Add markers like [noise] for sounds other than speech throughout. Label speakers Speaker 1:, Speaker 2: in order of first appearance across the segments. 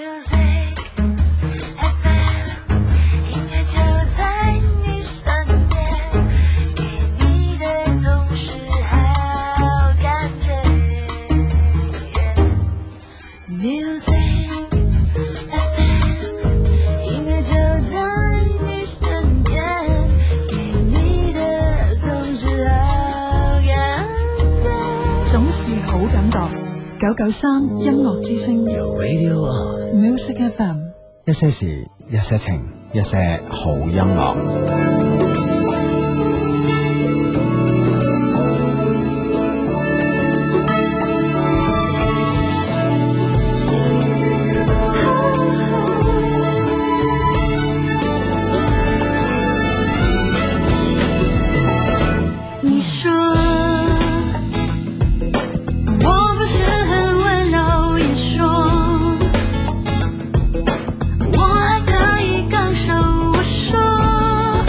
Speaker 1: Music FM，音乐就在你身边，给你的总是好感觉。Music FM，音乐就在你身边，给你的总是好感觉。
Speaker 2: 总是好感觉。九九三音乐之声
Speaker 3: Your Radio On，
Speaker 2: ，Music FM。
Speaker 3: 一些事，一些情，一些好音樂。
Speaker 1: 你说我不是很温柔，也说我爱可以刚手，我说啊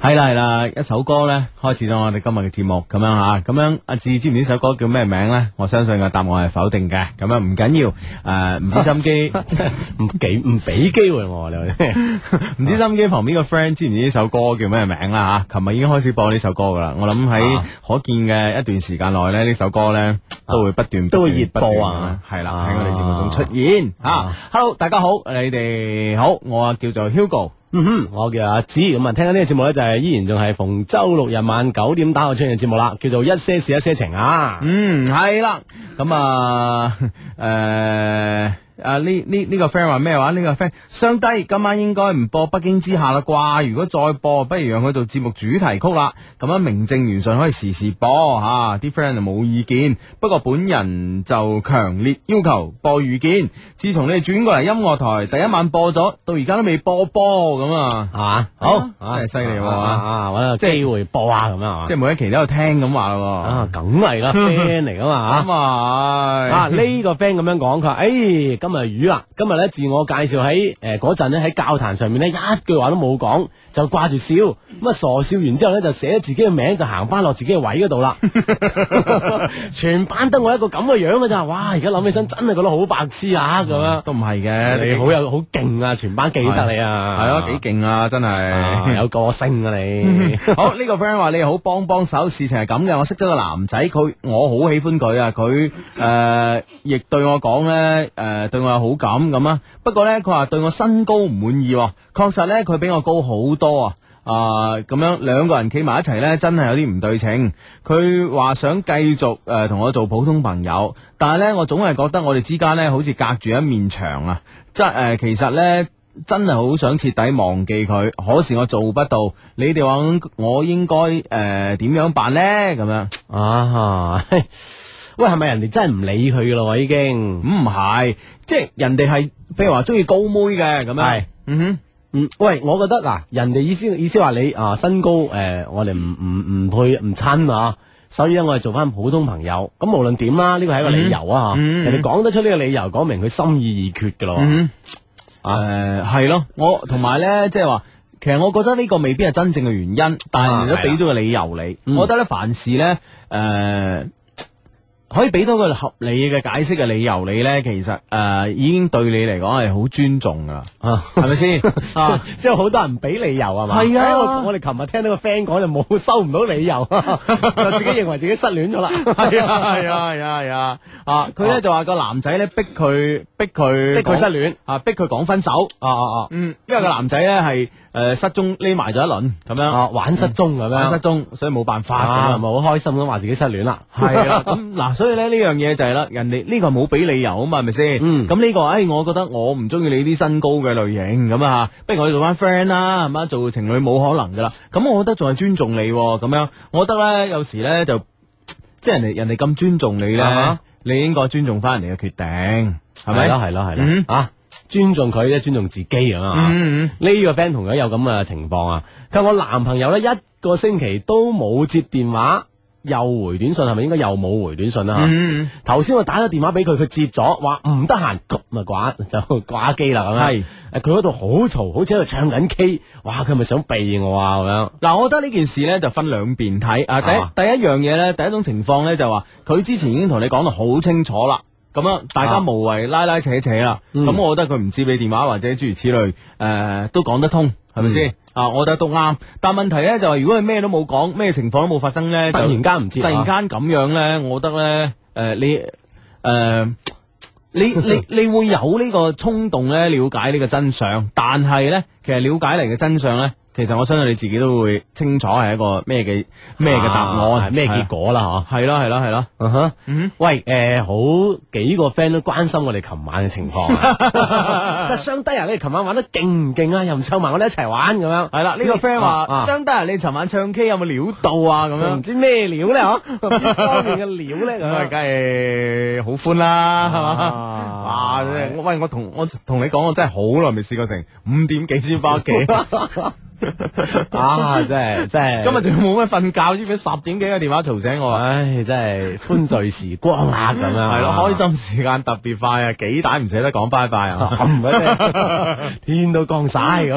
Speaker 3: 系啦系啦，一首歌咧开始咗我哋今日嘅节目咁样吓，咁样阿志知唔知首歌叫咩名咧？我相信個答案系否定嘅，咁樣唔紧要，诶、唔
Speaker 4: [laughs]
Speaker 3: 知心机，
Speaker 4: 唔幾唔俾機會我，你話真
Speaker 3: [laughs] 唔知心机旁边個 friend 知唔知呢首歌叫咩名啦吓？琴日已經開始播呢首歌噶啦，我諗喺
Speaker 4: 啊
Speaker 3: 可見嘅一段時間內咧，呢首歌咧都會不斷
Speaker 4: 都會
Speaker 3: 不斷
Speaker 4: 熱播
Speaker 3: 不斷
Speaker 4: 啊
Speaker 3: 係啦，
Speaker 4: 啊
Speaker 3: 喺我哋節目中出現吓
Speaker 4: 啊。
Speaker 3: Hello，大家好，你哋好，我啊叫做 Hugo。
Speaker 4: 嗯哼，我叫阿子，咁啊，聽緊呢個節目咧就係依然仲係逢周六日晚九點打我出現嘅節目啦，叫做一些事一些情啊。
Speaker 3: 嗯，系啦，咁啊，诶、啊呢呢呢个 friend 话咩话？呢、個个 friend 相低今晚應該唔播北京之下啦啩？如果再播，不如讓佢做節目主題曲啦。咁樣名正言順可以時時播吓，啲 friend 就冇意見。不過本人就強烈要求播遇見。自從你哋轉過嚟音樂台第一晚播咗，到而家都未播波咁啊，
Speaker 4: 係嘛？好，
Speaker 3: 啊真係犀利喎
Speaker 4: 啊啊！揾個
Speaker 3: 即係
Speaker 4: 機會播下咁樣啊
Speaker 3: 即係每一期都有聽咁話咯。
Speaker 4: 啊，梗係
Speaker 3: [laughs]
Speaker 4: 啦，friend 嚟噶嘛啊
Speaker 3: 咁啊，
Speaker 4: 啊！呢個 friend 咁樣講，佢話：，诶，今日魚啦，今日咧自我介紹喺诶嗰陣咧喺教壇上面咧一句話都冇講，就掛住笑，咁啊傻笑完之後咧就寫咗自己嘅名，就行翻落自己嘅位嗰度
Speaker 3: [laughs]
Speaker 4: 啦。全班得我一個咁嘅樣嘅咋，哇！而家諗起身真係覺得好白痴啊咁樣。
Speaker 3: 都唔係嘅，
Speaker 4: 你好有好勁啊，全班記得你啊，
Speaker 3: 系咯，幾勁啊，真
Speaker 4: 啊
Speaker 3: 係。
Speaker 4: 有個性啊你。
Speaker 3: 好呢個 friend 話你好幫幫手，事情係咁嘅，我識咗個男仔，佢我好喜歡佢啊，佢诶亦對我講咧诶對我有好感咁啊，不過咧佢話對我身高唔滿意喎，確實咧佢比我高好多啊。啊，咁樣兩個人企埋一齊呢，真係有啲唔對稱。佢話想繼續誒同、我做普通朋友，但係呢，我總係覺得我哋之間呢，好似隔住一面牆啊！即係、呃其實呢，真係好想徹底忘記佢，可是我做不到。你哋話嗯我應該誒點、樣辦呢？咁樣
Speaker 4: 啊，喂，係咪人哋真係唔理佢噶咯？已經。
Speaker 3: 咁唔係，即係人哋係譬如話中意高妹嘅咁樣
Speaker 4: 係，
Speaker 3: 嗯哼。
Speaker 4: 嗯，喂，我覺得嗱，人哋意思意思話你啊身高诶、呃我哋唔唔唔配唔親啊，所以咧我哋做翻普通朋友。咁無論點啦，呢個係一個理由啊，
Speaker 3: 嗯嗯
Speaker 4: 人哋講得出呢個理由，講明佢心意已決噶咯。
Speaker 3: 嗯，
Speaker 4: 啊
Speaker 3: 诶系咯，我同埋咧，即系话。其實我覺得呢個未必係真正嘅原因，但係
Speaker 4: 啊
Speaker 3: 人哋都
Speaker 4: 係
Speaker 3: 俾
Speaker 4: 啦
Speaker 3: 咗個理由你。
Speaker 4: 嗯
Speaker 3: 我覺得咧，凡事咧，誒、可以俾到個合理嘅解釋嘅理由你咧，其實誒、呃已經對你嚟講係好尊重㗎啦，
Speaker 4: 啊
Speaker 3: 係
Speaker 4: [laughs]
Speaker 3: 咪先？啊，
Speaker 4: 即係好多人唔俾理由係嘛？
Speaker 3: [laughs] 係啊
Speaker 4: 哎我我哋琴日聽到個 friend 講就冇收唔到理由，就自己認為自己失戀咗啦。
Speaker 3: [laughs]
Speaker 4: [laughs]
Speaker 3: 係啊，係啊，係啊，係啊，啊，佢咧就話個男仔咧逼佢逼佢
Speaker 4: 逼佢失
Speaker 3: 講
Speaker 4: 戀
Speaker 3: 啊，逼佢講分手。
Speaker 4: 哦哦
Speaker 3: 嗯，因為個男仔咧係誒失蹤匿埋咗一輪咁
Speaker 4: 哦，
Speaker 3: 樣。
Speaker 4: 啊玩失蹤咁
Speaker 3: 玩
Speaker 4: 樣，
Speaker 3: 失蹤，所以冇辦法
Speaker 4: 啊，
Speaker 3: 咁
Speaker 4: 係
Speaker 3: 啊
Speaker 4: 咪好開心咁話自己失戀啦？[laughs]
Speaker 3: 系啦，啊咁嗱，所以咧呢樣嘢就係啦，人哋呢個冇俾理由啊嘛，係咪先？
Speaker 4: 嗯
Speaker 3: 咁呢個，诶，我覺得我唔中意你啲身高嘅類型咁啊，不如我哋做翻 friend 啦，係嘛？做情侶冇可能噶啦。咁我覺得仲係尊重你喎咁樣，我覺得咧有時咧就即係人哋人哋咁尊重你
Speaker 4: 啊
Speaker 3: 咧
Speaker 4: 哈，
Speaker 3: 你應該尊重翻人哋嘅決定，係咪？
Speaker 4: 啦，係啦，係
Speaker 3: 嗯
Speaker 4: 啦，啊，尊重佢咧，尊重自己咁啊。
Speaker 3: 嗯，嗯
Speaker 4: 呢個 friend 同樣有咁嘅情況啊！佢話我男朋友呢，一個星期都冇接電話，又回短信，係咪應該又冇回短信啦？嚇
Speaker 3: 嗯嗯
Speaker 4: 頭先我打咗電話俾佢，佢接咗，話唔得閒，咁啊 [laughs] 掛就掛機啦咁樣。
Speaker 3: 係
Speaker 4: 啊誒，佢嗰度好嘈，好似喺度唱緊 K，哇！佢係咪想避我啊咁樣？
Speaker 3: 嗱，我覺得呢件事呢就分兩邊睇啊。第一、
Speaker 4: 啊
Speaker 3: 第一樣嘢呢，第一種情況呢就話佢之前已經同你講到好清楚啦，咁樣大家
Speaker 4: 啊
Speaker 3: 無謂拉拉扯扯啦。
Speaker 4: 嗯
Speaker 3: 咁、我覺得佢唔接你電話或者諸如此類，誒、都講得通，係咪
Speaker 4: 嗯
Speaker 3: 先？啊，我覺得都啱。但問題呢就係、如果佢咩都冇講，咩情況都冇發生呢，
Speaker 4: 突
Speaker 3: 就
Speaker 4: 然間唔接，啊
Speaker 3: 突然間咁樣呢，我覺得呢，誒、你誒。呃你
Speaker 4: [laughs]
Speaker 3: 你你會有呢個衝動咧，了解呢個真相，但係咧，其實了解嚟嘅真相咧，其實我相信你自己都會清楚係一個咩嘅咩嘅答
Speaker 4: 啊
Speaker 3: 案，
Speaker 4: 係咩結果啦？嗬？
Speaker 3: 係啦係啦係啦，
Speaker 4: 嗯哼，喂，诶、好幾個 friend 都關心我哋琴晚嘅情況啊。 [laughs] 但相低啊，你哋琴晚玩得勁唔勁啊？又唔湊埋我哋一齊玩咁樣。
Speaker 3: [laughs] 係啦，呢個 friend
Speaker 4: 啊
Speaker 3: 話，
Speaker 4: 啊
Speaker 3: 相得人你尋晚唱 K 有冇料到啊？咁
Speaker 4: 唔
Speaker 3: 樣。
Speaker 4: 知咩料咧，嗬？邊方面嘅料咧
Speaker 3: 咁啊，
Speaker 4: 咁樣
Speaker 3: 梗係好歡啦，係嘛？
Speaker 4: 啊
Speaker 3: 哇！真係我喂，我同我同你講，我真係好耐未試過成五點幾先翻屋企。
Speaker 4: [laughs] 啊，真系真系，
Speaker 3: 今日仲冇乜瞓覺，知唔知十點幾嘅電話嘈醒我啊？
Speaker 4: 唉，真系歡聚時光啊，咁樣
Speaker 3: 係咯，開心時間特別快啊，幾大唔捨得講拜拜
Speaker 4: [laughs]
Speaker 3: 啊！
Speaker 4: 冚
Speaker 3: [laughs]
Speaker 4: 嘅啫，天都降晒咁，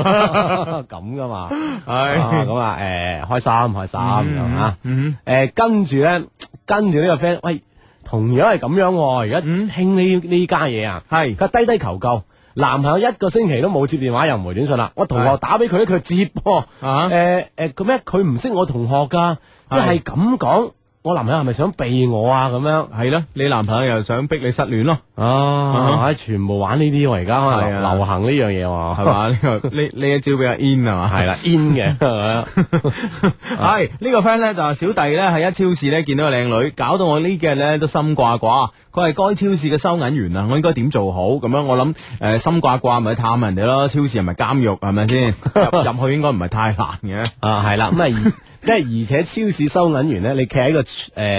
Speaker 4: 咁噶嘛，
Speaker 3: 唉
Speaker 4: 啊咁啊，诶，開心開心咁啊，诶，跟住咧，跟住呢個 friend，喂，同樣係咁樣喎，而家興呢呢家嘢啊，
Speaker 3: 係
Speaker 4: 佢話低低求救。男朋友一個星期都冇接電話，又唔回短信啦。我同學
Speaker 3: 係
Speaker 4: 打俾佢咧，佢接喎。
Speaker 3: 啊
Speaker 4: 誒誒，佢咩？佢唔識我同學噶，即
Speaker 3: 係
Speaker 4: 係咁講。我男朋友係咪想避我啊？咁樣
Speaker 3: 係咯，你男朋友又想逼你失戀咯，
Speaker 4: 啊，唉全部玩呢啲喎，而家可
Speaker 3: 係
Speaker 4: 能
Speaker 3: 啊
Speaker 4: 流行呢樣嘢喎，[laughs]
Speaker 3: 係嘛？呢個呢呢一招比較 in 啊嘛，
Speaker 4: 係啦，in
Speaker 3: [laughs]
Speaker 4: 嘅，
Speaker 3: 系呢個 friend 咧就話小弟咧喺一超市咧見到個靚女，搞到我呢幾日咧都心掛掛。佢係該超市嘅收銀員啊，我應該點做好？咁樣我諗诶、誒心掛掛咪去探人哋咯。超市係咪監獄係
Speaker 4: [laughs]
Speaker 3: 咪先？入入去應該唔係太難嘅。
Speaker 4: 啊係啦，咁啊
Speaker 3: [laughs]
Speaker 4: 而即係而且超市收銀員咧，你企喺個誒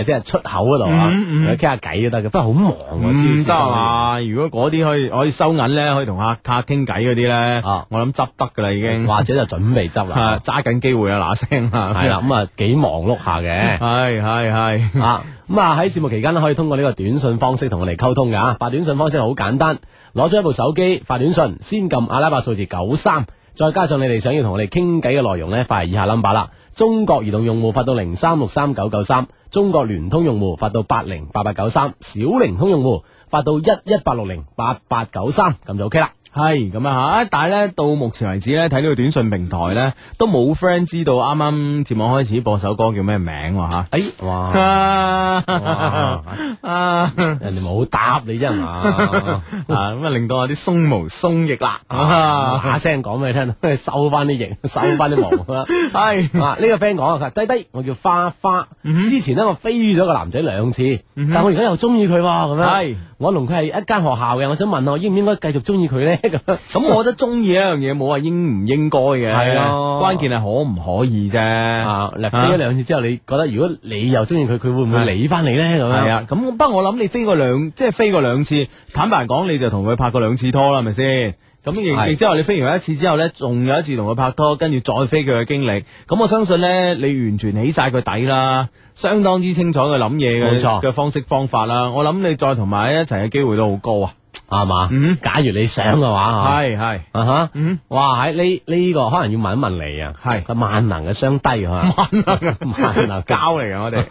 Speaker 4: 即係出口嗰度啊，同佢傾下偈都得嘅，不過好忙喎，超市
Speaker 3: 嗯唔得
Speaker 4: 收銀員
Speaker 3: 啊！如果嗰啲可以可以收銀咧，可以同客客傾偈嗰啲咧，
Speaker 4: 啊
Speaker 3: 我諗執得噶啦已經，
Speaker 4: 或者就準備執
Speaker 3: 啊
Speaker 4: 啦，
Speaker 3: [laughs] 揸緊機會啊嗱聲啊，
Speaker 4: 係啦，，咁啊幾忙碌下嘅。
Speaker 3: [laughs] 係係
Speaker 4: [laughs]
Speaker 3: 係，
Speaker 4: 啊，咁啊喺節目期間咧，可以通過呢個短信方式同我哋溝通嘅啊。發短信方式好簡單，攞咗一部手機發短信，先撳阿拉伯數字九三，再加上你哋想要同我哋傾偈嘅內容呢，發嚟以下 number 啦。中國移動用戶發到零三六三九九三，中國聯通用戶發到八零八八九三，小靈通用戶發到一一八六零八八九三，咁就 OK 啦。
Speaker 3: 係咁啊吓，但係咧到目前為止咧，睇呢個短信平台咧，都冇 friend 知道啱啱節目開始播首歌叫咩名喎吓。
Speaker 4: 哎，
Speaker 3: [laughs]
Speaker 4: 哇！哦
Speaker 3: 啊
Speaker 4: 哇
Speaker 3: 啊
Speaker 4: 人哋冇答你啫係嘛，
Speaker 3: 啊！咁啊，令到我啲鬆毛鬆翼啦。
Speaker 4: 啊
Speaker 3: 啊
Speaker 4: 嗱聲講俾你聽， [laughs] 收翻啲翼，收翻啲毛啦。
Speaker 3: [laughs] 係嗯
Speaker 4: 啊！呢、個 friend 講啊，佢話低低，我叫花花。之前呢，我飛咗個男仔兩次，但我而家又中意佢喎，咁樣。
Speaker 3: 係
Speaker 4: 我同佢係一間學校嘅，我想問我應唔應該繼續中意佢咧？ [laughs] 咁樣
Speaker 3: [laughs] 咁我覺得中意一樣嘢冇話應唔應該嘅，
Speaker 4: 係咯
Speaker 3: 關鍵係可唔可以啫。
Speaker 4: 啊，嗱，飛咗兩次之後，你覺得如果你又中意佢，佢會唔會
Speaker 3: 係
Speaker 4: 理翻你咧？咁樣
Speaker 3: 係啊，咁不過我諗你飛過兩，即係飛過兩次，坦白講，你就同佢拍過兩次拖啦，係咪先？咁
Speaker 4: 係
Speaker 3: 然之後，你飛完一次之後呢，仲有一次同佢拍拖，跟住再飛佢嘅經歷，咁我相信呢，你完全起晒佢底啦，相當之清楚佢諗嘢
Speaker 4: 冇
Speaker 3: 嘅
Speaker 4: 錯
Speaker 3: 嘅方式方法啦。我諗你再同埋一齊嘅機會都好高啊！
Speaker 4: 係嘛？
Speaker 3: 嗯
Speaker 4: 假如你想嘅話，嚇
Speaker 3: 係係
Speaker 4: 啊哈，哇！喺呢呢個可能要問一問你啊，
Speaker 3: 嗯係
Speaker 4: 個萬能嘅雙低
Speaker 3: [laughs]
Speaker 4: 啊，萬能萬能
Speaker 3: 交嚟嘅，我哋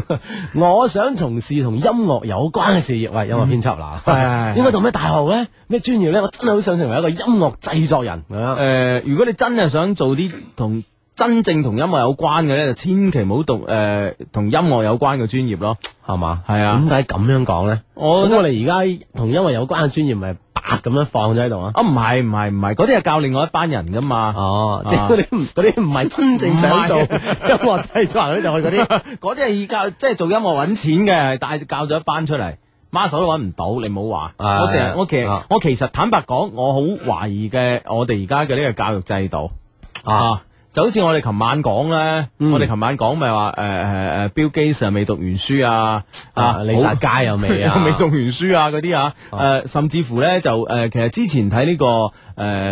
Speaker 4: [laughs] 我想從事同音樂有關嘅事業，喂，音樂編輯啦，
Speaker 3: 嗯係係係
Speaker 4: 應該讀咩大學咧？咩專業咧？我真係好想成為一個音樂製作人咁樣。
Speaker 3: 誒，如果你真係想做啲同真正同音樂有關嘅呢，就千祈唔好讀誒同音樂有關嘅專業咯。
Speaker 4: 係嘛？
Speaker 3: 係啊
Speaker 4: 點解咁樣講咧？
Speaker 3: 我
Speaker 4: 咁我哋而家同音樂有關嘅專業，咪白咁樣放咗喺度啊？
Speaker 3: 啊，唔係唔係唔係，嗰啲係教另外一班人噶嘛，
Speaker 4: 哦，即係嗰啲唔嗰啲唔係真正想做
Speaker 3: 啊唔
Speaker 4: 音樂製作人，就去嗰啲。
Speaker 3: [laughs] 嗰啲係以教即係做音樂揾錢嘅，但係教咗一班出嚟，孖手都揾唔到，你唔好話。
Speaker 4: 啊
Speaker 3: 我成日我其實
Speaker 4: 啊
Speaker 3: 我其實坦白講，我好懷疑嘅我哋而家嘅呢個教育制度
Speaker 4: 啊
Speaker 3: 啊。就好似我哋琴晚講咧，
Speaker 4: 嗯
Speaker 3: 我哋琴晚講咪話誒誒誒，Bill Gates 啊未讀完書啊，
Speaker 4: 啊，李
Speaker 3: 好
Speaker 4: 察街有未啊
Speaker 3: [laughs]？
Speaker 4: 哦
Speaker 3: 未讀完書啊嗰啲啊，誒、甚至乎咧就誒、其實之前睇呢、個誒、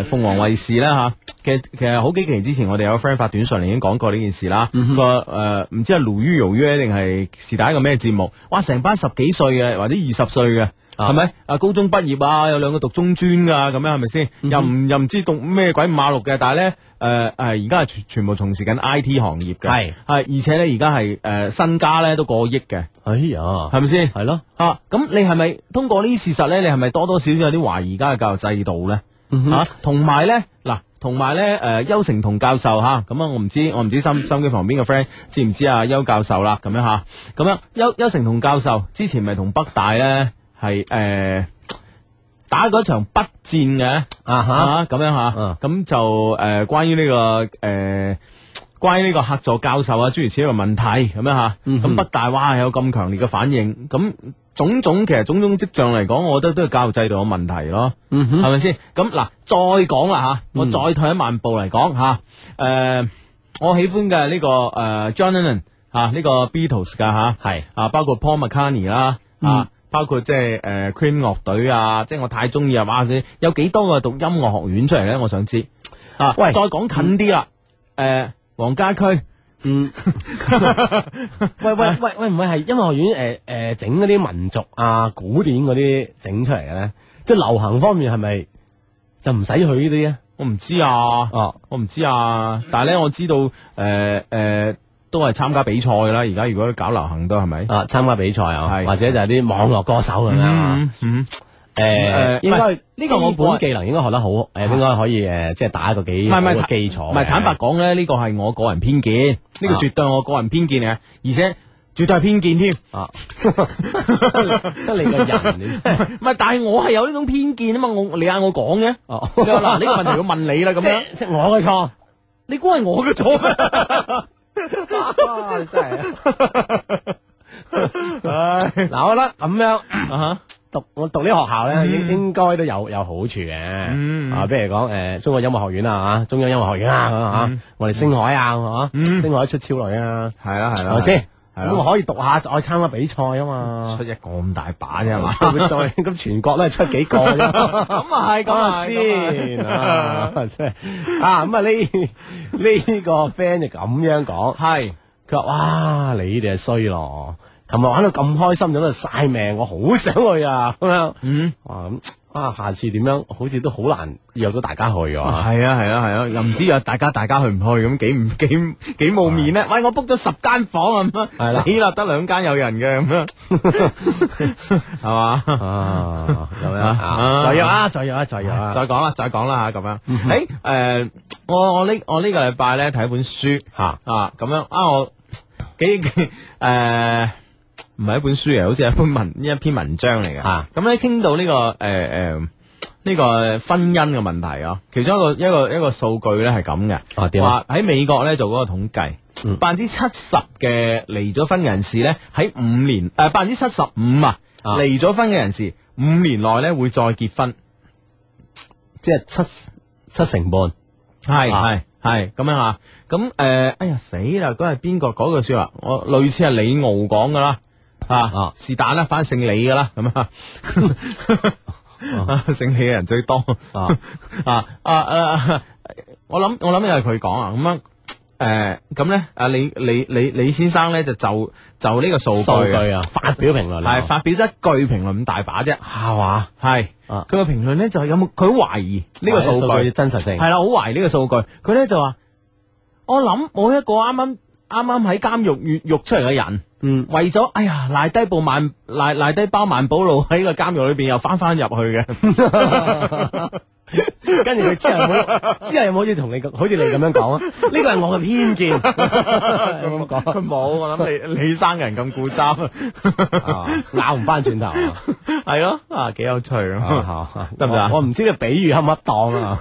Speaker 3: 鳳凰衛視啦嚇，其實其實好幾期之前我哋有個 friend 發短信嚟已經講過呢件事啦，
Speaker 4: 嗯
Speaker 3: 個誒唔知係魯豫由於定係是但一個咩節目，哇成班十幾歲嘅或者二十歲嘅。
Speaker 4: 啊
Speaker 3: 係咪啊？高中畢業啊，有兩個讀中專噶，咁樣係咪先？
Speaker 4: 嗯
Speaker 3: 又唔又唔知讀咩鬼五馬六嘅，但係咧，誒誒，而家係全全部從事緊 I T 行業嘅，
Speaker 4: 係
Speaker 3: 係而且咧而家係誒身家咧都過億嘅，
Speaker 4: 哎呀，
Speaker 3: 係咪先？
Speaker 4: 係咯。
Speaker 3: 啊，咁你係咪通過呢啲事實咧？你係咪多多少少有啲懷疑而家嘅教育制度咧？啊，同埋咧嗱。同埋咧，誒、邱成同教授嚇，咁啊，我唔知我唔知心心機旁邊嘅 friend 知唔知啊邱教授啦，咁樣嚇，咁樣邱邱成同教授之前咪同北大咧係誒打嗰場北戰嘅。
Speaker 4: 啊哈，
Speaker 3: 啊咁樣
Speaker 4: 嗯
Speaker 3: 吓，咁就诶關於呢個诶。關於呢個客座教授啊，諸如此類嘅問題咁樣吓，
Speaker 4: 嗯
Speaker 3: 咁北大哇有咁強烈嘅反應，咁種種其實種種跡象嚟講，我覺得都係教育制度嘅問題咯，
Speaker 4: 嗯
Speaker 3: 係咪先？咁嗱，再講啦吓，我再退一萬步嚟講吓，誒，我喜歡嘅呢個誒 John Lennon 啊，呢個 Beatles 噶吓，
Speaker 4: 係
Speaker 3: 啊，包括 Paul McCartney 啦，啊，包括即係呃誒 Queen 樂隊啊，即係我太中意啊，哇！佢有幾多個讀音樂學院出嚟咧？我想知啊，
Speaker 4: 喂
Speaker 3: 再講近啲啦，诶，黃家區
Speaker 4: 嗯，喂
Speaker 3: 啊
Speaker 4: 喂喂喂，唔会系音樂學院诶诶呃整嗰啲民族啊古典嗰啲整出嚟嘅咧？即系流行方面係咪就唔使去呢啲啊？
Speaker 3: 我唔知啊，
Speaker 4: 哦，
Speaker 3: 我唔知啊，但係咧我知道诶诶都係參加比賽㗎啦，而家如果搞流行都係咪？
Speaker 4: 啊參加比賽啊，
Speaker 3: 係
Speaker 4: 或者就係啲網絡歌手咁樣啊
Speaker 3: 嗯？嗯
Speaker 4: 诶
Speaker 3: 誒，
Speaker 4: 应该
Speaker 3: 唔係呢個我啊
Speaker 4: 基本技能應該學得好，诶，应该可以诶，即係打一個幾
Speaker 3: 唔
Speaker 4: 好
Speaker 3: 係唔係
Speaker 4: 嘅基礎嘅。
Speaker 3: 唔係坦白講咧，呢個係我個人偏見，呢個
Speaker 4: 啊
Speaker 3: 絕對我個人偏見嚟嘅，而且絕對係偏見添。
Speaker 4: 啊， [laughs] 得你個人，你真係
Speaker 3: 唔係，但係我係有呢種偏見啊嘛，我你嗌我講嘅， [laughs]
Speaker 4: 哦，
Speaker 3: 你話嗱呢個問題要問你啦咁樣，
Speaker 4: 即係我嘅錯。
Speaker 3: 你估係我嘅
Speaker 4: [laughs]
Speaker 3: 錯咩？
Speaker 4: 真系嗱，我覺得咁樣
Speaker 3: 啊
Speaker 4: 讀我讀呢學校咧，應應該都有有好處嘅。
Speaker 3: 嗯
Speaker 4: 啊，比如講诶，誒中國音樂學院啊，嚇中央音樂學院啊，咁啊，
Speaker 3: 嗯
Speaker 4: 我哋星海啊，嚇星海出超女啊，
Speaker 3: 係啦係
Speaker 4: 係
Speaker 3: 啦，
Speaker 4: 咪先？
Speaker 3: 嗯係
Speaker 4: 咁
Speaker 3: 咯
Speaker 4: 我可以讀下，再參加比賽啊嘛
Speaker 3: 出。一個咁大把啫係嘛？
Speaker 4: [laughs] 對唔對咁全國都係出幾個啫。
Speaker 3: [laughs] 咁啊係
Speaker 4: 咁啊先啊， [laughs] 真係啊咁啊呢呢個 friend 就咁樣講。
Speaker 3: 係
Speaker 4: 佢話：哇，你哋係衰咯！琴日玩到咁開心，喺度晒命，我好想去啊！ [laughs] 咁樣，
Speaker 3: 嗯，
Speaker 4: 哇咁啊，下次點樣？好似都好難約到大家去
Speaker 3: [laughs]
Speaker 4: 㗎喎。
Speaker 3: 係啊係啊係啊，又唔知有大家大家去唔去咁幾唔幾幾冇面咧？喂，我 book 咗十間房啊咁
Speaker 4: 係啦
Speaker 3: 樣，死啦得兩間有人嘅咁 [laughs] 樣，係嘛？
Speaker 4: 啊，咁樣啊，
Speaker 3: 啊
Speaker 4: 再約啊，再約啊，再約
Speaker 3: [laughs]
Speaker 4: 啊！
Speaker 3: 再講啦，再講啦吓，咁樣。誒誒，我我呢我呢個禮拜咧睇本書
Speaker 4: 嚇
Speaker 3: 啊，咁樣啊，我幾幾誒唔係一本書嚟，好似係一本文一篇文章嚟嘅
Speaker 4: 嚇。
Speaker 3: 咁咧傾到呢個誒誒呢個婚姻嘅問題啊，其中一個一個一個數據咧係咁嘅。
Speaker 4: 啊點啊？嗯
Speaker 3: 話喺美國咧做嗰個統計，百分之七十嘅離咗婚嘅人士咧喺五年誒百分之七十五啊
Speaker 4: 啊
Speaker 3: 離咗婚嘅人士五年內咧會再結婚，
Speaker 4: 即係七七成半
Speaker 3: 係
Speaker 4: 啊
Speaker 3: 係係咁樣啊，咁誒、呃哎呀死啦！嗰係邊個嗰句説話？我類似係李敖講噶啦，
Speaker 4: 啊
Speaker 3: 啊是但啦，反正姓李噶啦，咁
Speaker 4: [laughs]
Speaker 3: 啊，啊 [laughs] 姓李嘅人最多。
Speaker 4: 啊，
Speaker 3: 啊啊啊！我諗我諗又係佢講啊，咁樣诶，誒咁咧啊李李李李先生咧就就就呢個 [laughs] 數
Speaker 4: 數
Speaker 3: 據
Speaker 4: 據啊，發表評論啊
Speaker 3: 係發表咗一句評論咁大把啫，
Speaker 4: 係嘛？
Speaker 3: 係
Speaker 4: 啊
Speaker 3: 佢個評論咧就係有冇佢好懷疑呢個數
Speaker 4: 數據嘅
Speaker 3: 據
Speaker 4: 真實性
Speaker 3: 係啦，好懷疑呢個數據，佢咧就話我諗冇一個啱啱啱啱喺監獄越獄出嚟嘅人。
Speaker 4: 嗯
Speaker 3: 為咗哎呀賴低部萬賴賴低包萬寶路喺個監獄裏邊又翻翻入去嘅，
Speaker 4: 跟住佢之後有冇之後有冇好似同你咁好似你咁樣講啊？呢個係我嘅偏
Speaker 3: [laughs]
Speaker 4: 見，有冇咁講？
Speaker 3: 佢 [laughs] 冇，我諗你李生人咁固執，
Speaker 4: [laughs] 啊拗唔翻轉頭啊！
Speaker 3: 係咯，啊幾有趣 [laughs] 啊！
Speaker 4: 啊
Speaker 3: 得唔得啊
Speaker 4: 我我唔知你比喻恰唔恰當
Speaker 3: [laughs]
Speaker 4: 啊！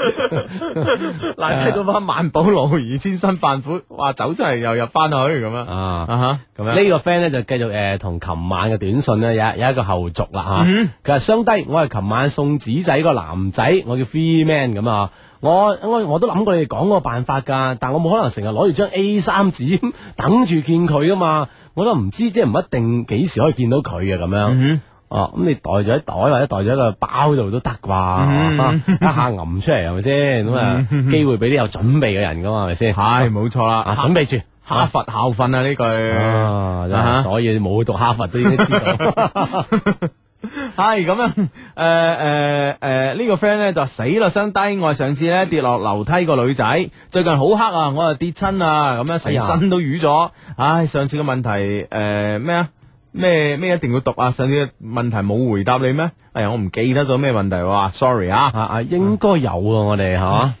Speaker 3: 嗱，睇到翻萬寶路而千身犯苦，話走出嚟又入翻去咁樣啊
Speaker 4: 啊，
Speaker 3: 哈咁樣
Speaker 4: 呢個 friend 咧就繼續誒同琴晚嘅短信咧有一有一個後續啦嚇。佢話相低，我係琴晚送紙仔個男仔，我叫 Free Man 咁啊。我我我都諗過你哋講嗰個辦法㗎，但我冇可能成日攞住張 A 三紙等住見佢噶嘛。我都唔知即係唔一定幾時可以見到佢啊嘅咁樣。哦，咁你袋咗喺袋或者袋咗喺個包度都得啩，啊一下揞出嚟係咪先？咁啊，機會俾啲有準備嘅人噶嘛，係咪先？ [laughs]
Speaker 3: 係冇錯
Speaker 4: 啊，
Speaker 3: 啦，
Speaker 4: 準備住。
Speaker 3: 哈佛校訓啊呢句，
Speaker 4: 啊，真係
Speaker 3: 啊
Speaker 4: 所以冇讀哈佛都已經知道
Speaker 3: [laughs] 係咁樣誒誒誒呢個 friend 咧就死啦，相低我上次咧跌落樓梯個女仔，最近好黑啊，我又跌親啊，咁樣
Speaker 4: 哎呀
Speaker 3: 成身都瘀咗，唉，上次嘅問題誒咩啊？咩咩一定要讀啊！上次嘅問題冇回答你咩？哎呀，我唔記得咗咩問題喎，sorry 啊！
Speaker 4: 啊啊，應該有啊，我哋嚇，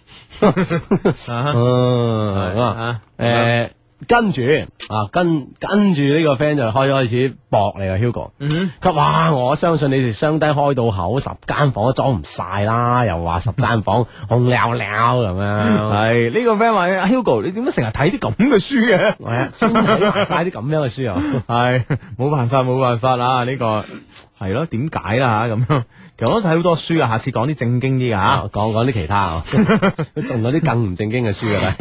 Speaker 4: 嗯咁啊
Speaker 3: 啊，
Speaker 4: 誒，跟住啊，跟跟住呢個 friend 就開開始搏你啊，Hugo。
Speaker 3: 嗯
Speaker 4: 佢話：哇！我相信你哋雙低開到口，十間房都裝唔晒啦，又話十間
Speaker 3: [laughs]
Speaker 4: 房空寥寥咁
Speaker 3: 哼，
Speaker 4: 樣。
Speaker 3: 係呢個 friend 話哎：Hugo，你點解成日睇啲咁嘅書嘅？
Speaker 4: 係啊，專睇埋晒啲咁樣嘅書啊！
Speaker 3: [laughs] 係冇辦法，冇辦法啦！呢個係咯，點解啦嚇咁樣？其實我都睇好多書啊，下次講啲正經啲嘅嚇
Speaker 4: 啊，。講講啲其他
Speaker 3: [laughs]
Speaker 4: 啊，仲
Speaker 3: [laughs]
Speaker 4: 有啲更唔正經嘅書啊！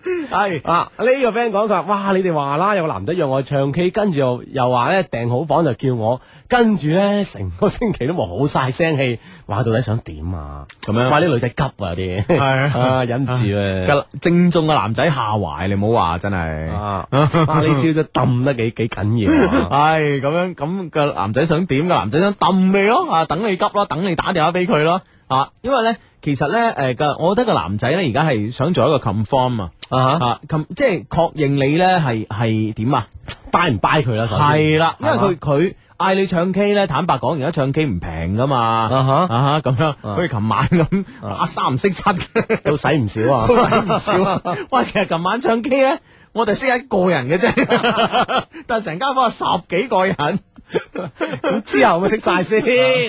Speaker 3: 系
Speaker 4: 啊！呢、個个 friend 講佢話：，哇！你哋話啦，有個男仔約我唱 K，跟住又又話咧訂好房就叫我，跟住咧成個星期都冇好晒聲氣，話到底想點啊？
Speaker 3: 咁樣
Speaker 4: 哇！啲女仔急啊有啲，
Speaker 3: 係啊
Speaker 4: 啊忍唔住啊！
Speaker 3: 嘅正中嘅男仔下懷，你唔好話真係。
Speaker 4: 啊！哇！呢招真抌得幾幾緊要啊！
Speaker 3: 系咁样，咁個男仔想點？個男仔想氹你咯，啊，等你急咯，等你打電話俾佢咯，啊，因為咧，其實咧，诶、個我覺得個男仔咧，而家係想做一個 confirm [laughs] 啊，
Speaker 4: 啊
Speaker 3: 啊，com 即係確認你咧係係點啊？
Speaker 4: 掰唔掰佢啊啦？首先
Speaker 3: 係啦，因為
Speaker 4: 係
Speaker 3: 佢
Speaker 4: 嘛
Speaker 3: 佢嗌你唱 K 咧，坦白講，而家唱 K 唔平噶嘛，
Speaker 4: 啊哈
Speaker 3: 啊哈咁樣，好似琴晚咁，啊三唔識 [laughs] 七嘅。
Speaker 4: 都使唔少啊！
Speaker 3: [laughs] 都使唔少啊！喂，其實琴晚唱 K 咧，我哋識一個人 [laughs] 嘅啫，但係成間房有十幾個人。咁
Speaker 4: 之後咪識晒先 [laughs]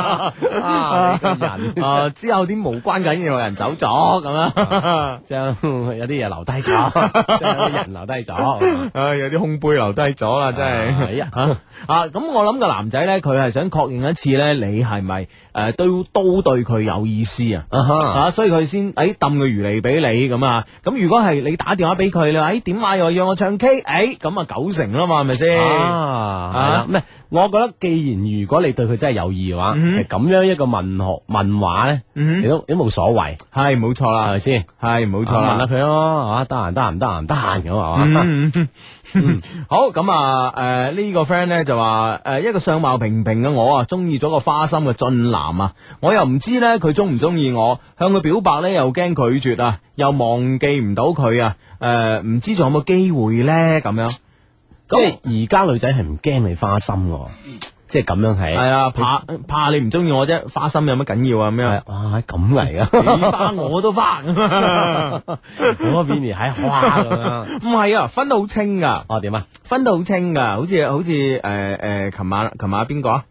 Speaker 4: 啊！你個人
Speaker 3: 啊，之後啲無關緊要嘅人走咗咁樣，
Speaker 4: 將有啲嘢留低
Speaker 3: [laughs]
Speaker 4: 咗，將有啲人留低咗。
Speaker 3: 唉，有啲空杯留低咗啦，
Speaker 4: 哎呀
Speaker 3: [laughs] 啊，咁我諗個男仔咧，佢係想確認一次咧，你係咪诶都都對佢有意思啊？
Speaker 4: 啊哈！
Speaker 3: 啊，所以佢先诶抌個魚嚟俾你咁啊。咁如果係你打電話俾佢，你話诶點啊又約我唱 K，诶咁啊九成啦嘛，係咪先？
Speaker 4: 啊，係啦，咩？我覺得既然如果你對佢真係有意嘅話，
Speaker 3: 嗯
Speaker 4: 咁樣一個問學問話咧，
Speaker 3: 嗯
Speaker 4: 你都你都冇所謂，
Speaker 3: 係冇錯
Speaker 4: 係啊
Speaker 3: 啦
Speaker 4: 咪，先？
Speaker 3: 係冇錯
Speaker 4: 問下
Speaker 3: 啦。
Speaker 4: 佢咯，係嘛？得閒得閒得閒得閒咁啊係嘛？
Speaker 3: 嗯嗯嗯好咁啊！诶、呢、個 friend 咧就話诶、誒一個相貌平平嘅我啊，中意咗個花心嘅俊男啊，我又唔知咧佢中唔中意我，向佢表白咧又驚拒絕啊，又忘記唔到佢啊，诶、唔知仲有冇機會咧咁樣。
Speaker 4: 咁而家女仔係唔驚你花心喎，即係咁樣係
Speaker 3: 系啊，怕怕你唔中意我啫，花心有乜緊要啊？咁樣
Speaker 4: 係哇，咁嚟啊！
Speaker 3: 你花我都花，唔
Speaker 4: 我 v i n n 喺花咁樣，
Speaker 3: [laughs] 係啊，分得好清噶。
Speaker 4: 哦點啊？
Speaker 3: 分到好清噶，好似好似誒誒，琴晚琴晚邊個啊？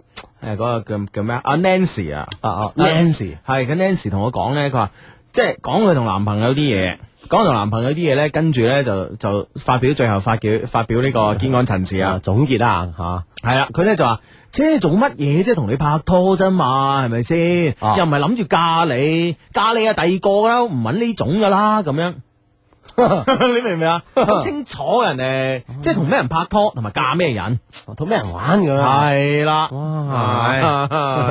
Speaker 3: 誒嗰個叫叫咩啊？阿 Nancy 啊，
Speaker 4: 啊啊，Nancy
Speaker 3: 係咁 Nancy 同我講咧，佢話即係講佢同男朋友啲嘢，講佢同男朋友啲嘢咧，跟住咧就就發表最後發表發表呢個堅案陳詞
Speaker 4: 啊
Speaker 3: 啊，
Speaker 4: 總結啊啦嚇。
Speaker 3: 係啊啦，佢咧就話。即做乜嘢啫？同你拍拖啫嘛，係咪先？
Speaker 4: 啊
Speaker 3: 又唔係諗住嫁你，嫁你啊第二個啦，唔揾呢種噶啦，咁 [laughs] 樣。你明唔明啊？好清楚人哋，即係同咩人拍拖，同埋嫁咩人。
Speaker 4: 同咩人玩咁啊樣？
Speaker 3: 系啦，
Speaker 4: 哇
Speaker 3: [laughs]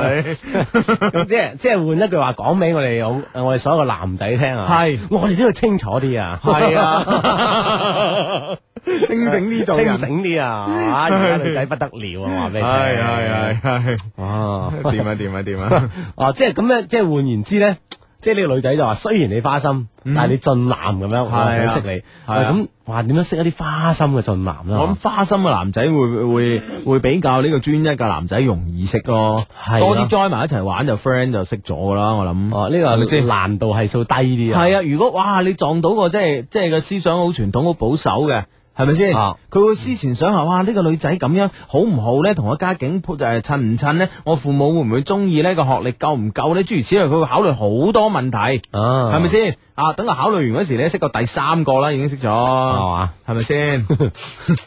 Speaker 3: 係
Speaker 4: 咁即
Speaker 3: [laughs]
Speaker 4: 係即係換一句話講俾我哋好，我哋所有嘅男仔聽啊！
Speaker 3: 係
Speaker 4: 我哋都要清楚啲啊！ [laughs]
Speaker 3: 係 [laughs] 啊，清醒啲做
Speaker 4: 清
Speaker 3: 人，
Speaker 4: 醒啲
Speaker 3: [laughs]
Speaker 4: 啊！哇，而家女仔不得了啊！話俾你聽，
Speaker 3: 係係
Speaker 4: 係哇
Speaker 3: 係， [laughs] 點啊點啊點啊，
Speaker 4: 哦，即係咁咧，即係換言之咧，即係呢個女仔就話，雖然你花心，但係你俊男咁樣，
Speaker 3: 嗯係啊
Speaker 4: 我想識你，
Speaker 3: 係啊
Speaker 4: 喂咁哇，點樣識一啲花心嘅俊男啊
Speaker 3: 我
Speaker 4: 啦
Speaker 3: 諗？花心嘅男仔會會會比較呢個專一嘅男仔容易識咯，
Speaker 4: 係
Speaker 3: 多
Speaker 4: 啦
Speaker 3: 啲 join 埋一齊玩就 friend 就識咗噶啦，我諗。
Speaker 4: 哦，呢個
Speaker 3: 係咪
Speaker 4: 係
Speaker 3: 先
Speaker 4: 難度係數低啲啊？
Speaker 3: 係啊，如果哇你撞到個即係即係個思想好傳統好保守嘅。係咪先？
Speaker 4: 啊
Speaker 3: 佢會思前想後，哇！呢、個女仔咁樣好唔好咧？同我家境誒襯唔襯咧？我父母會唔會中意呢？個學歷夠唔夠咧？諸如此類，佢會考慮好多問題，
Speaker 4: 啊，
Speaker 3: 係咪先？啊，等佢考慮完嗰時咧，識個第三個啦，已經識咗，
Speaker 4: 係
Speaker 3: 係
Speaker 4: 嘛？
Speaker 3: 咪先？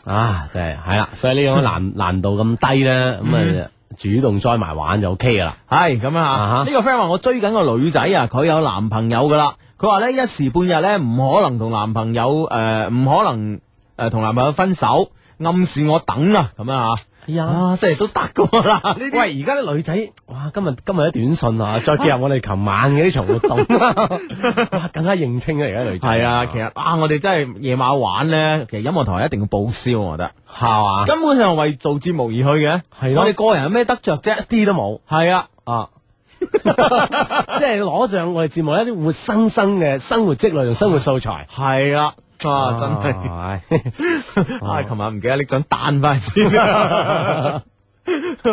Speaker 4: 啊，真係係啦，所以呢 [laughs] 種難難度咁低咧，咁啊主動栽埋玩就 OK 噶啦。
Speaker 3: 係咁啊！
Speaker 4: 啊哈
Speaker 3: 呢個 friend 話我追緊個女仔啊，佢有男朋友噶啦。佢話呢，一時半日呢，唔可能同男朋友誒，唔可能誒同男朋友分手，暗示我等啊咁樣啊。
Speaker 4: 哎呀
Speaker 3: 啊，即係都得噶啦。呢
Speaker 4: 喂，
Speaker 3: 啲
Speaker 4: 而家啲女仔，哇！今日今日啲短信啊，再結合我哋琴晚嘅呢場活動， [laughs] 哇，更加認清啊！而家女仔
Speaker 3: 係啊，其實啊，我哋真係夜晚玩呢，其實音樂台一定要報銷，我覺得。
Speaker 4: 係嘛，
Speaker 3: 根本上為做節目而去嘅，
Speaker 4: 係咯
Speaker 3: 我哋個人有咩得着啫？
Speaker 4: 一啲都冇
Speaker 3: 係啊，
Speaker 4: 啊！ [laughs] 即係攞上我哋節目一啲活生生嘅生活積累同生活素材，
Speaker 3: 係啊，啊，真係。
Speaker 4: 係
Speaker 3: [laughs] 啊！琴晚唔記得拎張單
Speaker 4: [laughs]
Speaker 3: 翻先啊！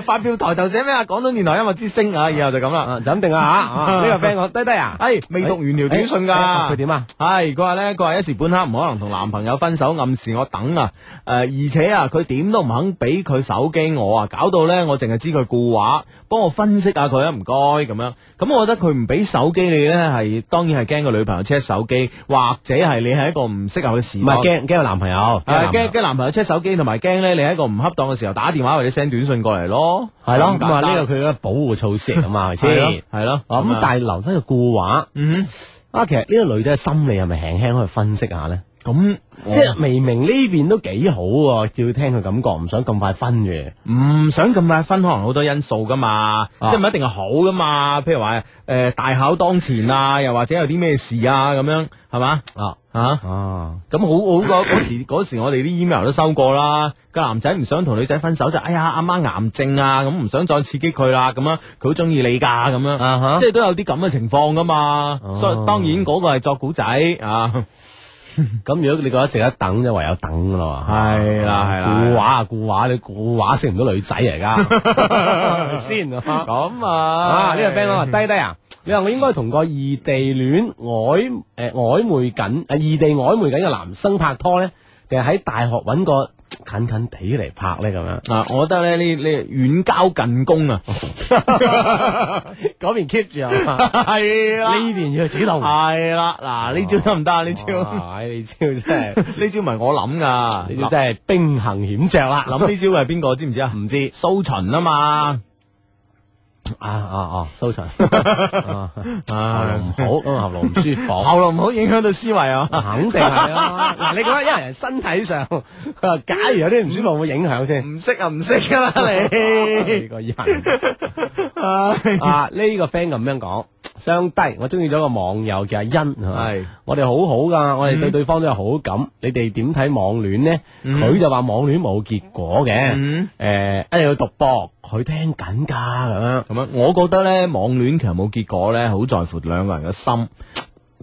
Speaker 3: 發票抬頭寫咩啊？廣東電台音樂之聲啊！以後就咁啦。
Speaker 4: 啊就咁定啊嚇！ [laughs] 啊呢個 friend 我低低啊， [laughs]
Speaker 3: 哎，未讀完條短信
Speaker 4: 哎
Speaker 3: 㗎。
Speaker 4: 佢點啊？
Speaker 3: 係佢話咧，佢話一時半刻唔可能同男朋友分手，暗示我等啊。誒、而且啊，佢點都唔肯俾佢手機我啊，搞到咧我淨係知佢固話，幫我分析下佢啊，唔該咁樣。咁我覺得佢唔俾手機你咧，係當然係驚個女朋友 check 手機，或者係你係一個唔適合嘅時
Speaker 4: 唔
Speaker 3: 代
Speaker 4: 係啊驚驚有男朋友，
Speaker 3: 诶，
Speaker 4: 有男朋友
Speaker 3: 惊惊男朋友 check 手機，同埋驚咧你喺一個唔恰當嘅時候打電話或者 send 短信過嚟咯，
Speaker 4: 係咯，咁啊
Speaker 3: 咁啊
Speaker 4: 呢個佢嘅保護措施嚟㗎嘛，係咪
Speaker 3: 係咯
Speaker 4: 先？
Speaker 3: 係咯，
Speaker 4: 哦，咁但係留低個固話，
Speaker 3: 嗯
Speaker 4: 啊，其實呢個女仔嘅心理係咪輕輕可以分析下咧？
Speaker 3: 咁
Speaker 4: 即係明明呢邊都幾好喎，要聽佢感覺，唔想咁快分嘅。
Speaker 3: 唔想咁快分，可能好多因素噶嘛，
Speaker 4: 啊
Speaker 3: 即係唔一定係好噶嘛。譬如話誒、呃大考當前啊，又或者有啲咩事啊咁樣，係嘛
Speaker 4: 啊
Speaker 3: 啊？
Speaker 4: 啊，
Speaker 3: 咁好好嗰嗰時嗰時我哋啲 email 都收過啦，個男仔唔想同女仔分手就哎呀阿媽癌症啊，咁唔想再刺激佢啦，咁樣佢好中意你㗎咁樣，
Speaker 4: 啊哈
Speaker 3: 即係都有啲咁嘅情況㗎嘛。所以當然嗰個係作古仔啊，
Speaker 4: 咁如果你覺得值得等，就唯有等噶啦嘛。
Speaker 3: 係啦係啦
Speaker 4: 固話啊固話，你固話識唔到女仔嚟噶， [laughs] 係咪先啊？
Speaker 3: [laughs] 咁啊
Speaker 4: 啊！呢個 friend 講話低低啊，你話我應該同個異地戀曖誒曖昧緊啊異地曖昧緊嘅男生拍拖咧，定係喺大學揾個近近地嚟拍咧咁樣？
Speaker 3: 啊，我覺得咧呢呢遠交近攻啊，
Speaker 4: [laughs] 嗰邊 keep 住啊 [laughs] 嘛，
Speaker 3: 係
Speaker 4: 呢邊要主動。
Speaker 3: 係啦，嗱呢招得唔得啊？呢招
Speaker 4: 啊唉，你招真 [laughs] 係，
Speaker 3: 呢招唔係我諗㗎，
Speaker 4: 你招真係兵行險著啦。
Speaker 3: 諗呢招係邊個知唔知啊？唔知蘇秦啊嘛。
Speaker 4: 啊啊啊，收場， [laughs] 啊喉嚨唔好，咁啊喉嚨唔舒服。
Speaker 3: 喉嚨唔好影響到思維啊！
Speaker 4: [laughs] 肯定係啊啦， [laughs] 嗱，你覺得因為人身體 [laughs] 上，啊假如有啲唔舒服，會唔會影響先？
Speaker 3: 唔識啊，唔識噶啦 [laughs] 你。
Speaker 4: 呢個人啊，呢個 friend 咁樣講，相低，我中意咗個網友叫阿欣，
Speaker 3: 係
Speaker 4: 我哋好好噶，我哋對對方都有好感。你哋點睇網戀呢？佢就話網戀冇結果嘅
Speaker 3: 嗯，
Speaker 4: 誒，一定要讀博，佢聽緊㗎咁樣。
Speaker 3: 咁樣，我覺得咧網戀其實冇結果咧，好在乎兩個人嘅
Speaker 4: 啊
Speaker 3: 心。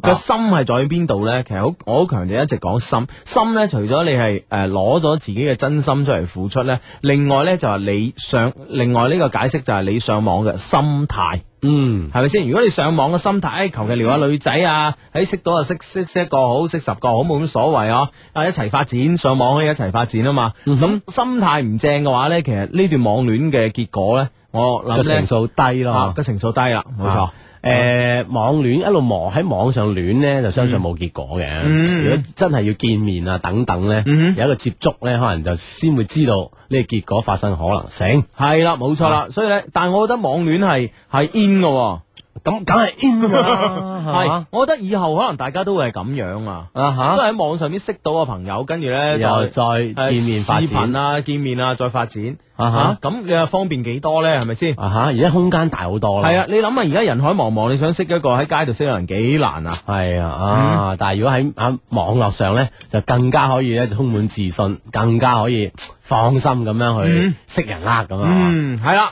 Speaker 3: 個心係在於邊度咧？其實好，我好強調一直講心。心咧，除咗你係誒攞咗自己嘅真心出嚟付出咧，另外咧就係你上，另外呢個解釋就係你上網嘅心態。
Speaker 4: 嗯，
Speaker 3: 係咪先？如果你上網嘅心態，哎求其撩下女仔啊，喺識到就識識識一個好，識十個好，冇乜所謂啊！啊，一齊發展，上網可以一齊發展啊嘛。
Speaker 4: 嗯
Speaker 3: 咁、心態唔正嘅話呢，其實呢段網戀嘅結果呢，我
Speaker 4: 個
Speaker 3: 諗
Speaker 4: 成
Speaker 3: 呢
Speaker 4: 數低
Speaker 3: 啊
Speaker 4: 咯，
Speaker 3: 個成數低啦，冇錯
Speaker 4: 啊。誒，網戀一路忙喺網上戀呢，就相信冇結果嘅。
Speaker 3: 嗯
Speaker 4: 如果真係要見面啊等等呢，有一個接觸呢，可能就先會知道呢個結果發生可能性。
Speaker 3: 係啦，冇錯
Speaker 4: 啊
Speaker 3: 啦。所以呢，但係我覺得網戀係係 in 嘅喎，
Speaker 4: 咁梗係 in 啦，係
Speaker 3: [laughs] 係
Speaker 4: 嘛
Speaker 3: 我覺得以後可能大家都會係咁樣啊，
Speaker 4: 啊嚇
Speaker 3: 都係喺網上面識到嘅朋友，跟住呢，
Speaker 4: 又
Speaker 3: 再
Speaker 4: 再
Speaker 3: 誒
Speaker 4: 見面發
Speaker 3: 視頻
Speaker 4: 展
Speaker 3: 啊，見面啊，再發展
Speaker 4: 啊哈
Speaker 3: 啊咁你又方便幾多呢？係咪先？
Speaker 4: 啊嚇！而家空間大好多啦，
Speaker 3: 系啊，你諗下而家人海茫茫，你想識一個喺街度識嘅人幾難啊？
Speaker 4: 係啊，
Speaker 3: 嗯
Speaker 4: 啊！但係如果喺喺網絡上咧，就更加可以咧，就充滿自信，更加可以放心咁樣去識人啦，咁啊。
Speaker 3: 嗯，系啦，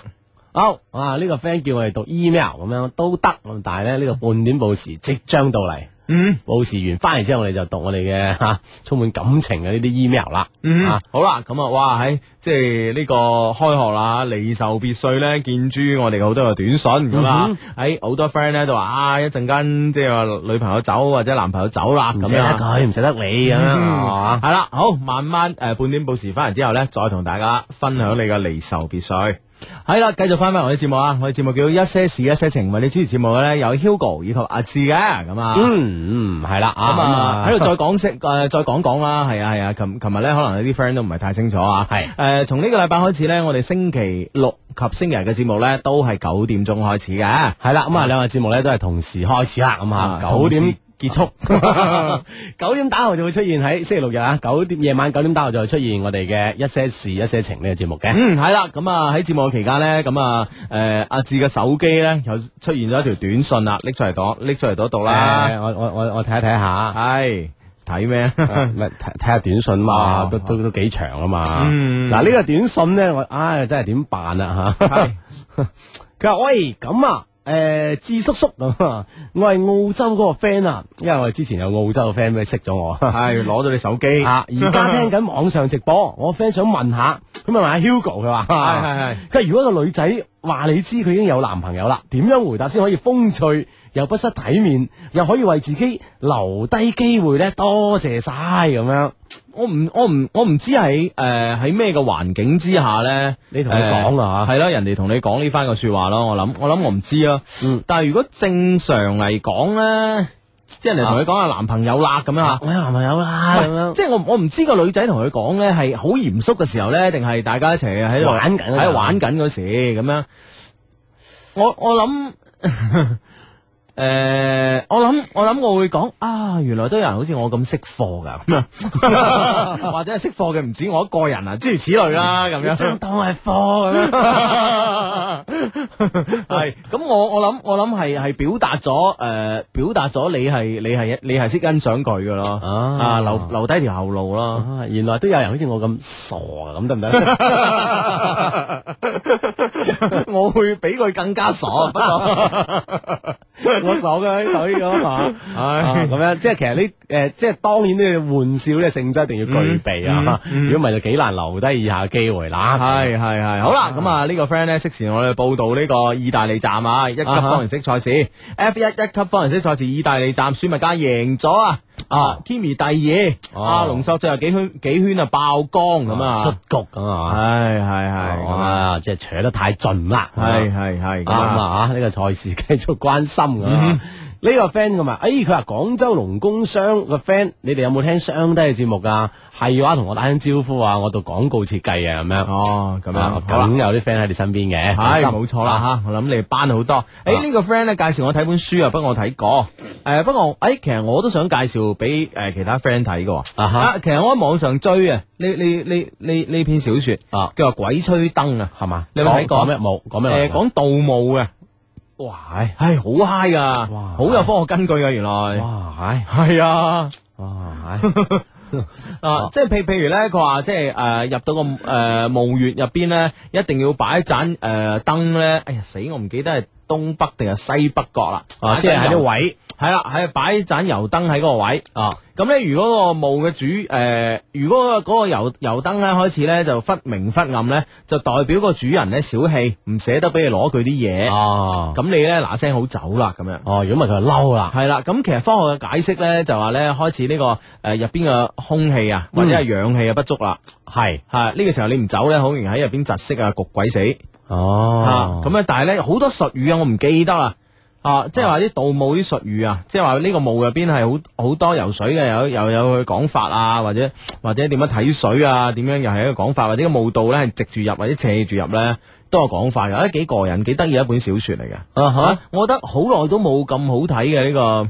Speaker 4: 好啊！呢個 friend 叫我哋讀 email 咁樣都得，咁但係咧呢個半點報時即將到嚟，
Speaker 3: 嗯
Speaker 4: 報時完翻嚟之後，我哋就讀我哋嘅 [laughs] 吓充滿感情嘅呢啲 email 啦。
Speaker 3: 嗯，好啦，咁啊，哇，喺即係呢個開學啦，離愁別緒咧，見諸我哋好多嘅短信咁啦，喺好多 friend 咧就話啊，一陣間即係話女朋友走啊或者男朋友走啦
Speaker 4: 唔
Speaker 3: 咁
Speaker 4: 捨得
Speaker 3: 樣。
Speaker 4: 佢，唔捨得你咁樣啊
Speaker 3: 系啦，好，慢慢诶、呃半點報時翻嚟之後呢，再同大家分享你嘅離愁別緒。係啦，繼續翻翻我哋節目啊！我哋節目叫一些事一些情，為你主持節目嘅呢，有 Hugo 以及阿志嘅咁啊。
Speaker 4: 嗯嗯，係啦啊
Speaker 3: 咁啊，
Speaker 4: 咁
Speaker 3: 喺度再講聲，誒再講講啦，係啊係啊，琴琴日咧可能有啲 friend 都唔係太清楚啊，
Speaker 4: 係
Speaker 3: 誒從呢個禮拜開始咧，我哋星期六及星期日嘅節目咧都係九點鐘開始嘅，
Speaker 4: 係啦，咁啊兩個節目咧都係同時開始啦，咁啊
Speaker 3: 啊
Speaker 4: 九點。
Speaker 3: 結束，
Speaker 4: [laughs] 九點打後就會出現喺星期六日啊，九點夜晚九點打後就會出現我哋嘅一些事一些情呢個節目嘅。
Speaker 3: 嗯係啦，咁啊喺節目期間咧，咁啊誒阿志嘅手機咧又出現咗一條短信啦，拎出嚟講，拎出嚟度讀啦，
Speaker 4: 誒我我我我睇一睇下，
Speaker 3: 係睇 [laughs] 咩？
Speaker 4: [laughs] 唔係睇睇下短信嘛，
Speaker 3: 啊
Speaker 4: 都都都幾長啊嘛。
Speaker 3: 嗯
Speaker 4: 嗱呢個短信咧，我唉真係點辦啊吓？佢話
Speaker 3: [laughs]
Speaker 4: 喂咁啊。誒、智叔叔咁啊！我係澳洲嗰個 friend 啊，因為我哋之前有澳洲嘅 friend 俾佢識咗
Speaker 3: [laughs]
Speaker 4: 我，
Speaker 3: 係攞咗你手 [laughs] 機，
Speaker 4: 啊，而家聽緊網上直
Speaker 3: [laughs]
Speaker 4: 播，我 friend 想問下，咁啊問下 Hugo 佢話，啊
Speaker 3: 係係係
Speaker 4: 佢話如果個女仔話你知佢已經有男朋友啦，點樣回答先可以風趣又不失體面，又可以為自己留低機會咧？多謝晒咁樣，
Speaker 3: 我唔我唔我唔知喺誒喺咩嘅環境之下咧，
Speaker 4: 你同佢講啊
Speaker 3: 係咯，人哋同你講呢番嘅説話咯，我諗我諗我唔知啊，
Speaker 4: 嗯
Speaker 3: 但係如果正常嚟講咧，即係人哋同你講下男朋友啦咁樣
Speaker 4: 啊
Speaker 3: 嚇。
Speaker 4: 我有男朋友啦咁
Speaker 3: 喂
Speaker 4: 樣，
Speaker 3: 即係我我唔知個女仔同佢講咧係好嚴肅嘅時候咧，定係大家一齊喺度
Speaker 4: 玩緊啊嗰陣
Speaker 3: 喺度玩緊嗰時咁樣。我我諗誒、诶、我諗我諗我會講啊，原來都有人好似我咁識貨㗎，咁啊， [laughs] 或者係識貨嘅唔止我一個人啊，諸如此類啦，咁樣
Speaker 4: 張當係貨咁樣。
Speaker 3: [laughs] 系咁我我諗我諗係系表達咗诶，表達咗你係你係你係識欣賞佢㗎咯，
Speaker 4: 啊
Speaker 3: 啊留留低條後路咯。
Speaker 4: 啊原來都有人好似我咁傻啊，咁得唔得？
Speaker 3: [laughs] 我會比佢更
Speaker 4: [laughs]
Speaker 3: 加傻，不過
Speaker 4: 我傻嘅佢咁啊，啊咁樣即係其實呢诶，即係當然呢個玩笑呢個性質一定要具
Speaker 3: 嗯
Speaker 4: 備啊，如果唔係就幾難留低以下嘅機會啦。
Speaker 3: 係係係好啦，咁啊呢個 friend 咧適時我哋報道呢個意大利站啊，一級方程式賽事 F 一一級方程式賽事意大利站，舒密加贏咗啊！啊，Kimi 第二，
Speaker 4: 哦
Speaker 3: 阿龍索最後幾圈幾圈啊爆光咁啊，
Speaker 4: 出局咁啊，
Speaker 3: 係係係咁啊，
Speaker 4: 啊，即係扯得太盡啦，
Speaker 3: 係係
Speaker 4: 啱
Speaker 3: 係咁啊。
Speaker 4: 啊！呢個賽事繼續關心咁
Speaker 3: 嗯
Speaker 4: 啊！呢個 friend 咁啊，誒佢話廣州農工商個 friend，你哋有冇聽雙低嘅節目噶？係嘅話，同我打聲招呼啊！我做廣告設計啊，咁樣
Speaker 3: 哦，咁樣
Speaker 4: 啊，
Speaker 3: 好啦
Speaker 4: 梗有啲 friend 喺你身邊嘅，啊
Speaker 3: 系
Speaker 4: 放心
Speaker 3: 冇錯啦吓，我諗你哋班好多。
Speaker 4: 啊
Speaker 3: 誒呢個 friend 咧介紹我睇本書啊，不過我睇過。誒不過誒其實我都想介紹俾誒其他 friend 睇嘅喎。
Speaker 4: 啊哈
Speaker 3: 啊，其實我喺網上追啊，呢呢呢呢呢篇小説
Speaker 4: 啊
Speaker 3: 叫做《鬼吹燈》啊，
Speaker 4: 係嘛？
Speaker 3: 你有冇睇過
Speaker 4: 講講咩冇？講咩內
Speaker 3: 誒
Speaker 4: 容啊？
Speaker 3: 講盜墓嘅，
Speaker 4: 哇！係
Speaker 3: 係好 high 噶，
Speaker 4: 哇
Speaker 3: 好有科學根據嘅原來。
Speaker 4: 哇！係
Speaker 3: 係啊，
Speaker 4: 哇！係
Speaker 3: 啊，即係譬譬如咧，佢話即係誒入到個誒墓穴入邊咧，一定要擺一盞誒燈咧。哎呀死，我唔記得係東北定係西北角啦。
Speaker 4: 啊，即係喺
Speaker 3: 擺一盞油
Speaker 4: 啲
Speaker 3: [laughs]
Speaker 4: 位
Speaker 3: 系啦，喺擺盞油燈喺嗰個位。
Speaker 4: 啊，
Speaker 3: 咁咧，如果個墓嘅主誒、呃如果嗰個油油燈咧開始咧就忽明忽暗咧，就代表個主人咧小氣，唔捨得俾你攞佢啲嘢。
Speaker 4: 哦
Speaker 3: 咁、你咧嗱聲好走啦，咁樣。
Speaker 4: 哦，如果唔係佢就嬲啦，
Speaker 3: 啊係啦，咁其實科學嘅解釋咧就話咧開始呢、個誒入邊嘅空氣啊或者係氧氣啊不足啦，
Speaker 4: 係
Speaker 3: 係呢、個時候你唔走咧，好容易喺入邊窒息啊，焗鬼死。
Speaker 4: 哦
Speaker 3: 啊，咁咧，但系咧好多術語啊，我唔記得啦。啊，即係話啲盜墓啲術語啊，即係話呢個墓入邊係好好多游水嘅，有又有佢講法啊，或者或者點樣睇水啊，點樣又係一個講法，或者個墓道咧係直住入或者斜住入咧，都有講法嘅，啊幾過癮，幾得意一本小説嚟嘅。
Speaker 4: 啊
Speaker 3: 啊
Speaker 4: 哈，
Speaker 3: 我覺得好耐都冇咁好睇嘅呢個。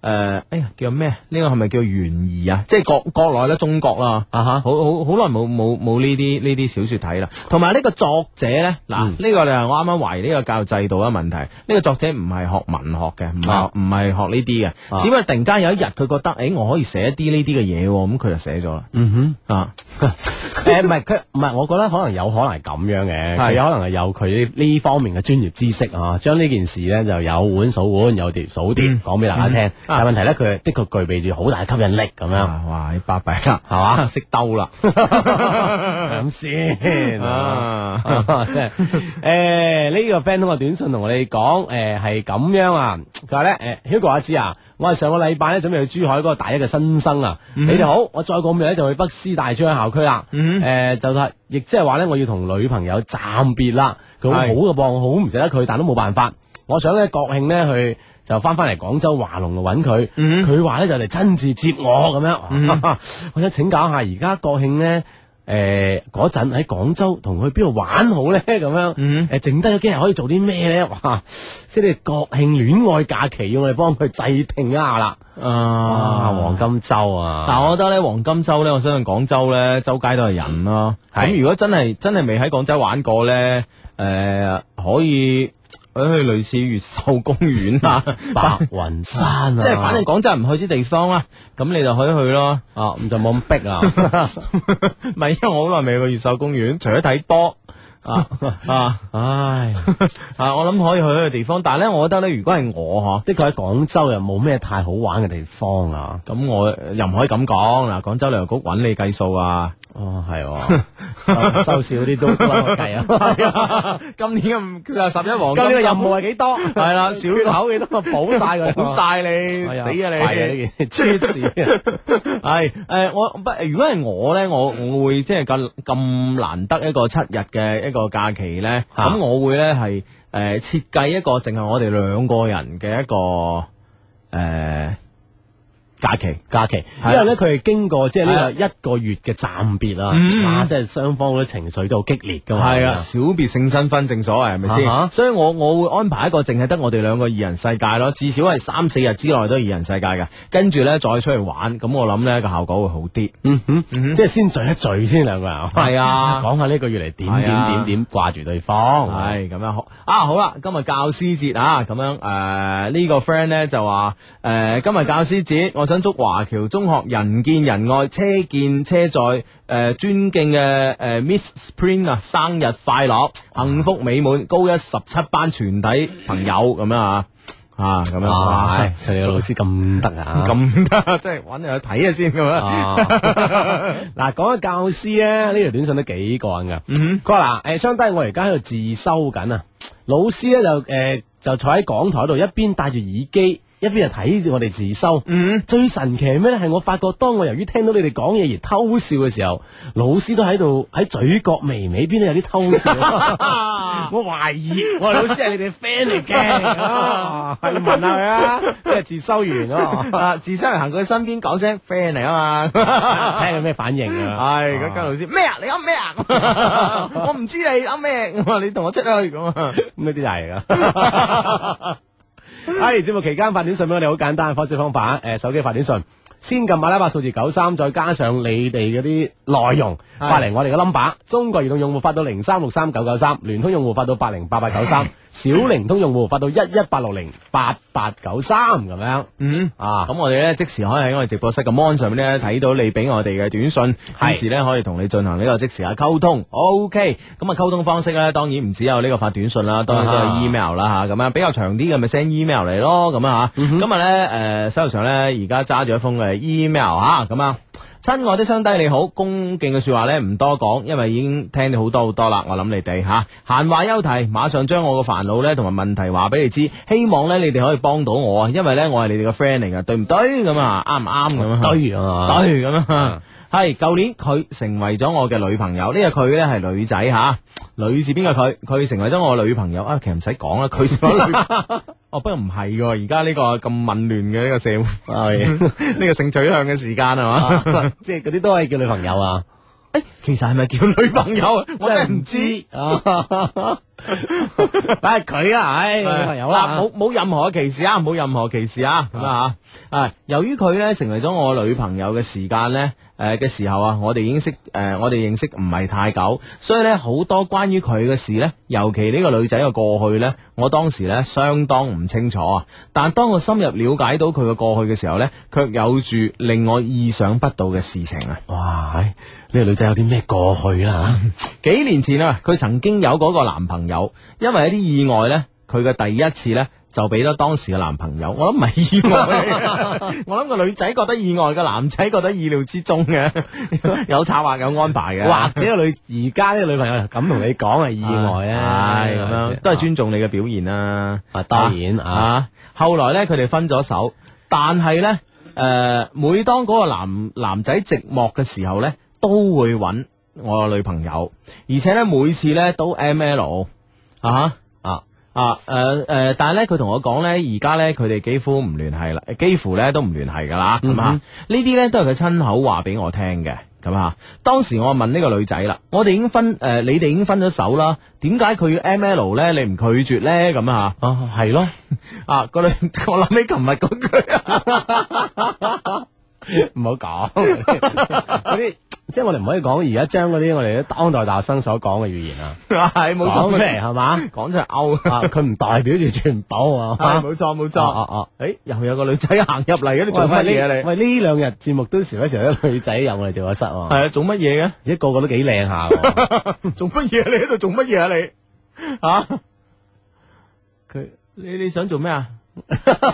Speaker 3: 誒、哎呀，叫咩？呢、個係咪叫懸疑啊？即係國國內啦，中國啦，
Speaker 4: 啊哈
Speaker 3: 好好好耐冇冇冇呢啲呢啲小説睇啦。同埋呢個作者咧，
Speaker 4: 嗯
Speaker 3: 嗱呢、個就係我啱啱懷疑呢個教育制度嘅問題。呢、個作者唔係學文學嘅，唔係
Speaker 4: 啊
Speaker 3: 唔係學呢啲嘅，只不過突然間有一日佢覺得，誒、我可以寫一啲呢啲嘅嘢喎，咁佢就寫咗啦。
Speaker 4: 嗯哼。 [laughs]
Speaker 3: 啊，
Speaker 4: 诶，唔係佢，唔係，我覺得可能有可能係咁樣嘅，
Speaker 3: 係
Speaker 4: 佢有可能係有佢呢方面嘅專業知識啊，將呢件事咧就有碗數碗，有碟數碟，講俾大家聽。但係問題咧，佢的確具備住好大吸引力咁樣，
Speaker 3: 啊哇，你巴閉啦，
Speaker 4: 係嘛？
Speaker 3: [laughs] 識
Speaker 4: [laughs]
Speaker 3: 兜啦。
Speaker 4: 咁先 [laughs] 啊。
Speaker 3: 啊
Speaker 4: 即係诶呢個 friend 通過短信同我哋講，诶係咁樣啊，佢話咧诶 Hugo 阿芝啊，我係上個禮拜咧準備去珠海嗰個大一嘅新生啊，你哋好，我再過五日咧就去北師大珠海校區啦，诶就係亦即係話咧我要同女朋友暫別啦，佢好好
Speaker 3: 係
Speaker 4: 嘅噃，我好唔捨得佢，但都冇辦法，我想咧國慶咧去。就翻翻嚟廣州華龍度揾佢，
Speaker 3: 嗯
Speaker 4: 佢話咧就嚟親自接我咁樣。 [laughs] 我想請教下，而家國慶咧，誒嗰陣喺廣州同佢去邊度玩好咧？ [laughs] 咁樣，誒、
Speaker 3: 嗯
Speaker 4: 剩低咗幾日可以做啲咩咧？ [laughs] 哇！即係你國慶戀愛假期，要我哋幫佢制定一下啦。啊，
Speaker 3: 啊
Speaker 4: 黃金周啊！
Speaker 3: 但我覺得咧，黃金周咧，我相信廣州咧，周街都係人咯。
Speaker 4: 係
Speaker 3: 咁如果真係真係未喺廣州玩過咧，誒、可以誒去類似越秀公園啊，
Speaker 4: [laughs] 白雲山啊，
Speaker 3: [laughs] 即係反正廣州人唔去啲地方啦，咁你就可以去咯。
Speaker 4: 啊，咁就冇咁逼啦。
Speaker 3: [laughs] 唔係因為我好耐未去過越秀公園，除咗睇波。
Speaker 4: [laughs]
Speaker 3: 啊啊
Speaker 4: 唉，
Speaker 3: [laughs] 啊！我諗可以去一個地方，但係咧，我覺得咧，如果係我嗬，
Speaker 4: 的確喺廣州又冇咩太好玩嘅地方啊。
Speaker 3: 咁我又唔可以咁講嗱，廣州旅遊局揾你計數啊！
Speaker 4: 哦，係喎，收收少啲都都幫我計啊。
Speaker 3: [laughs]
Speaker 4: [laughs]
Speaker 3: 今年嘅十一黃
Speaker 4: 今呢
Speaker 3: 金
Speaker 4: 個
Speaker 3: 周
Speaker 4: 任 [laughs] 務係幾多？係啦，少口幾多？補晒佢，
Speaker 3: 好晒你，
Speaker 4: 哎呀
Speaker 3: 死啊
Speaker 4: 弊
Speaker 3: 你！
Speaker 4: 呢件黐線
Speaker 3: 系诶，我不如果係我咧，我我会即係咁咁難得一個七日嘅一個假期咧，
Speaker 4: 嚇
Speaker 3: 咁我會咧係诶設計一個淨係我哋兩個人嘅一個诶
Speaker 4: 假期，假期，因
Speaker 3: 啊
Speaker 4: 為咧佢係經過即係呢個一個月嘅暫別啊，哇！即係雙方嗰啲情緒都好激烈噶嘛，
Speaker 3: 系啊，小別勝新婚，正所謂係
Speaker 4: 啊
Speaker 3: 咪
Speaker 4: 哈
Speaker 3: 先？所以我我會安排一個淨係得我哋兩個二人世界咯，至少係三四日之內都係二人世界嘅。跟住咧再出去玩，咁我諗咧個效果會好啲。
Speaker 4: 嗯哼，即係先聚一聚先兩個人，
Speaker 3: 係 [laughs] 啊
Speaker 4: 講下呢個月嚟點
Speaker 3: 係
Speaker 4: 點
Speaker 3: 啊
Speaker 4: 點點掛住對方，
Speaker 3: 系咁样好啊，好啦，今日教師節啊，咁樣诶呢個 friend 咧就話诶、呃今日教師節，我想祝華僑中學人見人愛、車見車載、诶尊敬嘅诶、呃 Miss Spring 啊，生日快樂，幸福美滿，高一十七班全體朋友咁樣啊，啊咁樣
Speaker 4: 哇！
Speaker 3: 啊，
Speaker 4: 佢哋個老師咁得啊，
Speaker 3: 咁得，即係搵人去睇下先咁樣。 [laughs]
Speaker 4: 啊！嗱，講起教師咧，呢條短信都幾過癮噶。佢話嗱，誒，相低我而家喺度自修緊啊，老師咧就誒就坐喺講台度，一邊戴住耳機，一邊就睇住我哋自修。
Speaker 3: 嗯
Speaker 4: 最神奇係咩咧？係我發覺，當我由於聽到你哋講嘢而偷笑嘅時候，老師都喺度喺嘴角微微邊都有啲偷笑。我懷疑我話老師係你哋 friend 嚟 [laughs] 嘅，啊你問下佢啊， [laughs] 即係自修完啊。
Speaker 3: 啊，自身人行過佢身邊講聲 friend 嚟
Speaker 4: [laughs]
Speaker 3: 啊嘛。
Speaker 4: 睇下佢咩反應啊！
Speaker 3: 系咁跟老師咩啊？你噏
Speaker 4: [laughs]
Speaker 3: 咩啊？我唔知你噏咩，我話你同我出去咁啊！
Speaker 4: 咁呢啲就係噶。係節目期間發短信俾我哋好簡單嘅方式方法，诶、手機發短信，先撳阿拉伯數字九三，再加上你哋嗰啲內容，發嚟我哋嘅 number。中國移動用戶發到零三六三九九三，聯通用戶發到八零八八九三，小靈通用戶發到一一八六零八八九三咁樣。
Speaker 3: 嗯
Speaker 4: 啊，
Speaker 3: 咁我哋咧即時可以喺我哋直播室嘅 mon 上面咧睇到你俾我哋嘅短信，
Speaker 4: 係
Speaker 3: 於是咧可以同你進行呢個即時嘅溝通。OK，咁啊溝通方式咧當然唔只有呢個發短信啦，當然都
Speaker 4: 啊
Speaker 3: 有 email 啦吓，咁樣比較長啲嘅咪 send email 嚟咯，咁啊吓。今日咧誒手頭上咧而家揸住一封嘅 email 吓，咁啊。親愛的雙低你好，恭敬嘅說話呢唔多講，因為已經聽到好多好多啦。我諗你哋吓閒話休題，馬上將我個煩惱呢同埋問題話俾你知，希望呢你哋可以幫到我啊，因為呢我係你哋嘅 friend 嚟噶，對唔對咁啊？啱唔啱咁啊？
Speaker 4: 對啊，
Speaker 3: 對咁啊。係舊年佢成為咗我嘅女朋友，呢個佢呢係女仔吓，女字邊個佢？佢成為咗我女朋友啊，其實唔使講啦，佢成為咗女。哦，不過唔係喎，而家呢個咁混亂嘅呢個社會，呢個性取向嘅時間係
Speaker 4: 啊
Speaker 3: 嘛？
Speaker 4: [laughs] 即係嗰啲都係叫女朋友啊，
Speaker 3: 诶， [laughs] 其實係咪叫女朋友？我真係唔知。
Speaker 4: 啊，唉佢啊，唉，女朋友啦
Speaker 3: 嗱，冇冇任何嘅歧視啊，冇任何歧視啊，咁啊吓。啊，由於佢咧成為咗我女朋友嘅時間咧，诶嘅時候啊，我哋已經識诶，我哋認識唔係太久，所以咧好多關於佢嘅事咧，尤其呢個女仔嘅過去咧，我當時咧相當唔清楚啊。但當我深入了解到佢嘅過去嘅時候咧，卻有住令我意想不到嘅事情啊。
Speaker 4: 哇！唉呢個女仔有啲咩過去啊啦？
Speaker 3: 幾年前啊，佢曾經有嗰個男朋友，因為一啲意外呢，佢嘅第一次呢，就俾咗當時嘅男朋友。我諗唔係
Speaker 4: [laughs]
Speaker 3: 意外，我諗個女仔覺得意外，個男仔覺得意料之中嘅，有策劃有安排嘅，
Speaker 4: 或者個女而家呢個女朋友咁同你講係意外啊，
Speaker 3: 唉咁樣都係尊重你嘅表現啦。
Speaker 4: 啊，當然啊，
Speaker 3: 啊，後來呢，佢哋分咗手，但係呢，诶、每當嗰個男男仔寂寞嘅時候呢，都會揾我女朋友，而且呢，每次呢都 M L 啊
Speaker 4: 啊
Speaker 3: 啊诶诶、呃但係呢，佢同我講呢，而家呢，佢哋幾乎唔聯繫啦，幾乎呢都唔聯繫㗎啦，咁啊，呢啲呢都係佢親口話俾我聽嘅。咁啊！當時我問呢個女仔啦，我哋已經分誒、呃你哋已經分咗手啦，點解佢要 M L 呢？你唔拒絕呢？咁啊？
Speaker 4: 啊係
Speaker 3: [laughs]
Speaker 4: 咯，
Speaker 3: 啊，個女， [laughs] 我諗起琴日嗰 [laughs] 句啊，
Speaker 4: 唔好講 [laughs] 嗰啲，即係我哋唔可以講而家將嗰啲我哋啲當代大學生所講嘅語言啊，
Speaker 3: 係冇
Speaker 4: 講出
Speaker 3: 錯，
Speaker 4: 嚟係嘛？
Speaker 3: 講出嚟勾，
Speaker 4: 啊，佢唔代表住全部啊
Speaker 3: 係
Speaker 4: 嘛。
Speaker 3: 冇錯冇
Speaker 4: 哦哦
Speaker 3: 錯。
Speaker 4: 哦，
Speaker 3: 誒，又有個女仔行入嚟嘅，你做乜嘢啊
Speaker 4: 喂
Speaker 3: 你？
Speaker 4: 喂呢兩日節目都時不時有啲女仔有我哋做咗室喎，而
Speaker 3: 係啊，做乜嘢嘅？
Speaker 4: 且個個都幾靚下 [laughs] 喎，
Speaker 3: 做乜嘢啊？你喺度做乜嘢啊？你啊？佢你你想做咩 [laughs] 啊？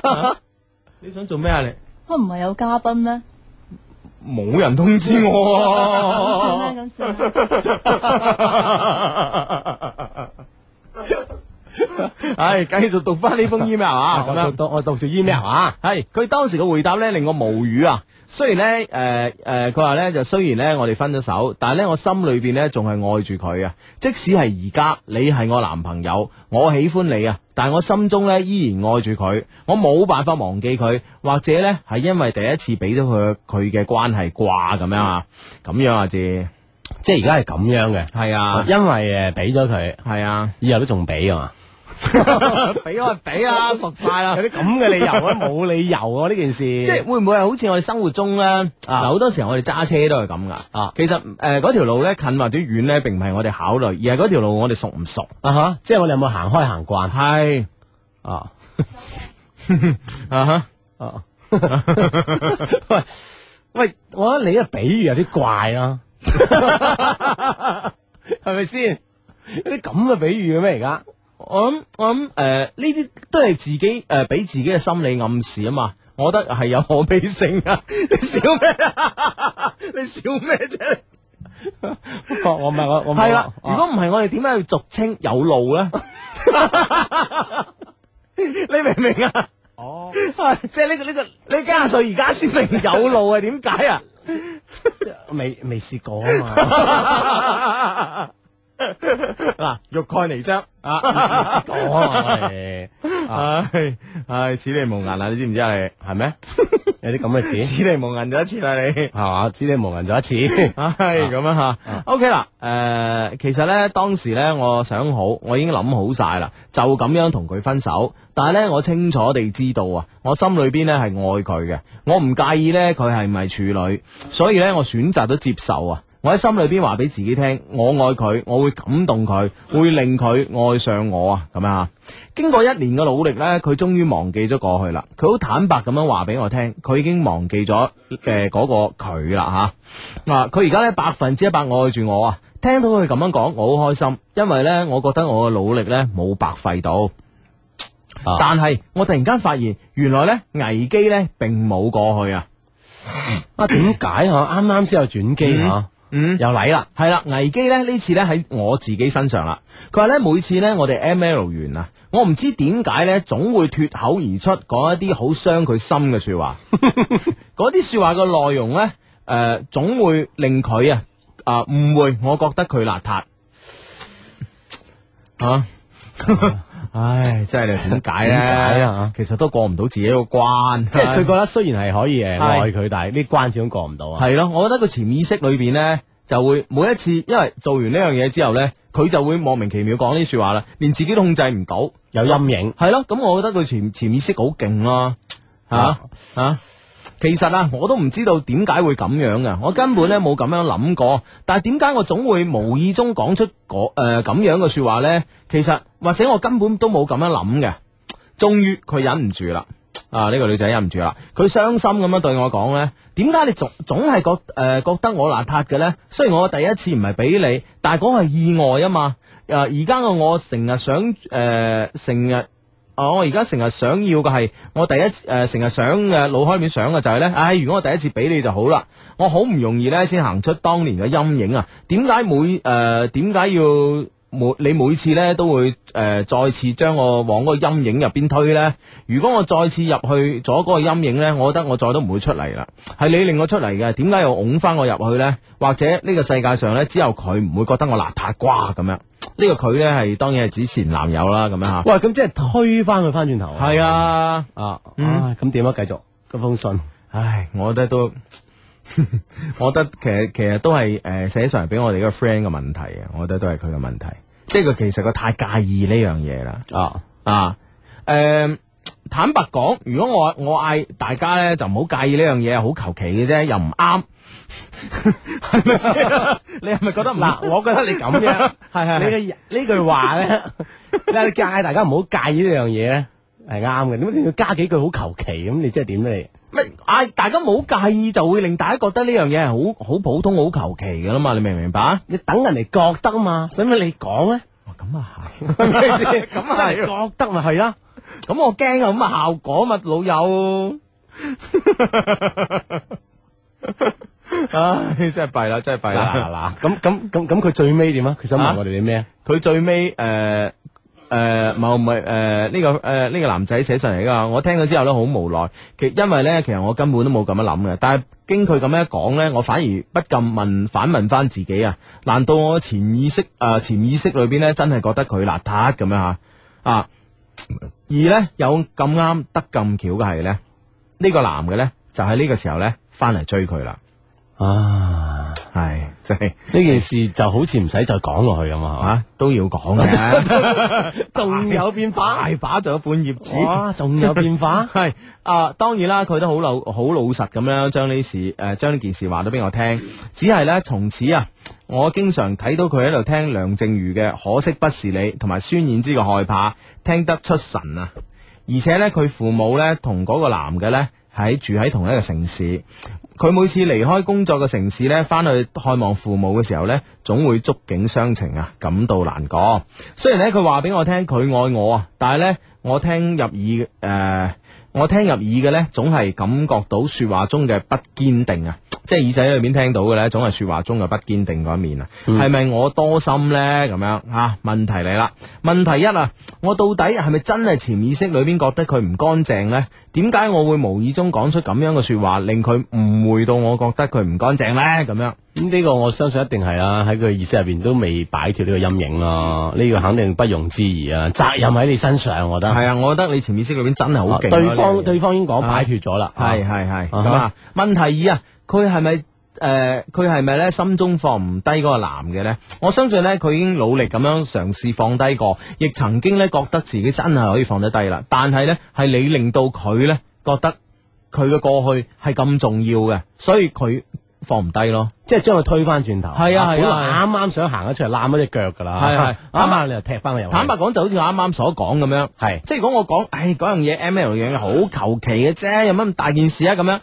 Speaker 3: 啊你想做咩啊？你
Speaker 5: 我唔係有嘉賓咩？
Speaker 3: 冇人通知哦
Speaker 5: 咁
Speaker 3: 我
Speaker 5: 算啦，咁算啦。
Speaker 3: 啊。唉，繼續讀翻呢封 email 啊，咁
Speaker 4: 我
Speaker 3: 樣
Speaker 4: 讀。到我讀住 email 啊，
Speaker 3: 系佢當時嘅回答咧令我無語啊！雖然咧，诶、诶，佢話咧就雖然咧我哋分咗手，但係咧我心裏边咧仲係愛住佢啊！即使係而家你係我男朋友，我喜歡你啊！但我心中咧依然愛住佢，我冇辦法忘記佢，或者咧係因為第一次俾到佢佢嘅關係啩咁樣啊，咁樣啊，字
Speaker 4: 即係而家係咁樣嘅，
Speaker 3: 係啊，
Speaker 4: 因為诶俾咗佢，
Speaker 3: 係啊，
Speaker 4: 以後都仲俾啊嘛。 [laughs]
Speaker 3: 俾我俾啊，熟晒啦
Speaker 4: 有啲咁嘅理由啊，冇理由啊呢件事。
Speaker 3: 即係會唔會係好似我哋生活中咧，嗱好多時候我哋揸車都係咁噶。
Speaker 4: 啊
Speaker 3: 其實誒嗰條路咧近或者遠咧，並唔係我哋考慮，而係嗰條路我哋熟唔熟。
Speaker 4: 啊哈，即係我哋有冇行開行慣
Speaker 3: 係
Speaker 4: [laughs] 啊？
Speaker 3: [laughs] 啊哈，
Speaker 4: [laughs] 喂，我覺得你嘅比喻有啲怪啊，係咪先？有啲咁嘅比喻嘅咩而家？
Speaker 3: 我諗我諗誒呃呢啲都係自己誒俾、自己嘅心理暗示啊嘛。我覺得係有可比性啊！ [laughs] 你笑咩啊？你笑咩啫？
Speaker 4: 我我唔係我我唔啊
Speaker 3: 係啦，
Speaker 4: 我
Speaker 3: 如果唔係我哋點解要俗稱有路
Speaker 4: [laughs]
Speaker 3: 咧？你明唔明啊？
Speaker 4: 哦，
Speaker 3: 啊 [laughs] 即系呢个呢个呢家岁而家先明有路啊？点
Speaker 4: [laughs]
Speaker 3: 解啊？
Speaker 4: 即係未未試過啊嘛，
Speaker 3: 嗱，欲盖弥彰
Speaker 4: 啊未試過啊嘛我哋
Speaker 3: 唉唉，此地無銀啊！你知唔知啊？你係咩？ [laughs]
Speaker 4: 有啲咁嘅事
Speaker 3: 此地無銀就一次啦，你。
Speaker 4: 係嘛？知你無人咗一次。
Speaker 3: 唉，咁樣吓，OK 啦，诶，其實呢，當時呢，我想好，我已經諗好晒啦，就咁樣同佢分手。但係呢，我清楚地知道啊，我心裏邊呢係愛佢嘅，我唔介意呢，佢係咪處女，所以呢，我選擇咗接受啊。我喺心裏邊話俾自己聽，我愛佢，我會感動佢，會令佢愛上我啊，咁樣啊。經過一年嘅努力呢，佢終於忘記咗過去啦。佢好坦白咁樣話俾我聽，佢已經忘記咗誒嗰個佢啦吓。嗱，啊佢而家咧百分之一百愛住我啊！聽到佢咁樣講，我好開心，因為咧，我覺得我嘅努力咧冇白費到。
Speaker 4: 啊
Speaker 3: 但係我突然間發現，原來咧危機咧並冇過去啊！
Speaker 4: 啊，點解嚇？啱啱先有轉機嚇，
Speaker 3: 嗯
Speaker 4: 又嚟啦。
Speaker 3: 係啦，危機咧呢次咧喺我自己身上啦。佢話咧每次咧我哋 M L 完啊，我唔知點解咧總會脱口而出講一啲好傷佢心嘅
Speaker 4: [laughs]
Speaker 3: 说話。嗰啲说話嘅內容咧，诶、總會令佢啊啊誤會，我覺得佢
Speaker 4: [laughs]
Speaker 3: 邋遢啊。唉，真係你點解咧？
Speaker 4: 點解啊
Speaker 3: 其實都過唔到自己個關，
Speaker 4: 即係佢覺得雖然係可以誒
Speaker 3: 係
Speaker 4: 愛佢，但係呢關始都過唔到啊。
Speaker 3: 系咯，我覺得個潛意識裏边呢，就會每一次，因為做完呢樣嘢之後呢，佢就會莫名其妙講呢啲说話啦，連自己都控制唔到，
Speaker 4: 有陰影。
Speaker 3: 係咯，咁我覺得佢潛潜意識好勁咯，吓、
Speaker 4: 啊
Speaker 3: 吓、其實啊，我都唔知道點解會咁樣噶，我根本呢冇咁樣諗過。但係點解我總會無意中講出嗰诶咁樣嘅说話呢？其實或者我根本都冇咁樣諗嘅。終於佢忍唔住啦，啊呢、個女仔忍唔住啦，佢傷心咁樣對我講呢：「點解你總總係覺诶、呃、觉得我邋遢嘅呢？雖然我第一次唔係俾你，但係嗰個係意外啊嘛。诶而家嘅我成日想诶成日。啊！我而家成日想要嘅係我第一誒成日想嘅腦海面想嘅就係呢。唉、如果我第一次俾你就好啦，我好唔容易呢先行出當年嘅陰影啊！點解每誒點解要每你每次呢都會誒、呃再次將我往嗰個陰影入邊推呢？如果我再次入去咗嗰個陰影呢，我覺得我再都唔會出嚟啦。係你令我出嚟嘅，點解又拱翻我入去呢？或者呢個世界上呢，只有佢唔會覺得我邋遢啩咁樣？呢、個佢呢係當然係指前男友啦，咁樣嚇。
Speaker 4: 喂，咁即係推翻佢翻轉頭。
Speaker 3: 系啊，
Speaker 4: 啊，啊咁點啊？繼續嗰封信。
Speaker 3: 唉，我覺得都， [laughs] 我覺得其實其實都係诶寫上嚟俾我哋個 friend 嘅問題啊，我覺得都係佢嘅問題，即係佢其實佢太介意呢樣嘢啦
Speaker 4: 啊，
Speaker 3: 啊，诶、坦白講，如果我我嗌大家咧就唔好介意呢樣嘢，好求其嘅啫，又唔啱，係
Speaker 4: [laughs]
Speaker 3: 咪先？你係咪覺得唔
Speaker 4: 嗱，我覺得你咁樣，
Speaker 3: [laughs] 係係
Speaker 4: 你嘅呢句話咧，你介大家唔好介意呢樣嘢咧，係啱嘅。點解你要加幾句好求其咁？你即係點 [laughs] 咧？
Speaker 3: 咩嗌大家唔好介意，就會令大家覺得呢樣嘢係好好普通、好求其嘅啦嘛？你明唔明白？
Speaker 4: 你等人哋覺得啊嘛，使唔使你講 [laughs] 咧？
Speaker 3: 咁啊係。
Speaker 4: 哦係咪先？咁啊，覺得咪係啦。
Speaker 3: 咁我驚有咁嘅效果嘛，老友。唉，真系弊啦，真系弊啦。
Speaker 4: 嗱嗱，咁咁咁咁，佢最尾點啊？佢想
Speaker 3: 啊
Speaker 4: 問我哋啲咩？
Speaker 3: 佢最尾诶诶，誒冇唔係诶呢個诶呢个男仔寫上嚟噶，我聽咗之後咧好無奈。其因為咧，其實我根本都冇咁樣諗嘅，但係經佢咁樣一講咧，我反而不禁問反問翻自己啊，難道我潛意識诶潛意識裏边咧真係覺得佢邋遢咁樣吓啊？而咧有咁啱得咁巧嘅係咧，呢、個男嘅咧就喺呢個時候咧翻嚟追佢啦，
Speaker 4: 啊，
Speaker 3: 係即係
Speaker 4: 呢件事就好似唔使再讲落去咁啊，
Speaker 3: 啊都要講嘅，
Speaker 4: 仲有
Speaker 3: 變化，大把仲有半頁紙。，
Speaker 4: 哇，仲有变化
Speaker 3: 系啊，當然啦，佢都好老好老實咁樣將呢事诶，将、呢件事話咗俾我聽。只係呢，從此啊，我經常睇到佢喺度聽梁靜茹嘅《可惜不是你》同埋孫燕姿嘅《害怕》，聽得出神啊！而且呢，佢父母呢，同嗰個男嘅呢，喺住喺同一個城市。佢每次離開工作嘅城市呢，翻去看望父母嘅時候呢，總會觸景傷情啊，感到難過。雖然呢，佢話俾我聽佢愛我啊，但係呢，我聽入耳誒、呃我聽入耳嘅呢，總係感覺到説話中嘅不堅定啊。即係耳仔裏面聽到嘅呢，總係説話中嘅不堅定嗰一面啊，係咪、我多心呢？咁樣啊？問題嚟啦，問題一啊，我到底係咪真係潛意識裏邊覺得佢唔乾淨呢？點解我會無意中講出咁樣嘅説話，令佢誤會到我覺得佢唔乾淨呢？咁樣。
Speaker 4: 咁呢个我相信一定系啦，喺佢意思入边都未摆脱呢个阴影咯，呢个肯定不容置疑啊，责任喺你身上，我觉得
Speaker 3: 系啊，我覺得你潛意識裏邊真係好勁啊。
Speaker 4: 对
Speaker 3: 呢樣嘢
Speaker 4: 方对方已经讲摆脱咗啦，
Speaker 3: 係
Speaker 4: 啊
Speaker 3: 係係
Speaker 4: 啊
Speaker 3: 咁啊。問題二啊，佢係咪诶，佢係咪咧心中放唔低嗰個男嘅咧？我相信咧，佢已經努力咁樣嘗試放低過，亦曾經咧覺得自己真係可以放得低啦。但係咧，係你令到佢咧覺得佢嘅過去係咁重要嘅，所以佢放唔低咯。
Speaker 4: 即系将佢推翻转头，
Speaker 3: 係啊係啊
Speaker 4: 本
Speaker 3: 係
Speaker 4: 来
Speaker 3: 啊
Speaker 4: 啱啱想行咗出嚟揽咗只脚噶啦，啊
Speaker 3: 係係
Speaker 4: 啱啱你又踢翻佢入去，
Speaker 3: 坦白講，就好似我啱啱所講咁樣，
Speaker 4: 哦係
Speaker 3: 即係如果我講，唉，嗰樣嘢 M L 樣嘢好求其嘅啫，有乜咁大件事啊？咁樣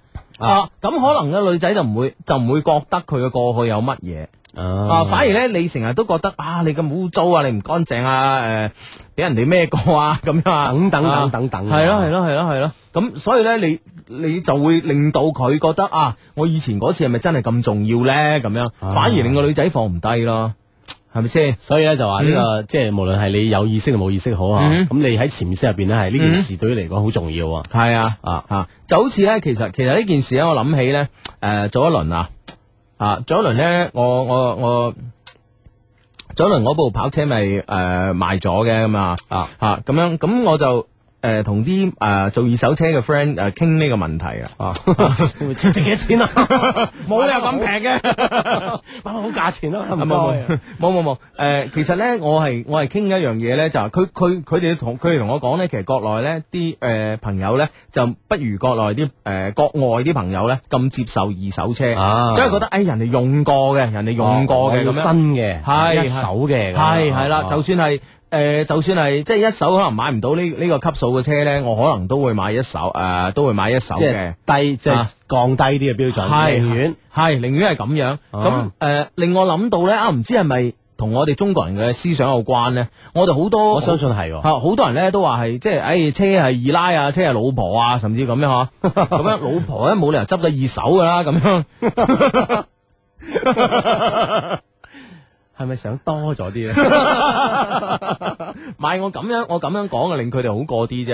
Speaker 3: 啊，咁可能個女仔就唔會就唔會覺得佢嘅過去有乜嘢啊，
Speaker 4: 啊
Speaker 3: 反而咧你成日都覺得啊，你咁污糟啊，你唔乾淨啊，誒、俾人哋咩過啊， [laughs] 咁樣啊，
Speaker 4: 等等
Speaker 3: 啊
Speaker 4: 等等等
Speaker 3: 係咯係咯係咯係咯，咁所以咧你。你就會令到佢覺得啊，我以前嗰次係咪真係咁重要咧？咁樣
Speaker 4: 啊
Speaker 3: 反而令個女仔放唔低咯，係咪先？
Speaker 4: 所以咧就話呢、個即係無論係你有意識定冇意識好啊，
Speaker 3: 嗯
Speaker 4: 咁、你喺潛意識入邊咧係呢件事對於你嚟講好重要啊。
Speaker 3: 係啊，
Speaker 4: 啊
Speaker 3: 啊，就好似咧，其實其實呢件事咧，我諗起咧，诶、早一輪啊，啊，早一輪咧，我我我，早一輪嗰部跑車咪诶、呃、賣咗嘅咁啊，
Speaker 4: 啊
Speaker 3: 啊咁樣，咁我就诶同啲诶做二手車嘅 friend 诶倾呢個問題啊，
Speaker 4: 啊， [laughs] 值幾多錢啊？
Speaker 3: 冇理由咁平嘅。
Speaker 4: 哇， [laughs] 好價錢啊，
Speaker 3: 啊
Speaker 4: 唔
Speaker 3: 冇冇
Speaker 4: 該啊。
Speaker 3: [laughs] 冇冇冇，诶，其實咧，我係我係傾一樣嘢咧，就係佢佢佢哋同佢哋同我講咧，其實國內咧啲诶朋友咧，就不如國內啲诶國外啲朋友咧咁接受二手車，
Speaker 4: 啊
Speaker 3: 即係覺得哎诶人哋用過嘅，人哋用過嘅咁
Speaker 4: 哦
Speaker 3: 樣。
Speaker 4: 新嘅，
Speaker 3: 係
Speaker 4: 一手嘅，哦
Speaker 3: 系系啦，就
Speaker 4: 就
Speaker 3: 算係诶、呃就算係即係一手可能買唔到呢呢、個級數嘅車咧，我可能都會買一手诶、呃都會買一手
Speaker 4: 即
Speaker 3: 嘅
Speaker 4: 係。低，即係
Speaker 3: 啊
Speaker 4: 降低啲嘅標準，
Speaker 3: 係
Speaker 4: 寧願
Speaker 3: 系寧願係咁樣。咁誒、
Speaker 4: 啊
Speaker 3: 呃令我諗到咧啊，唔知係咪同我哋中國人嘅思想有關咧？我哋好多
Speaker 4: 我相信係
Speaker 3: 啊
Speaker 4: 喎。
Speaker 3: 好多人咧都話係即係，誒、車係二奶啊，車係老婆啊，甚至咁樣嗬，咁樣老婆咧冇理由執得二手噶啦，咁樣 [laughs]
Speaker 4: 係咪想多咗啲咧？
Speaker 3: 唔係我咁樣，我咁樣講啊，令佢哋好過啲啫， [laughs]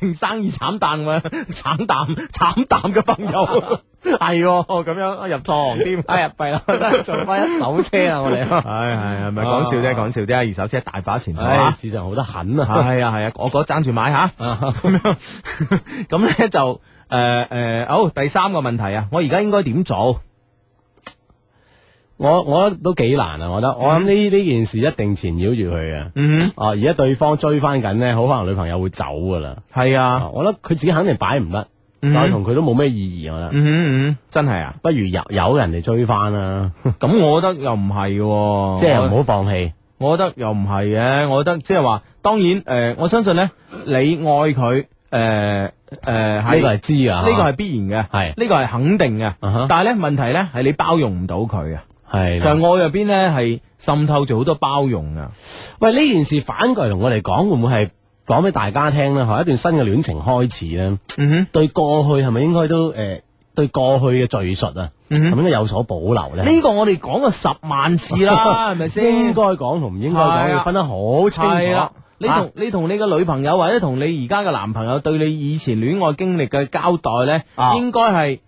Speaker 3: 令生意慘淡嘅慘淡慘淡嘅朋友。係喎，咁樣入錯行添，哎呀，弊啦，真係做翻一手車啊啦，我 [laughs] 哋。係係係，咪講笑啫，講笑啫，二手車大把錢攞
Speaker 4: 唉，
Speaker 3: 啊！
Speaker 4: 市場好得很啊！
Speaker 3: 系啊系啊，我嗰爭住買吓，咁樣 [laughs] 咁咧就诶诶，呃好第三個問題啊，我而家應該點做？
Speaker 4: 我我覺得都幾難啊！我覺得，我諗呢呢件事一定纏繞住佢嘅。
Speaker 3: 嗯，
Speaker 4: 啊，而家對方追翻緊咧，好可能女朋友會走噶啦。
Speaker 3: 係
Speaker 4: 啊
Speaker 3: 啊，
Speaker 4: 我覺得佢自己肯定擺唔得，
Speaker 3: 嗯
Speaker 4: 但係同佢都冇咩意義，啊我覺得。
Speaker 3: 嗯哼嗯哼，真係啊，
Speaker 4: 不如由由人哋追翻啦，
Speaker 3: 咁我覺得又唔係喎，
Speaker 4: 即係
Speaker 3: 我
Speaker 4: 唔好放棄。
Speaker 3: 我覺得又唔係嘅，我覺得即係話，當然诶，呃我相信咧，你愛佢诶诶，
Speaker 4: 呢
Speaker 3: 係
Speaker 4: 個係知啊，
Speaker 3: 呢個係必然嘅，
Speaker 4: 係
Speaker 3: 呢個係肯定嘅，
Speaker 4: 啊哈
Speaker 3: 但係咧問題咧係你包容唔到佢啊，
Speaker 4: 係啦。
Speaker 3: 但係愛入邊咧係滲透住好多包容啊。
Speaker 4: 喂，呢件事反過嚟同我哋講，會唔會係講俾大家聽咧？係一段新嘅戀情開始咧，
Speaker 3: 嗯哼。
Speaker 4: 對過去係咪應該都誒對過去嘅敘述啊，係咪應該有所保留咧？
Speaker 3: 嗯呢個我哋講過十萬次
Speaker 4: [laughs]
Speaker 3: 啦，係咪先？
Speaker 4: 應該講同唔應該講
Speaker 3: 係啊
Speaker 4: 要分得好清
Speaker 3: 係
Speaker 4: 楚啊
Speaker 3: 啦。。你同你同你嘅女朋友或者同
Speaker 4: [laughs]
Speaker 3: 你而家嘅男朋友對你以前戀愛經歷嘅交代呢，
Speaker 4: 啊
Speaker 3: 應該係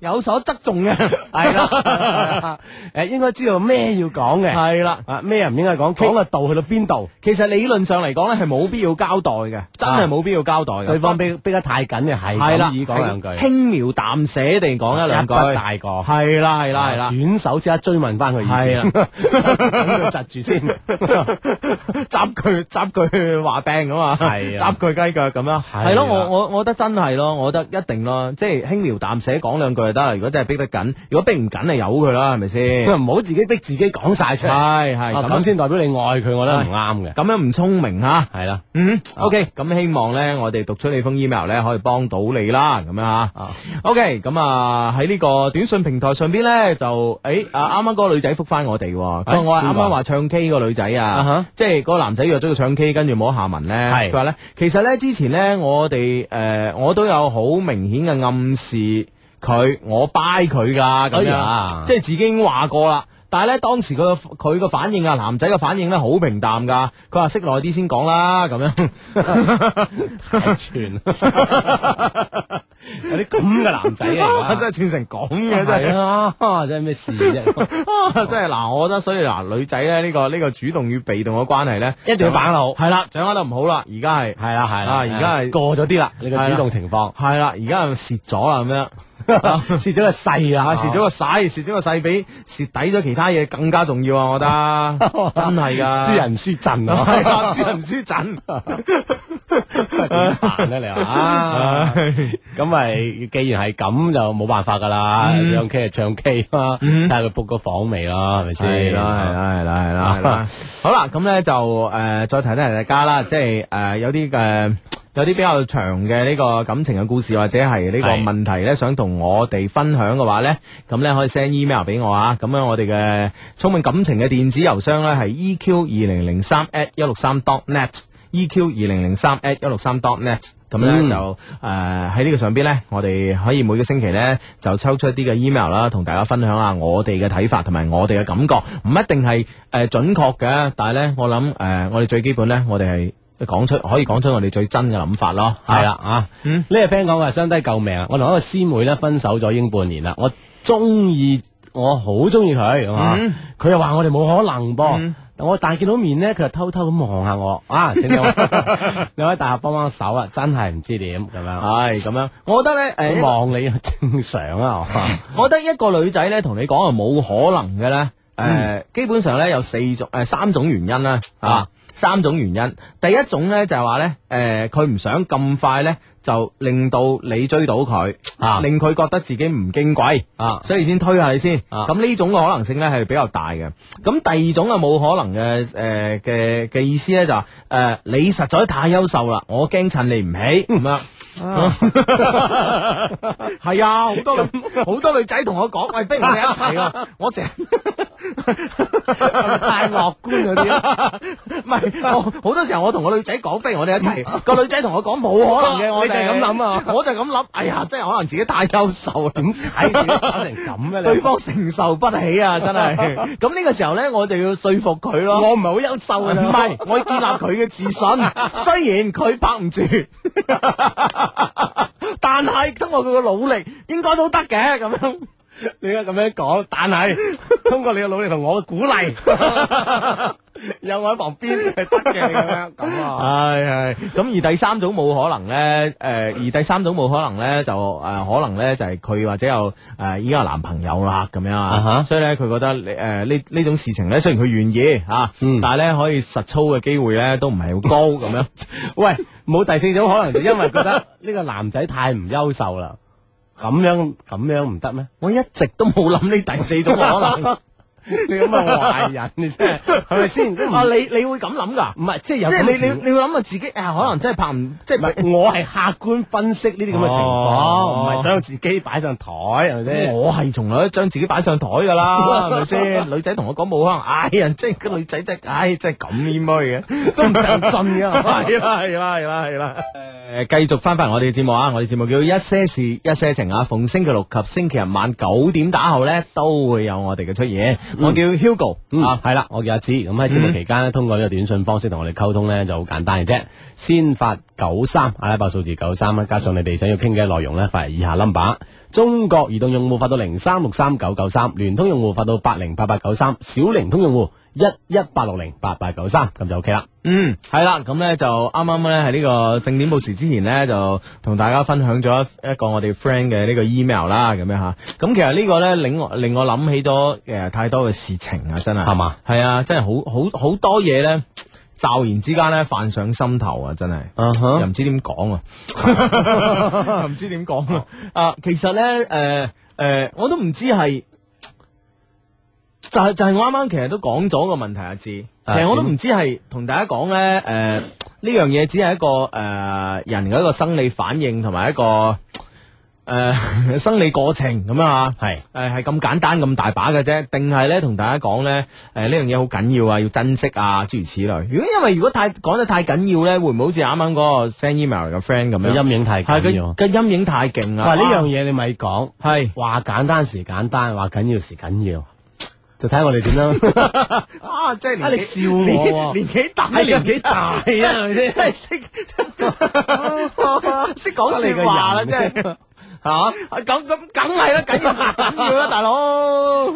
Speaker 3: 有所侧重嘅，系啦， [laughs]
Speaker 4: [laughs] 诶，应该知道咩要讲嘅，
Speaker 3: 系啦。
Speaker 4: 啊咩人唔應該講，講嘅度去到邊度，
Speaker 3: 其實理論上嚟講咧，係冇必要交代嘅，真係冇必要交代嘅。
Speaker 4: 對方逼逼得太緊嘅係
Speaker 3: 系啦，
Speaker 4: 咁以講兩句，
Speaker 3: 輕描淡寫地講一兩句，
Speaker 4: 一筆大過
Speaker 3: 係啦，係啦，係啦。
Speaker 4: 啊轉手即刻追問翻佢意
Speaker 3: 係啦
Speaker 4: 思， [laughs] 咁佢窒住先，
Speaker 3: [laughs] 執佢執佢話柄咁嘛，
Speaker 4: 係 [laughs] 啊
Speaker 3: 執佢雞腳咁樣，
Speaker 4: 係
Speaker 3: 係咯，
Speaker 4: 啦
Speaker 3: 我我我覺得真係咯，我覺得一定咯，即係輕描淡寫講兩句就得啦。如果真係逼得緊，如果逼唔緊，就由佢啦，係咪先？
Speaker 4: 啊唔好自己逼 [laughs] 自己講晒出嚟，啊
Speaker 3: 係係
Speaker 4: 咁先代表你愛佢，我覺得唔啱嘅，
Speaker 3: 咁樣唔聰明吓。
Speaker 4: 係啦。
Speaker 3: 嗯，OK，咁希望咧，我哋讀出你封 email 咧，可以幫到你啦，咁樣啊。OK，咁啊喺呢個短信平台上邊咧，就誒啊啱啱嗰個女仔覆翻我哋喎，佢話
Speaker 4: 哎
Speaker 3: 我係啱
Speaker 4: 邊個
Speaker 3: 啱
Speaker 4: 啊
Speaker 3: 話唱 K 個女仔
Speaker 4: 啊
Speaker 3: 啊
Speaker 4: 哈，
Speaker 3: 即係嗰個男仔約咗佢唱 K，跟住冇下文咧，
Speaker 4: 係
Speaker 3: 佢話咧，其實咧之前咧我哋誒我都有好明顯嘅暗示佢，我掰佢㗎咁
Speaker 4: 哎
Speaker 3: 樣啊
Speaker 4: 呀
Speaker 3: 即係自己已經話過啦。但係咧，當時佢個佢個反應啊，男仔嘅反應咧，好平淡㗎。佢話識耐啲先講啦，
Speaker 4: [laughs]
Speaker 3: 咁樣。
Speaker 4: 太串，有啲咁嘅男仔嚟，
Speaker 3: 哇 [laughs] 真係串成咁嘅，真係。
Speaker 4: 哎係啊，真係咩事啫？
Speaker 3: 啊 [laughs] 真係嗱，我覺得所以嗱，女仔咧呢個呢個主動與被動嘅關係咧，
Speaker 4: 一定要把握
Speaker 3: 好。係啦，掌握得唔好啦，而家係
Speaker 4: 係啦係啦，
Speaker 3: 啊而家係
Speaker 4: 過咗啲啦，你
Speaker 3: 係
Speaker 4: 個
Speaker 3: 啦
Speaker 4: 主動情況
Speaker 3: 係啦，而家係蝕咗啦咁樣。
Speaker 4: [laughs] 蝕咗個勢
Speaker 3: 啊！
Speaker 4: 啦，
Speaker 3: 蝕咗個勢，蝕咗個勢比蝕底咗其他嘢更加重要啊！我覺
Speaker 4: [laughs]
Speaker 3: 得真係㗎，
Speaker 4: 輸人唔輸陣啊，
Speaker 3: 係啊，輸人唔
Speaker 4: [laughs]
Speaker 3: 輸陣。
Speaker 4: 點辦咧？你話啊，咁咪既然係咁就冇辦法噶啦，唱 K 就唱 K 啦，睇下佢 book 個房未啦，係咪先？啊
Speaker 3: 係啦，係啦，係啦，
Speaker 4: [laughs]
Speaker 3: 係啦，係啦。好啦，咁咧就誒、呃再提提大家啦，即係誒、呃有啲誒。呃有啲比較長嘅呢個感情嘅故事或者係呢個
Speaker 4: 係
Speaker 3: 問題咧，想同我哋分享嘅話咧，咁咧可以 send email 俾我啊。咁樣我哋嘅充滿感情嘅電子郵箱咧係 eq 二零零三 at 一六三 dot net，eq 二零零三 at 一六三 dot net。咁咧、
Speaker 4: 嗯
Speaker 3: 就誒喺呢個上邊咧，我哋可以每個星期咧就抽出一啲嘅 email 啦，同大家分享下我哋嘅睇法同埋我哋嘅感覺，唔一定係誒、呃、準確嘅，但係咧我諗誒、呃我哋最基本咧，我哋係講出可以講出我哋最真嘅諗法咯，
Speaker 4: 系啦啊，呢個 friend 講話相低救命啊！我同一個師妹咧分手咗已經半年啦，我中意我好中意佢，咁啊佢又話我哋冇可能噃。但我但係見到面咧，佢就偷偷咁望下我，啊！請 [laughs] 兩位兩位大俠幫幫手啊，真係唔知點咁樣，
Speaker 3: 係咁樣，我覺得咧誒、呃
Speaker 4: 佢望你正常啊， [laughs]
Speaker 3: [laughs] 我覺得一個女仔咧同你講係冇可能嘅咧，誒、基本上咧有四種誒、呃三種原因啦，啊
Speaker 4: 嗯啊
Speaker 3: 三種原因。第一種咧就係話咧，誒佢唔想咁快咧就令到你追到佢，
Speaker 4: 啊
Speaker 3: 令佢覺得自己唔矜貴，
Speaker 4: 啊
Speaker 3: 所以先推下你先。
Speaker 4: 啊
Speaker 3: 咁呢、種嘅可能性咧係比較大嘅。咁第二種嘅冇可能嘅誒嘅嘅意思咧就話、誒你實在太優秀啦，我驚襯你唔起
Speaker 4: 嗯
Speaker 3: 咁樣。系啊，好多女好多女仔同我講，喂，不如我哋一齊啊！我成日太樂觀嗰啲，唔係我好多時候我同個女仔講，不如我哋一齊。個女仔同我講冇可能嘅，我
Speaker 4: 你就係咁諗
Speaker 3: 啊，嗯我就係咁諗。哎呀，真係可能自己太優秀啦，點
Speaker 4: 睇住
Speaker 3: [laughs]
Speaker 4: 你搞成咁嘅你，
Speaker 3: 對方承受不起
Speaker 4: [laughs]
Speaker 3: 啊！真係。咁呢個時候咧，我就要說服佢咯。
Speaker 4: 我唔係好優秀啊，
Speaker 3: 唔係，我要建立佢嘅自信。
Speaker 4: [laughs]
Speaker 3: 雖然佢拍唔住， [laughs] 但係通過佢嘅努力，應該都得嘅咁樣。
Speaker 4: 你而家咁樣講，但係通過你嘅努力同我嘅鼓
Speaker 3: [laughs]
Speaker 4: 勵，有我喺旁邊係得嘅咁樣咁啊。
Speaker 3: 係係，咁而第三種冇可能咧，誒、而第三種冇可能咧，就呃誒、可能咧就係、佢或者有誒依家有男朋友啦咁樣
Speaker 4: 啊
Speaker 3: 啊
Speaker 4: 哈
Speaker 3: 所以咧佢覺得你誒呢呢種事情咧，雖然佢願意嚇，啊
Speaker 4: 嗯
Speaker 3: 但係咧可以實操嘅機會咧都唔係好高咁 [laughs] 樣。
Speaker 4: 喂，冇第四種可能就因為覺
Speaker 3: [laughs]
Speaker 4: 得呢個男仔太唔優秀啦，咁樣咁樣唔得咩？
Speaker 3: 我一直都冇諗呢第四種可能。 [laughs]
Speaker 4: 你咁嘅壞人，你真係係咪先？都唔
Speaker 3: 啊，你你会咁谂噶？
Speaker 4: 唔係即係有
Speaker 3: 即
Speaker 4: 咁
Speaker 3: 系
Speaker 4: 嘅
Speaker 3: 你
Speaker 4: 情
Speaker 3: 你你会谂下自己啊，可能真系拍唔即系
Speaker 4: 唔係我係客觀分析呢啲咁嘅情況，唔
Speaker 3: 哦
Speaker 4: 係將自己擺上台係咪先？
Speaker 3: 我係從來都將自己擺上台噶 [laughs] 啦，係咪先？女仔同我講冇可能，唉呀，即係個女 [laughs] 仔真係，唉，真係咁煙妹嘅，都唔上進嘅，係啦係啦係啦係啦。诶，继续翻翻我哋嘅节目啊！我哋节目叫一些事一些情啊，逢星期六及星期日晚九點打後呢，都會有我哋嘅出現。我叫 Hugo
Speaker 4: 嗯
Speaker 3: 啊，，
Speaker 4: 系啦，我叫阿芝，咁喺節目期間咧，通過呢個短信方式同我哋溝通咧，就好簡單嘅啫。先發九三阿拉伯數字九三啊加上你哋想要傾嘅內容咧，發嚟以下 number。中國移動用戶發到零三六三九九三，聯通用戶發到八零八八九三，小靈通用戶一一八六零八八九三，咁就 OK 啦。
Speaker 3: 嗯，係啦，咁呢就啱啱呢，喺呢個正點報時之前呢，就同大家分享咗一一個我哋 friend 嘅呢個 email 啦，咁樣吓。咁其實呢個呢，令我令我諗起咗诶太多嘅事情啊，真係
Speaker 4: 係嘛？
Speaker 3: 係啊，真係好好好多嘢呢，驟然之間呢，泛上心頭啊，真係。
Speaker 4: 啊哈
Speaker 3: 又唔知點講啊，又 [laughs] 唔知點講啊。啊，其實咧，誒、誒、我都唔知係。就係、就係、我啱啱其實都講咗個問題阿志，其
Speaker 4: 啊
Speaker 3: 實我都
Speaker 4: 點
Speaker 3: 唔知係同大家講咧，誒、呢樣嘢只係一個誒、人嘅一個生理反應同埋一個誒、 [laughs] 生理過程咁樣啊。
Speaker 4: 係
Speaker 3: 誒係咁簡單咁大把嘅啫，定係咧同大家講咧誒呢樣嘢好緊要啊，要珍惜啊，諸如此類。如果因為如果太講得太緊要咧，會唔會好似啱啱嗰個 send email 嘅 friend 咁
Speaker 4: 個
Speaker 3: 樣？
Speaker 4: 陰影太
Speaker 3: 係
Speaker 4: 緊
Speaker 3: 佢
Speaker 4: 要。啊
Speaker 3: 嘅陰影太勁啦！
Speaker 4: 哇！呢樣嘢你咪講，
Speaker 3: 係
Speaker 4: 話簡單時簡單，話緊要時緊要，就睇下我哋點樣。 [laughs]
Speaker 3: 啊，即係
Speaker 4: 啊你笑我喎
Speaker 3: 年紀大，
Speaker 4: 啊 [laughs] 年紀大啊係咪
Speaker 3: 真
Speaker 4: 先
Speaker 3: 係
Speaker 4: [laughs]
Speaker 3: 識識講説話啦，
Speaker 4: 你
Speaker 3: 真
Speaker 4: 個人
Speaker 3: 係嚇咁咁梗係啦，緊要時緊要啦，大佬。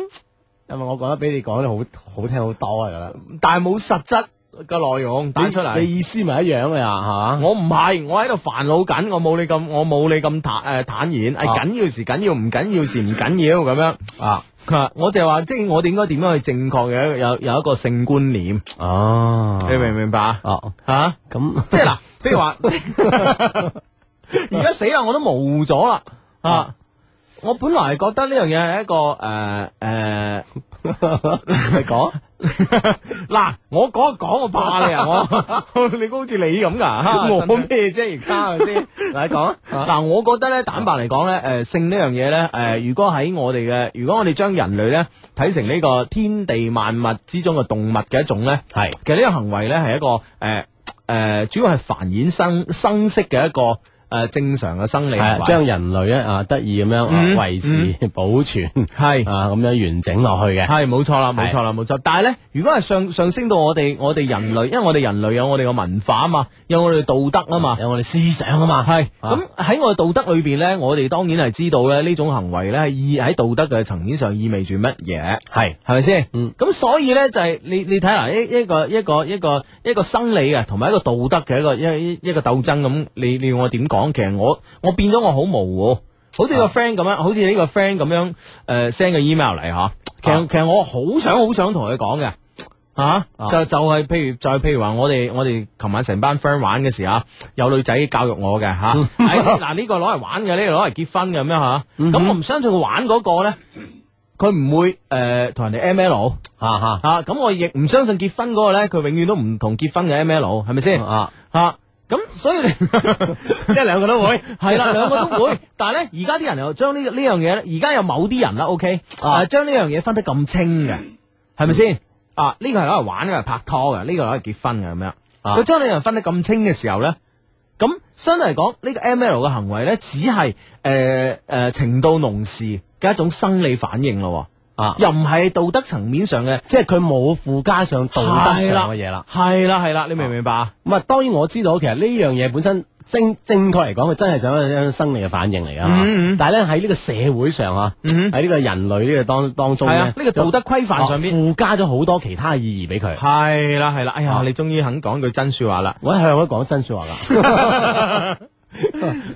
Speaker 4: 因為我講得比你講得好好聽好多啊，覺
Speaker 3: [laughs]
Speaker 4: 得。
Speaker 3: 但係冇實質嘅內容帶出嚟。
Speaker 4: 你你意思咪一樣嘅呀，
Speaker 3: 我唔係，我喺度煩惱緊，我冇你咁，我冇你咁坦诶坦然，係
Speaker 4: 啊
Speaker 3: 緊要時緊要，唔緊要時唔緊要咁
Speaker 4: 係嘛？啊，
Speaker 3: 樣。啊我就係話，即係我哋應該點樣去正確嘅有有一個性觀念，
Speaker 4: 哦，
Speaker 3: 你明唔明白啊？
Speaker 4: 哦，
Speaker 3: 吓，
Speaker 4: 咁
Speaker 3: [laughs] 即係嗱，譬如話， [laughs] 而家死啦，我都模糊咗啦啊！我本來係覺得呢樣嘢係一個呃诶 [laughs] 诶，
Speaker 4: 你講
Speaker 3: [laughs] 嗱，我講一講，我怕 [laughs] 你啊！我你好似你咁啊噶，
Speaker 4: 我
Speaker 3: 咩啫而家？
Speaker 4: 啱先，
Speaker 3: [laughs]
Speaker 4: 嗱你講啊，
Speaker 3: 嗱，我覺得咧，坦白嚟講咧，誒、性呢樣嘢咧，誒、如果喺我哋嘅，如果我哋將人類咧睇成呢個天地萬物之中嘅動物嘅一種咧，
Speaker 4: 係
Speaker 3: 其實呢個行為咧係一個誒誒、呃主要係繁衍生生息嘅一個誒、呃正常嘅生理行
Speaker 4: 係啊
Speaker 3: 為，
Speaker 4: 將人類咧啊得意咁樣啊
Speaker 3: 嗯
Speaker 4: 維
Speaker 3: [laughs]
Speaker 4: 持保存
Speaker 3: 係
Speaker 4: 啊咁樣完整落去
Speaker 3: [laughs]
Speaker 4: 嘅，
Speaker 3: 係冇錯啦，冇錯啦，冇錯。但係咧，如果係上上升到我哋我哋人類，因為我哋人類有我哋嘅文化啊嘛，有我哋嘅道德啊嘛。
Speaker 4: 有我哋思想啊嘛，
Speaker 3: 系
Speaker 4: 啊
Speaker 3: 咁喺我嘅道德裏边咧，我哋當然係知道咧呢種行為咧係意喺道德嘅層面上意味住乜嘢，
Speaker 4: 係
Speaker 3: 係咪先？
Speaker 4: 嗯
Speaker 3: 咁所以咧就係你你睇嗱一一個一個一個一個生理嘅同埋一個道德嘅一個一一一個鬥爭咁，你你要我點講？其實我我變咗我好模糊，好似個
Speaker 4: 啊
Speaker 3: friend 咁樣，好似呢個 friend 咁樣诶 send 個 email 嚟吓，其實
Speaker 4: 啊
Speaker 3: 其實我好想好想同佢講嘅。啊，
Speaker 4: 啊
Speaker 3: 就就係譬如就係譬如話我哋我哋琴晚成班 friend 玩嘅時候啊，有女仔教育我嘅吓，哎嗱呢個攞嚟玩嘅，呢個攞嚟結婚嘅咁樣吓，咁我唔相信佢玩嗰個咧，佢唔會诶同人哋 M L
Speaker 4: 啊嚇
Speaker 3: 吓，咁我亦唔相信結婚嗰個咧，佢永遠都唔同結婚嘅 M L 係咪先
Speaker 4: 啊
Speaker 3: 吓？咁所 [laughs] 以你即係兩個都會，係啦，兩個都會。 [laughs] 但係咧，而家啲人又將呢個呢樣嘢咧，而家有某啲人啦，OK，啊，將呢樣嘢分得咁清嘅。系咪先？啊，呢個係攞嚟玩嘅，拍拖嘅，呢個攞嚟結婚嘅咁樣。
Speaker 4: 啊
Speaker 3: 佢將呢樣分得咁清嘅時候咧，咁相對嚟講，呢、個 M L 嘅行為咧，只係呃诶诶情到濃時嘅一種生理反應咯喎，
Speaker 4: 啊，
Speaker 3: 又唔係道德層面上嘅
Speaker 4: 即係佢冇附加上道德上嘅嘢啦。
Speaker 3: 係啦係啦，你明唔明白啊？
Speaker 4: 咁啊，當然我知道，其實呢樣嘢本身正正確嚟講，佢真係想一種生理嘅反應嚟噶。
Speaker 3: 嗯嗯
Speaker 4: 但係咧喺呢個社會上啊，
Speaker 3: 嗯
Speaker 4: 喺呢個人類呢個當當中
Speaker 3: 係
Speaker 4: 咧，
Speaker 3: 啊，呢個道德規範上邊
Speaker 4: 附加咗好多其他嘅意義俾佢。
Speaker 3: 係啦係啦，哎呀，
Speaker 4: 啊
Speaker 3: 你終於肯講句真说話啦。
Speaker 4: 我一向都講真说話㗎。 [laughs]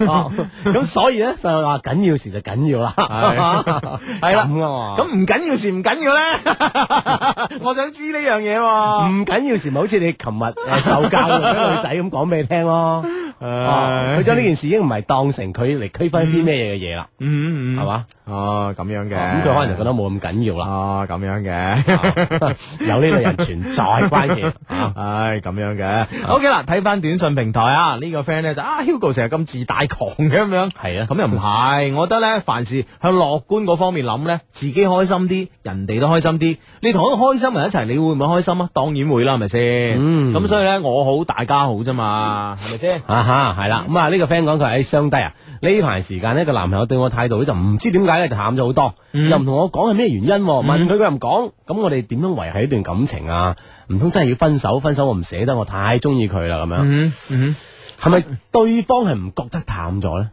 Speaker 4: 哦咁所以咧就係話緊要時就緊要啦，
Speaker 3: 係
Speaker 4: 係
Speaker 3: 啦
Speaker 4: 咁啊嘛
Speaker 3: 咁唔緊要事唔緊要咧，
Speaker 4: [laughs]
Speaker 3: 我想知呢樣嘢喎。
Speaker 4: 唔緊要時咪好似你琴日 [laughs] 誒受教育嘅女仔咁講俾你聽咯，哦佢將呢件事已經唔係當成佢嚟區分啲咩嘢嘅嘢啦，
Speaker 3: 嗯嗯
Speaker 4: 係嘛？
Speaker 3: 哦，咁樣嘅，
Speaker 4: 咁佢可能就覺得冇咁緊要 [laughs] 啦，
Speaker 3: 哦，咁
Speaker 4: [laughs]
Speaker 3: 樣嘅，
Speaker 4: 有呢類人存在關鍵。啊
Speaker 3: 唉，咁樣嘅。OK 啦，睇翻短信平台啊，呢個 friend 咧就啊，Hugo 成日咁自大狂嘅咁樣，
Speaker 4: 係啊
Speaker 3: 咁又唔係，我覺得咧，凡事向樂觀嗰方面諗咧，自己開心啲，人哋都開心啲。你同一個開心人一齊，你會唔會開心啊？當然會啦，係咪先？
Speaker 4: 嗯
Speaker 3: 咁所以咧，我好，大家好啫嘛，係咪先？
Speaker 4: 啊吓，系啦，咁啊呢個 friend 講佢喺相低啊，呢排時間呢個男朋友對我態度咧就唔知點解咧就淡咗好多，又唔同我講係咩原因喎，問佢佢又唔講，咁我哋點樣維係呢段感情啊？唔通真係要分手？分手我唔捨得，我太中意佢啦咁樣，
Speaker 3: 嗯嗯，
Speaker 4: 係咪對方係唔覺得淡咗咧？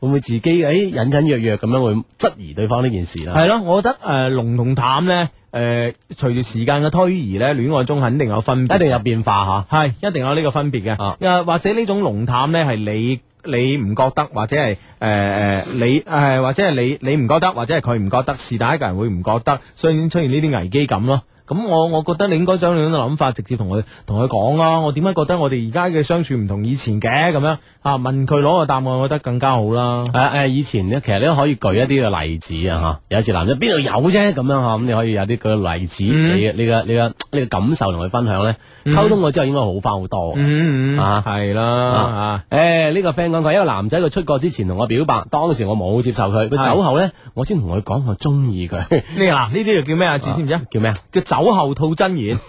Speaker 4: 會唔會自己诶隱隱約約咁樣會質疑對方呢件事啦？
Speaker 3: 系咯，我覺得诶濃同淡咧，诶隨住時間嘅推移咧，戀愛中肯定有分別
Speaker 4: 一定有變化吓。
Speaker 3: 系一定有呢個分別嘅
Speaker 4: 啊，
Speaker 3: 又、或者呢種濃淡呢，係你你唔覺得，或者係诶诶你诶、呃或者係你你唔覺得，或者係佢唔覺得，是但一個人會唔覺得，所以出現呢啲危機感咯。咁我我覺得你應該將你呢個諗法直接同佢同佢講啦。我點解覺得我哋而家嘅相處唔同以前嘅咁樣啊？問佢攞個答案，我覺得更加好啦。
Speaker 4: 诶诶，啊以前咧，其實你都可以舉一啲嘅例子啊，吓，有時男仔邊度有啫咁樣吓，咁你可以有啲嘅例子，
Speaker 3: 嗯
Speaker 4: 你嘅你嘅你嘅你嘅感受同佢分享咧，溝通過之後應該好翻好多。
Speaker 3: 嗯
Speaker 4: 啊
Speaker 3: 係啦
Speaker 4: 啊
Speaker 3: 啊，
Speaker 4: 诶，呢個 friend 講佢一個男仔，佢出國之前同我表白，當時我冇接受佢，佢
Speaker 3: 係
Speaker 4: 走後咧，我先同佢講我中意佢，
Speaker 3: 呢個嗱呢啲就叫咩啊？字知唔知啊？
Speaker 4: 叫咩啊？
Speaker 3: 叫酒後吐真言。
Speaker 4: [laughs]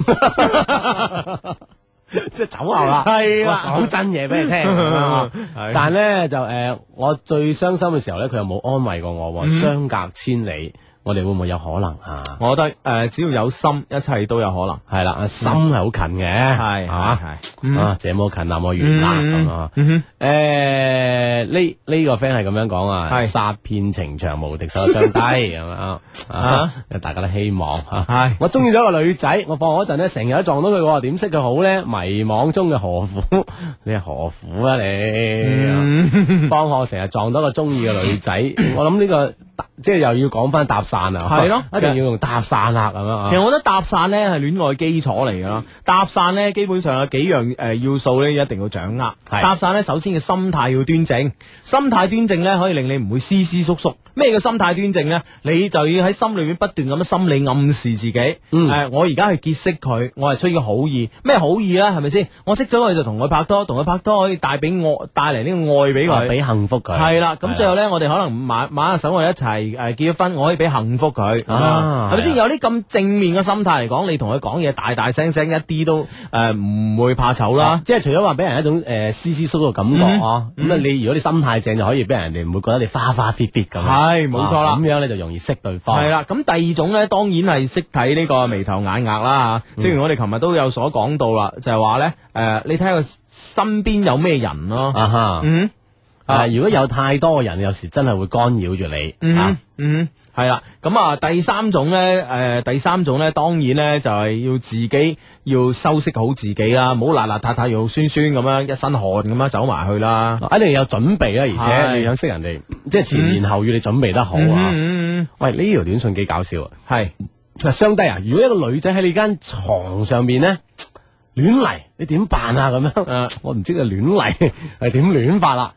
Speaker 4: 即係走後啦，係
Speaker 3: 啦
Speaker 4: 講真嘢俾你 [laughs] 聽。啊但係咧就诶，我最傷心嘅時候咧，佢又冇安慰過我喎，相隔千里，我哋會唔會有可能啊？
Speaker 3: [laughs] 我覺得诶、呃只要有心，一切都有可能。
Speaker 4: 系啦，啊心係好近嘅，
Speaker 3: 嗯係
Speaker 4: 係嘛
Speaker 3: 係係嗯
Speaker 4: 啊，這麼近那麼遠啦
Speaker 3: 嗯
Speaker 4: 咁啊。诶，呢呢個 friend 係咁樣講啊，
Speaker 3: 係
Speaker 4: 殺遍情場無敵手
Speaker 3: [laughs]
Speaker 4: 相低咁啊啊
Speaker 3: 啊，
Speaker 4: 大家都希望吓。
Speaker 3: 係
Speaker 4: 我中意咗個女仔，我放學嗰陣咧，成日都撞到佢喎，點識佢好咧？迷惘中嘅何苦？ [laughs] 你係何苦啊
Speaker 3: 嗯
Speaker 4: 你？放學成日撞到個中意嘅女
Speaker 3: [laughs]
Speaker 4: 仔，我諗呢個搭即係又要講翻搭訕啊，
Speaker 3: 係咯
Speaker 4: [laughs] 一定要用搭訕啦咁樣啊嗯
Speaker 3: 其。實我覺得搭訕咧係戀愛基礎嚟噶啦，搭訕咧基本上有幾樣誒、呃要素咧一定要掌握。
Speaker 4: 係
Speaker 3: 搭訕咧首先嘅心態要端正，心態端正咧可以令你唔會思思縮縮。咩叫心態端正咧？你就要喺心裏面不斷咁樣心理暗示自己，
Speaker 4: 嗯
Speaker 3: 呃我而家去結識佢，我係出於好意。咩好意啊咧？係咪先？我識咗佢就同佢拍拖，同佢拍拖可以帶俾我帶嚟呢個愛俾
Speaker 4: 啊
Speaker 3: 佢。
Speaker 4: 俾幸福佢。
Speaker 3: 系啦，咁最後
Speaker 4: 咧，
Speaker 3: 咧，我哋可能馬馬下手，我哋一齊诶结咗婚，我可以俾幸福佢，
Speaker 4: 啊
Speaker 3: 係咪先？有啲咁正面嘅心態嚟講，你同佢講嘢大大聲聲，一啲都诶唔會怕醜啦。
Speaker 4: 即係除咗話俾人一種呃诶斯斯縮嘅感
Speaker 3: 嗯
Speaker 4: 覺啊，咁啊你如果你心態正就可以俾人哋唔會覺得你花花 fit fit 咁。
Speaker 3: 係冇錯啦
Speaker 4: 啊咁樣你就容易識對方。
Speaker 3: 係啦，咁第二種咧，當然係識睇呢個眉頭眼額啦。
Speaker 4: 嗯
Speaker 3: 吓正如我哋琴日都有所講到啦，就係話咧诶，你睇下佢身邊有咩人咯。
Speaker 4: 啊哈，
Speaker 3: 嗯
Speaker 4: 啊如果有太多嘅人，有時真係會干擾住你啊
Speaker 3: 嗯。嗯。系啦，咁啊，第三種咧，誒、第三種咧，當然咧就係、要自己要修飾好自己啦，唔好邋邋遢遢又酸酸咁樣一身汗咁樣走埋去啦。
Speaker 4: 一定要有準備
Speaker 3: 啊
Speaker 4: 啦，而且
Speaker 3: 係
Speaker 4: 你想識人哋，即係前言後語你準備得好啊！
Speaker 3: 嗯嗯
Speaker 4: 喂，呢條短信幾搞笑啊！
Speaker 3: 嗯，係
Speaker 4: 佢話相低啊，如果一個女仔喺你間床上面咧亂嚟，你點辦啊？咁樣，
Speaker 3: 誒
Speaker 4: 我唔知佢亂嚟係點亂法啦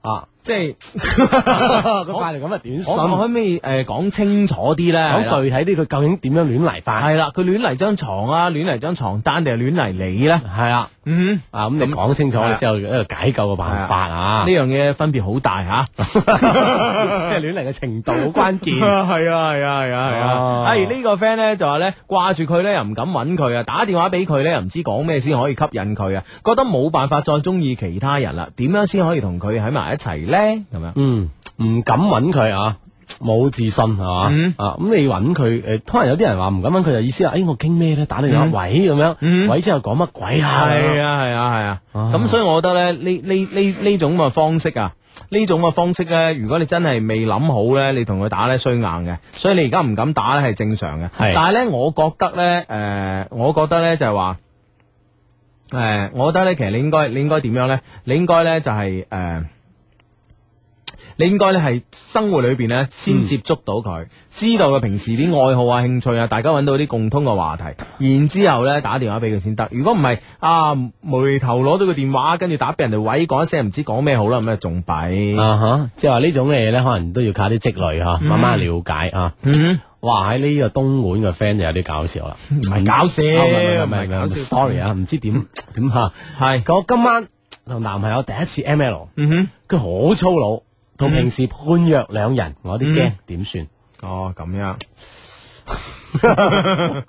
Speaker 4: 啊！
Speaker 3: 即係 [laughs]
Speaker 4: 佢發嚟咁嘅啊短信，
Speaker 3: 我我可唔可以誒講清楚啲咧？係啦
Speaker 4: 講具體啲，佢究竟點樣亂嚟法？
Speaker 3: 係啦，佢亂嚟張床啊，亂嚟張床單定係亂嚟你咧？
Speaker 4: 係啊，
Speaker 3: 嗯，
Speaker 4: 啊咁你講清楚
Speaker 3: 係啊
Speaker 4: 你先有一個解救嘅辦法啊 [laughs]
Speaker 3: 呢！樣嘢分別好大嚇。
Speaker 4: 係亂嚟嘅程度好關鍵
Speaker 3: [laughs] 係啊係啊係啊係
Speaker 4: 哦
Speaker 3: 啊！哎呢個 friend 咧就話咧掛住佢咧又唔敢揾佢啊，打電話俾佢咧又唔知講咩先可以吸引佢啊，覺得冇辦法再中意其他人啦，點樣先可以同佢喺埋一齊咧？咁樣
Speaker 4: 嗯，唔敢揾佢啊，冇自信係嘛
Speaker 3: 嗯
Speaker 4: 啊？咁你揾佢誒，可能有啲人話唔敢揾佢，就意思話，誒我傾咩咧？打你電話喂咁樣，
Speaker 3: 嗯
Speaker 4: 喂之後講乜鬼啊？
Speaker 3: 係啊係啊係啊！咁所以我覺得咧呢呢呢呢種咁嘅方式啊。呢種嘅方式咧，如果你真係未諗好咧，你同佢打咧衰硬嘅，所以你而家唔敢打咧係正常嘅。
Speaker 4: 係
Speaker 3: 但係咧，我覺得咧，誒、我覺得咧就係話。誒、我覺得咧，其實你應該，你應該點樣咧？你應該咧就係、誒、你應該咧係生活裏邊咧先接觸到佢，知道佢平時啲愛好啊、興趣啊，大家揾到啲共通嘅話題，然之後咧打電話俾佢先得。如果唔係啊，無厘頭攞到個電話，跟住打俾人哋位，講一聲唔知講咩好啦，咁啊仲弊。
Speaker 4: 啊哈，即係話呢種嘅嘢咧，可能都要靠啲積累嚇，慢慢了解啊。
Speaker 3: 嗯，
Speaker 4: 哇！喺呢個東莞嘅 friend 就有啲搞笑啦，唔
Speaker 3: 係搞笑
Speaker 4: 唔係
Speaker 3: 唔係
Speaker 4: 搞
Speaker 3: 搞
Speaker 4: 笑
Speaker 3: 笑
Speaker 4: ，sorry à, 啊，唔知點點嚇。
Speaker 3: 係，
Speaker 4: 我今晚同男朋友第一次 M L，
Speaker 3: 嗯
Speaker 4: 佢好粗魯，同平時判若兩人，我有啲驚點算？
Speaker 3: 哼，哦咁樣，
Speaker 4: [laughs] à?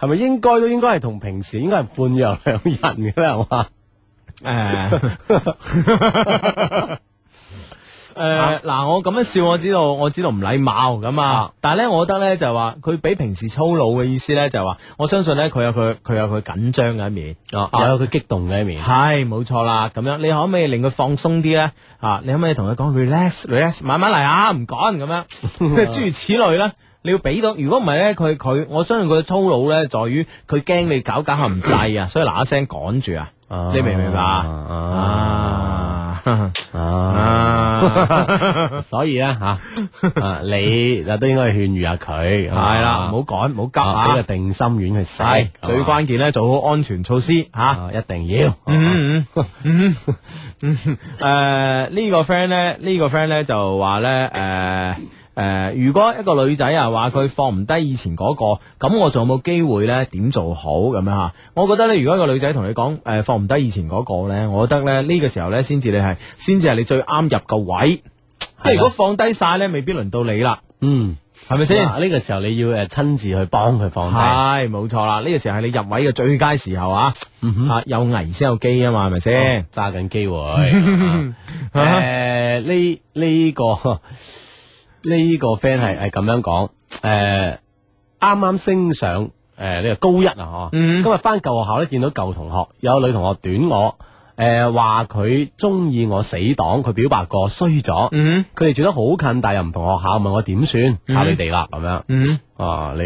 Speaker 4: 係咪應該都應該係同平時應該係判若兩人嘅啦？係嘛？
Speaker 3: 诶，嗱，我咁樣笑，我知道，我知道唔禮貌咁啊。但係咧，我覺得咧就係話，佢比平時粗魯嘅意思咧，就係話，我相信咧，佢有佢佢有佢緊張嘅一面。
Speaker 4: 哦，有佢激動嘅一面。
Speaker 3: 係冇錯啦，咁樣你可唔可以令佢放鬆啲咧？啊，你可唔可以同佢講 relax relax，慢慢嚟啊，唔趕咁 [laughs] 樣，諸如此類啦。你要俾到，如果唔係咧，佢佢我相信佢嘅粗魯咧，在於佢驚你搞搞下唔制啊，所以嗱一聲趕住啊，
Speaker 4: Ờ,
Speaker 3: 你明唔明白 Ờ. 啊？
Speaker 4: ờ.
Speaker 3: [laughs] 啊，
Speaker 4: 所以咧吓，啊你啊都應該去勸喻下佢，係
Speaker 3: 系啦，唔好趕，唔
Speaker 4: 啊
Speaker 3: 好
Speaker 4: 俾個
Speaker 3: 急
Speaker 4: 定心丸去食
Speaker 3: 啊，系，最
Speaker 4: 係嘛
Speaker 3: 關鍵咧，做好安全措施吓。
Speaker 4: 啊一定要。
Speaker 3: Ừ. 嗯嗯嗯嗯 [laughs] 嗯，诶呢個 friend 咧，呢個 friend 咧就話咧，诶诶，如果一個女仔啊話佢放唔低以前嗰個，咁我仲有冇機會咧？點做好咁樣吓？我覺得咧，如果一個女仔同你講诶放唔低以前嗰個咧，我覺得咧呢個時候咧先至你係，先至係你最啱入個位。即係如果放低晒咧，未必輪到你啦，
Speaker 4: 嗯，
Speaker 3: 係咪先？
Speaker 4: 嗱呢個時候你要诶亲自去幫佢放低。
Speaker 3: 係冇錯啦，呢個時候係你入位嘅最佳時候啊！啊，有危先有機啊嘛，係咪先？
Speaker 4: 揸緊機
Speaker 3: [laughs]
Speaker 4: 會。啊
Speaker 3: 哦
Speaker 4: 誒呢呢個 [laughs] 呢個 friend 係係咁樣講，誒啱啱升上誒呢個高一啊，嗬，
Speaker 3: 嗯
Speaker 4: 今日翻舊學校咧見到舊同學，有女同學短我。誒話佢中意我死黨，佢表白過衰咗，
Speaker 3: 嗯
Speaker 4: 佢哋住得好近，但係又唔同學校，問我點算？靠你哋啦咁樣。
Speaker 3: 嗯。
Speaker 4: 啊，你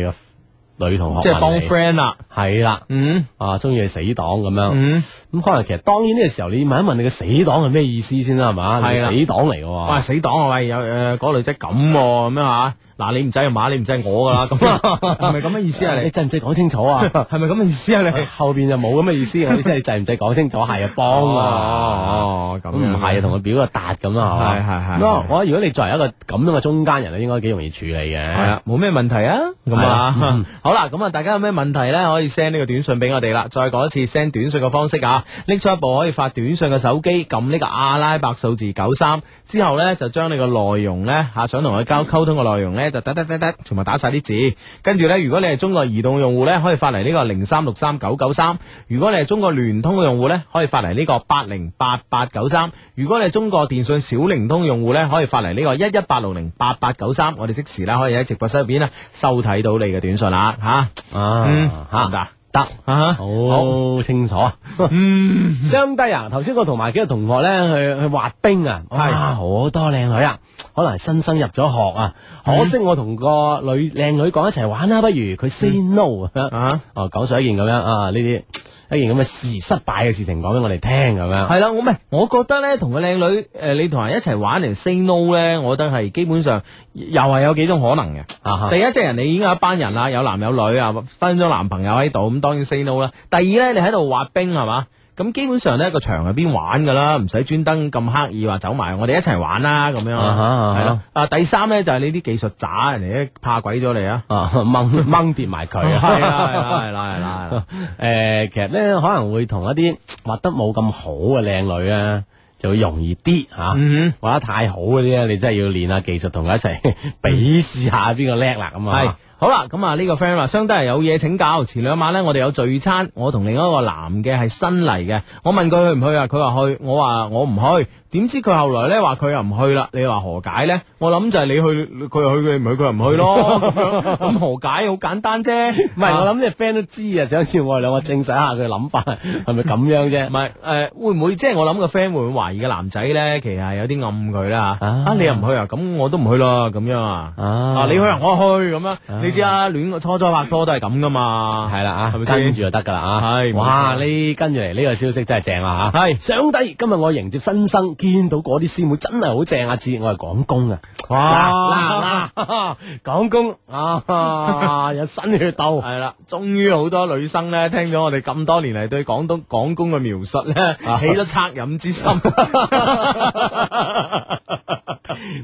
Speaker 4: 個女同學
Speaker 3: 即
Speaker 4: 幫
Speaker 3: 係幫 friend 啦。
Speaker 4: 係啦，
Speaker 3: 嗯
Speaker 4: 啊，中意你死黨咁樣。
Speaker 3: 嗯，
Speaker 4: 咁可能其實當然呢個時候你要問一問你嘅死黨係咩意思先啦，係嘛？
Speaker 3: 係啦
Speaker 4: 你死黨嚟嘅喎哎
Speaker 3: 哇，死黨啊喂，有诶嗰個女仔咁喎咁樣吓，嗱你唔制就馬，你唔制我噶啦，咁 [laughs] 係咪咁嘅意思啊
Speaker 4: 你
Speaker 3: 你？
Speaker 4: 制唔制講清楚啊？
Speaker 3: [laughs] 係咪咁嘅意思啊你？
Speaker 4: 後邊就冇咁嘅意思，我意思係你制唔制講清楚，係啊幫啊，
Speaker 3: 哦咁
Speaker 4: 咁唔係啊同佢表個達咁啊，係嘛
Speaker 3: 係係係
Speaker 4: 咁啊我覺得如果你作為一個咁樣嘅中間人咧，應該幾容易處理
Speaker 3: 系
Speaker 4: 嘅
Speaker 3: 啊。，冇咩問題啊，咁
Speaker 4: 係
Speaker 3: 啊
Speaker 4: 啦，
Speaker 3: [laughs] 好啦，咁啊，大家有咩問題咧，可以 send 呢個短信俾我哋啦。再講一次 send 短信嘅方式啊，拎出一部可以發短信嘅手機，撳呢個阿拉伯數字九三，之後咧就將你個內容咧吓想同佢交溝通嘅內容咧就得得得得，全部打晒啲字。跟住咧，如果你係中國移動用戶咧，可以發嚟呢個零三六三九九三；如果你係中國聯通嘅用戶咧，可以發嚟呢個八零八八九三；如果你係中國電信小靈通用戶咧，可以發嚟呢個一一八六零八八九三。我哋即時咧可以喺直播室入邊咧收睇到你嘅短信啦，吓、嗯
Speaker 4: 啊，
Speaker 3: 得
Speaker 4: 嚇
Speaker 3: 唔得
Speaker 4: 得。
Speaker 3: 啊哈
Speaker 4: 好清楚，相低啊！頭先我同埋幾個同學咧去去滑冰啊，哇，好多靚女啊！可能係新生入咗學啊，可惜我同個女靚女講一齊玩啦，不如佢 say no 咁樣
Speaker 3: 啊！
Speaker 4: 哦，講上一件咁樣啊，呢啲一件咁嘅事失敗嘅事情講俾我哋聽咁樣。
Speaker 3: 系啦，我唔係，我覺得咧，同個靚女，诶、你同人一齊玩嚟 say no 咧，我覺得係基本上又係有幾種可能嘅。
Speaker 4: 啊哈
Speaker 3: 第一，即係人哋已經有一班人啦，有男有女啊，分咗男朋友喺度，咁當然 say no 啦。第二咧，你喺度滑冰係嘛？咁基本上咧個場入邊玩噶啦，唔使專登咁刻意話走埋，我哋一齊玩啦咁樣。
Speaker 4: 啊哈啊哈
Speaker 3: 係咯。啊，第三咧就係你啲技術渣，人哋都怕鬼咗你啊。
Speaker 4: 啊，掹掹跌埋佢啊！
Speaker 3: 係啦係啦係啦係啦係
Speaker 4: [laughs]
Speaker 3: 啦。
Speaker 4: 诶、其實咧可能會同一啲畫得冇咁好嘅靚女啊，就會容易啲吓。
Speaker 3: 嗯
Speaker 4: 畫得太好嗰啲咧，你真係要練下技術，同佢一 [laughs] 齊比試下邊個叻啦咁啊。
Speaker 3: 系好啦，咁啊呢個 friend 話，相低係有嘢請教。前兩晚呢，我哋有聚餐，我同另一個男嘅係新嚟嘅，我問佢去唔去啊？佢話去，我話我唔去。點知佢後來呢話佢又唔去啦。你話何解呢？ [laughs] 我諗就係你去，佢又去，佢唔去，佢又唔去咯。咁樣咁何解？好簡單 [laughs] 啫。啊
Speaker 4: 唔係，我諗你 friend 都知啊，上次我哋兩個證實一下佢諗法 [laughs] 係咪咁樣啫
Speaker 3: 唔。係誒，會唔會即係我諗個 friend 會唔會懷疑個男仔咧，其實係有啲暗佢啦嚇
Speaker 4: 啊
Speaker 3: 啊，你又唔去啊，咁我都唔去啦，咁樣啊，
Speaker 4: 啊
Speaker 3: 啊，你去啊，我去咁樣，你知啊，戀初初拍拖都係咁噶嘛，
Speaker 4: 係啦啊，
Speaker 3: 係咪先
Speaker 4: 跟住就得噶啦啊！
Speaker 3: 係冇
Speaker 4: 哇！
Speaker 3: 錯
Speaker 4: 呢跟住嚟呢個消息真係正啦吓。
Speaker 3: 係
Speaker 4: 上帝，今日我迎接新生，見到嗰啲師妹真係好正啊！志，我係廣工啊！
Speaker 3: 哇
Speaker 4: 嗱嗱嗱，廣工啊， [laughs] 有新血到
Speaker 3: [laughs] 係啦，終於好多女生咧，聽咗我哋咁多年嚟對廣東廣工嘅描述咧，
Speaker 4: 啊
Speaker 3: 起咗恻隱
Speaker 4: [laughs]
Speaker 3: 之心。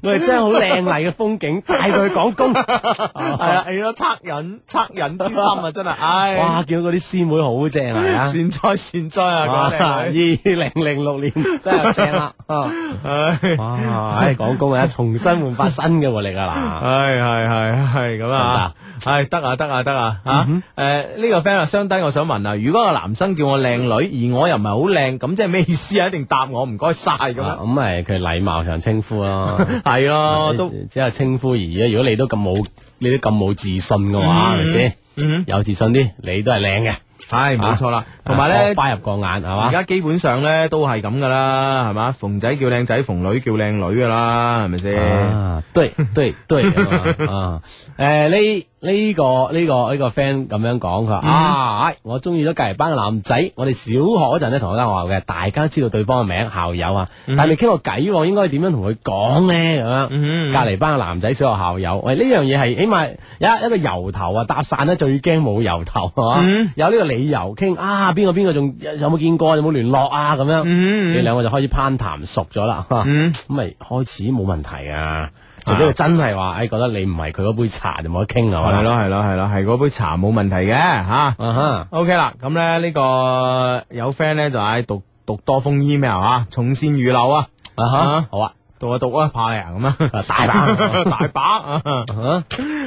Speaker 4: 我哋將好靚麗嘅風景帶到去廣 [laughs] 工，係
Speaker 3: 係啦，起咗恻隱恻隱之心啊！真係，唉， [laughs]
Speaker 4: 哇！見到嗰啲師妹好正啊！
Speaker 3: 善哉善哉 [laughs] 啊！講
Speaker 4: 二 [laughs]
Speaker 3: 嚟，
Speaker 4: 零零六
Speaker 3: [laughs]
Speaker 4: 年真係正 [laughs] 啦！啊
Speaker 3: 唉。 [laughs]
Speaker 4: 哇！唉，廣工啊，重新煥發新嘅活力啊嗱！
Speaker 3: 系系系系咁啊！系得啊，得啊，得啊，
Speaker 4: 嗯
Speaker 3: 吓诶呢個 friend 啊，相低，我想問啊，如果個男生叫我靚女，而我又唔係好靚，咁即係咩意思啊？一定答我唔該晒咁
Speaker 4: 啊咁
Speaker 3: 樣，
Speaker 4: 咪佢禮貌上稱呼
Speaker 3: [laughs]
Speaker 4: 咯。
Speaker 3: 係咯，哦都
Speaker 4: 只係稱呼而已啊。如果你都咁冇，你都咁冇自信嘅話，係咪先？
Speaker 3: 嗯
Speaker 4: 有自信啲，你都係靚嘅，
Speaker 3: 係冇錯啦。同埋
Speaker 4: 啊
Speaker 3: 咧
Speaker 4: 各，花入過眼係
Speaker 3: 而
Speaker 4: 嘛？
Speaker 3: 家基本上咧都係咁噶啦，係嘛？逢仔叫靚仔，逢女叫靚女噶啦，係咪先？
Speaker 4: 啊，對對
Speaker 3: [laughs]
Speaker 4: 對啊！誒呢呢個呢個呢個 friend 咁樣講佢
Speaker 3: 嗯
Speaker 4: 話啊，唉我中意咗隔離班嘅男仔，我哋小學嗰陣咧同一間學校嘅，大家知道對方嘅名校友啊，但係未傾過偈喎，應該點樣同佢講咧咁樣？
Speaker 3: 嗯
Speaker 4: 隔離班嘅男仔小學校友，喂呢樣嘢係起碼有一個由頭啊搭訕咧最驚冇由頭啊，
Speaker 3: 嗯
Speaker 4: 有呢個理由傾啊邊個邊個仲有冇見過有冇聯絡啊咁樣，
Speaker 3: 嗯
Speaker 4: 你兩個就開始攀談熟咗啦，啊哈
Speaker 3: 嗯
Speaker 4: 咁咪開始冇問題啊，除非佢真係話哎誒覺得你唔係佢嗰杯茶就冇得傾啊，
Speaker 3: 係
Speaker 4: 係
Speaker 3: 咯，係咯，係咯，係嗰杯茶冇問題嘅吓。
Speaker 4: 啊哈。
Speaker 3: O K 啦，咁咧呢個有 friend 咧就嗌讀讀多封 email 啊，重善如流啊，
Speaker 4: 啊哈
Speaker 3: 啊，
Speaker 4: 好啊，
Speaker 3: 讀啊讀啊，怕你啊咁啊。
Speaker 4: 啊大
Speaker 3: [laughs]
Speaker 4: 把
Speaker 3: 大把啊！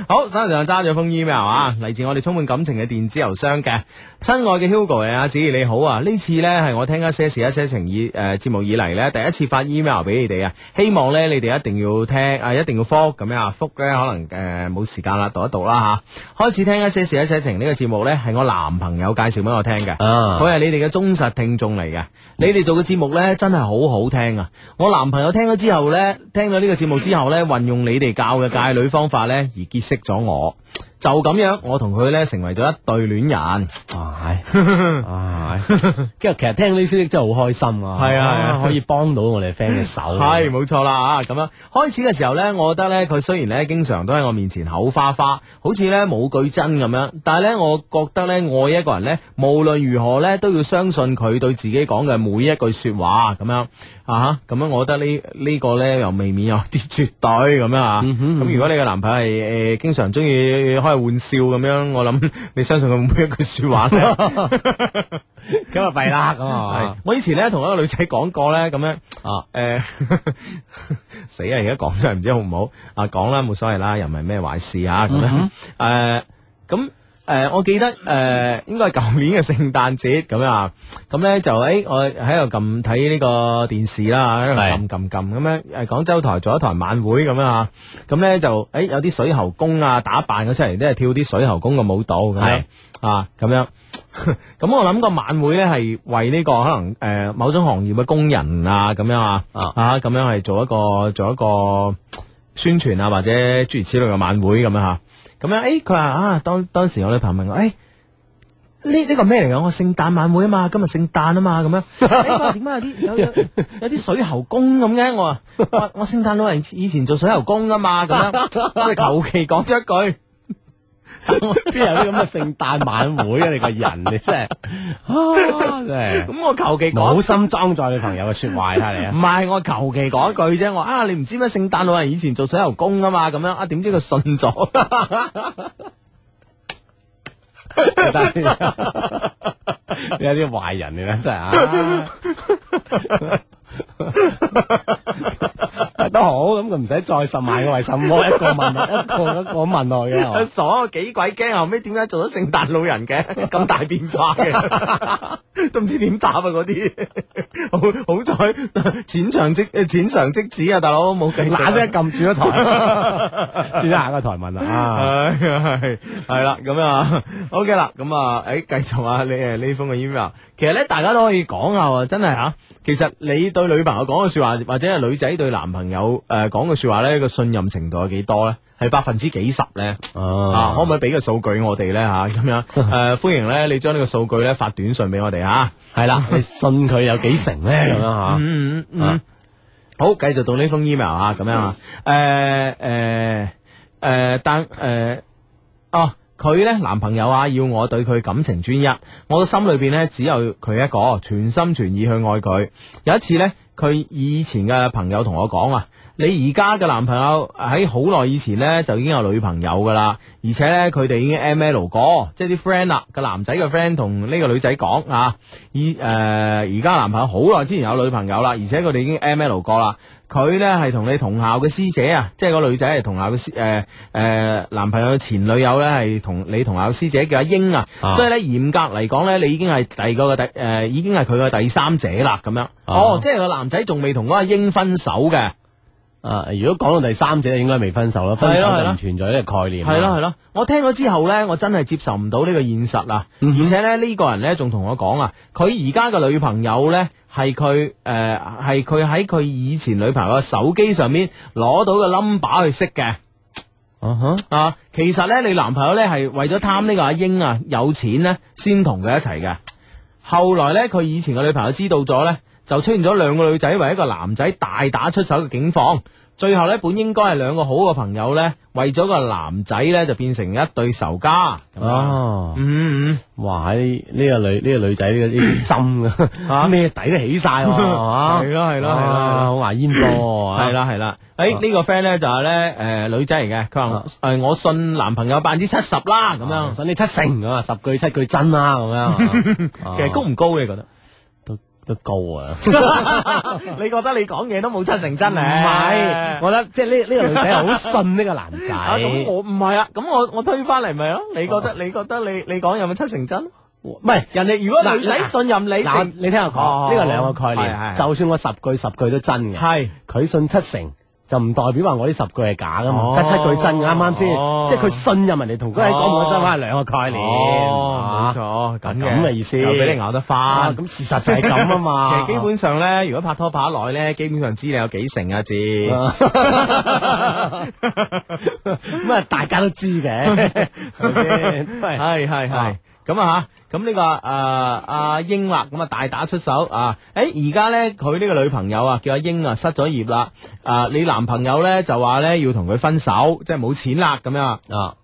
Speaker 3: 好，手頭上揸住封 email 啊，嚟自我哋充滿感情嘅電子郵箱嘅，親愛嘅 Hugo 啊，阿子怡你好啊！呢次呢係我聽一些事一些情以誒節目以嚟呢，第一次發 email 俾你哋啊，希望呢你哋一定要聽啊，一定要覆咁樣啊，覆呢可能誒冇、時間啦，讀一讀啦嚇。開始聽一些事一些情呢、個節目呢，係我男朋友介紹俾我聽嘅。
Speaker 4: 啊
Speaker 3: 佢係你哋嘅忠實聽眾嚟嘅，你哋做嘅節目呢，真係好好聽啊！我男朋友聽咗之後呢，聽到呢個節目之後呢，運用你哋教嘅戒女方法呢，而結識咗我，就咁樣，我同佢呢，成為咗一對戀人。
Speaker 4: 唉，
Speaker 3: [laughs]
Speaker 4: 唉，跟住其實聽呢啲消息真係好開心啊！
Speaker 3: 係啊係啊
Speaker 4: 可以幫到我哋 friend 嘅手啊，
Speaker 3: 係冇錯啦啊！咁樣開始嘅時候呢，我覺得呢，佢雖然呢經常都喺我面前口花花，好似呢冇句真咁樣，但係呢，我覺得呢，愛一個人呢，無論如何呢，都要相信佢對自己講嘅每一句說話咁樣啊！咁樣我覺得呢呢、個呢，又未免有啲絕對咁樣啊！咁、如果你嘅男朋友係誒、呃經常中意開玩笑咁樣，我諗你相信佢每一句說話呢。
Speaker 4: 咁啊弊啦咁
Speaker 3: 係
Speaker 4: 啊，
Speaker 3: 我以前咧同一個女仔講過咧，咁樣
Speaker 4: 啊
Speaker 3: 誒 [laughs] 死啊！而家講出嚟唔知好唔好啊？講啦，冇所謂啦，又唔係咩壞事啊咁樣
Speaker 4: 嗯
Speaker 3: 誒咁。誒、我記得誒、應該係舊年嘅聖誕節咁樣啊，咁咧就誒、我喺度撳睇呢個電視啦，喺度撳撳撳咁樣，誒廣州台做一台晚會咁樣啊，咁咧就誒、有啲水喉工啊打扮咗出嚟，都係跳啲水喉工嘅舞蹈咁樣
Speaker 4: 係
Speaker 3: 啊，咁樣。 [laughs] 咁我諗個晚會咧係為呢、個可能誒、呃某種行業嘅工人啊咁樣啊
Speaker 4: 啊
Speaker 3: 啊咁樣係做一個做一個宣傳啊或者諸如此類嘅晚會咁樣吓，咁樣誒佢話啊當當時我女朋友問我誒。呢呢個咩嚟㗎？我聖誕晚會啊嘛，今日聖誕啊嘛，咁樣。誒我話點解啊有啲有有有啲水喉工咁嘅？我話我我聖誕老人以前做水喉工噶嘛，咁樣。我哋求其講咗一句。
Speaker 4: 邊有啲咁嘅聖誕晚會啊？你個人你真係
Speaker 3: [laughs]
Speaker 4: 啊，真係
Speaker 3: 咁我求其講
Speaker 4: 冇心裝載你朋友嘅説話睇你
Speaker 3: 唔
Speaker 4: 啊！
Speaker 3: 係，我求其講一句啫。我話啊，你唔知咩？聖誕老人以前做水喉工啊嘛，咁樣啊，點知佢信咗？
Speaker 4: [laughs] 有啲壞人嚟啦，真係啊！都好，咁佢唔使再十萬個為什麼一個
Speaker 3: [laughs]
Speaker 4: 問一個一個問落嘅係嘛。
Speaker 3: 傻，我幾鬼驚！後尾點解做咗聖誕老人
Speaker 4: [laughs]
Speaker 3: 嘅？咁大變化嘅，都唔知點答啊！嗰啲 [laughs] 好好在淺嘗即誒淺嘗即止啊，大佬冇計。
Speaker 4: 嗱聲撳住咗 [laughs] 台，轉咗下一個台問啦啊！
Speaker 3: 唉，系系啦，咁啊，OK 啦，咁啊，诶，继续啊，你诶呢封嘅 email，其實啊咧大家都可以講下喎，真係吓、其實你對女朋友講嘅说話，或者係女仔對男朋友诶講嘅说話咧，個信任程度有幾多咧？係百分之幾十咧？
Speaker 4: 哦
Speaker 3: 啊，可唔可以俾個數據我哋咧吓？咁樣诶，歡迎咧，你將呢個數據咧發短信俾我哋吓。
Speaker 4: 系啦，你信佢有幾成咧？咁樣吓，
Speaker 3: 嗯嗯
Speaker 4: 啊
Speaker 3: 嗯，好，繼續到呢封 email 啊，咁樣啊，诶诶诶，但诶，哦。佢呢男朋友啊，要我對佢感情專一，我嘅心裏邊呢，只有佢一個，全心全意去愛佢。有一次呢，佢以前嘅朋友同我講啊，你而家嘅男朋友喺好耐以前呢，就已經有女朋友噶啦，而且呢，佢哋已經 M L 過，即係啲 friend 啦，個男仔嘅 friend 同呢個女仔講呃啊，以誒而家男朋友好耐之前有女朋友啦，而且佢哋已經 M L 過啦。佢呢係同你同校嘅師姐啊，即係個女仔係同校嘅師诶诶男朋友嘅前女友呢係同你同校嘅師姐叫阿英啊，
Speaker 4: 啊
Speaker 3: 所以呢，嚴格嚟講呢，你已經係第二個嘅第诶、已經係佢嘅第三者啦咁樣。哦，即係個男仔仲未同嗰阿英分手嘅。
Speaker 4: 啊，如果講到第三者，應該未分手啦，分手
Speaker 3: 係咯係
Speaker 4: 就
Speaker 3: 咯
Speaker 4: 唔存在呢個概念。
Speaker 3: 系咯系，咯，我聽咗之後呢，我真係接受唔到呢個現實啊！
Speaker 4: 嗯哼
Speaker 3: 而且呢，呢、個人呢，仲同我講啊，佢而家嘅女朋友呢，係佢诶系佢喺佢以前女朋友嘅手機上面攞到嘅 number 去識嘅。
Speaker 4: 啊哈，
Speaker 3: 啊，其實呢，你男朋友呢係為咗貪呢個阿英啊有錢呢，先同佢一齊嘅。後來呢，佢以前嘅女朋友知道咗呢，就出現咗兩個女仔為一個男仔大打出手嘅境況。最後呢，本應該係兩個好嘅朋友呢，為咗個男仔呢，就變成一對仇家。咁樣
Speaker 4: 哦，
Speaker 3: 嗯，嗯
Speaker 4: 哇！呢呢個女呢個女仔呢個呢啲針
Speaker 3: 啊
Speaker 4: 啊，咩底都起晒
Speaker 3: [laughs]
Speaker 4: 喎，
Speaker 3: 嗯，
Speaker 4: 係嘛
Speaker 3: 係咯係咯係
Speaker 4: 哇
Speaker 3: 咯。
Speaker 4: 好牙煙波啊！
Speaker 3: 系啦系啦，诶
Speaker 4: 啊
Speaker 3: 呢個 friend 呢，就係呢，诶女仔嚟嘅，佢話诶我信男朋友百分之七十啦咁
Speaker 4: 咁樣，
Speaker 3: 樣，
Speaker 4: 信你七成啊，十句七句真啦，咁樣。啊
Speaker 3: [laughs] 其實高唔高你覺得？
Speaker 4: 都都高啊！
Speaker 3: [laughs] 你覺得你講嘢都冇七成真
Speaker 4: 唔係， [laughs] 我覺得即係呢呢個女仔好信呢個男仔。
Speaker 3: [laughs] 啊，咁我唔係啊，咁我我推翻嚟咪咯？你覺得你覺得你你講有冇七成真？
Speaker 4: 唔係
Speaker 3: 人哋如果
Speaker 4: 嗱
Speaker 3: 女仔信任你，
Speaker 4: 嗱，
Speaker 3: 淨
Speaker 4: 你聽我
Speaker 3: 哦
Speaker 4: 講，呢個兩個概
Speaker 3: 係係
Speaker 4: 念，就算我十句十句都真嘅，
Speaker 3: 係
Speaker 4: 佢信七成。就唔代表話我呢十句係假噶嘛，
Speaker 3: 哦
Speaker 4: 得七句真㗎啱唔啱先？
Speaker 3: 哦
Speaker 4: 即係佢信任人哋同佢講冇真，係兩個概念。
Speaker 3: 哦，
Speaker 4: 啊
Speaker 3: 冇錯，咁
Speaker 4: 咁嘅意思
Speaker 3: 又俾你咬得
Speaker 4: 啊
Speaker 3: 翻。
Speaker 4: 咁事實就係咁啊
Speaker 3: [laughs] 其
Speaker 4: 嘛。
Speaker 3: 實基本上咧，如果拍拖拍得耐咧，基本上知你有幾成啊字。
Speaker 4: [laughs] 咁啊，大家都知嘅，係咪
Speaker 3: 系系系
Speaker 4: 啊。
Speaker 3: 咁啊吓，咁呢、個个诶阿英啦，咁啊大打出手啊！诶而家呢，佢呢個女朋友啊叫阿英啊失咗業啦，啊你男朋友呢，就話呢要同佢分手，即係冇錢啦咁樣
Speaker 4: 先 [laughs] 啊？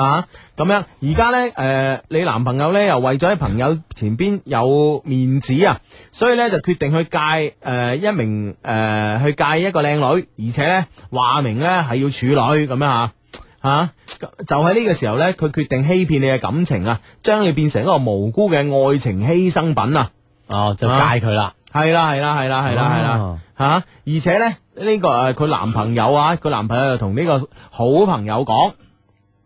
Speaker 3: 啊咁樣。而家呢，诶、你男朋友呢，又為咗喺朋友前邊有面子啊，所以呢，就決定去戒诶、呃一名诶、呃去戒一個靚女，而且呢，話明呢係要處女咁樣啊。吓、就喺呢個時候呢，佢決定欺騙你嘅感情啊，將你變成一個無辜嘅愛情犧牲品啊！
Speaker 4: 哦，就戒佢啦。
Speaker 3: 係啦，係啦，係啦，係啦，係啦
Speaker 4: 哦，
Speaker 3: 吓、而且呢，呢、個诶，佢男朋友啊，佢男朋友就同呢個好朋友講。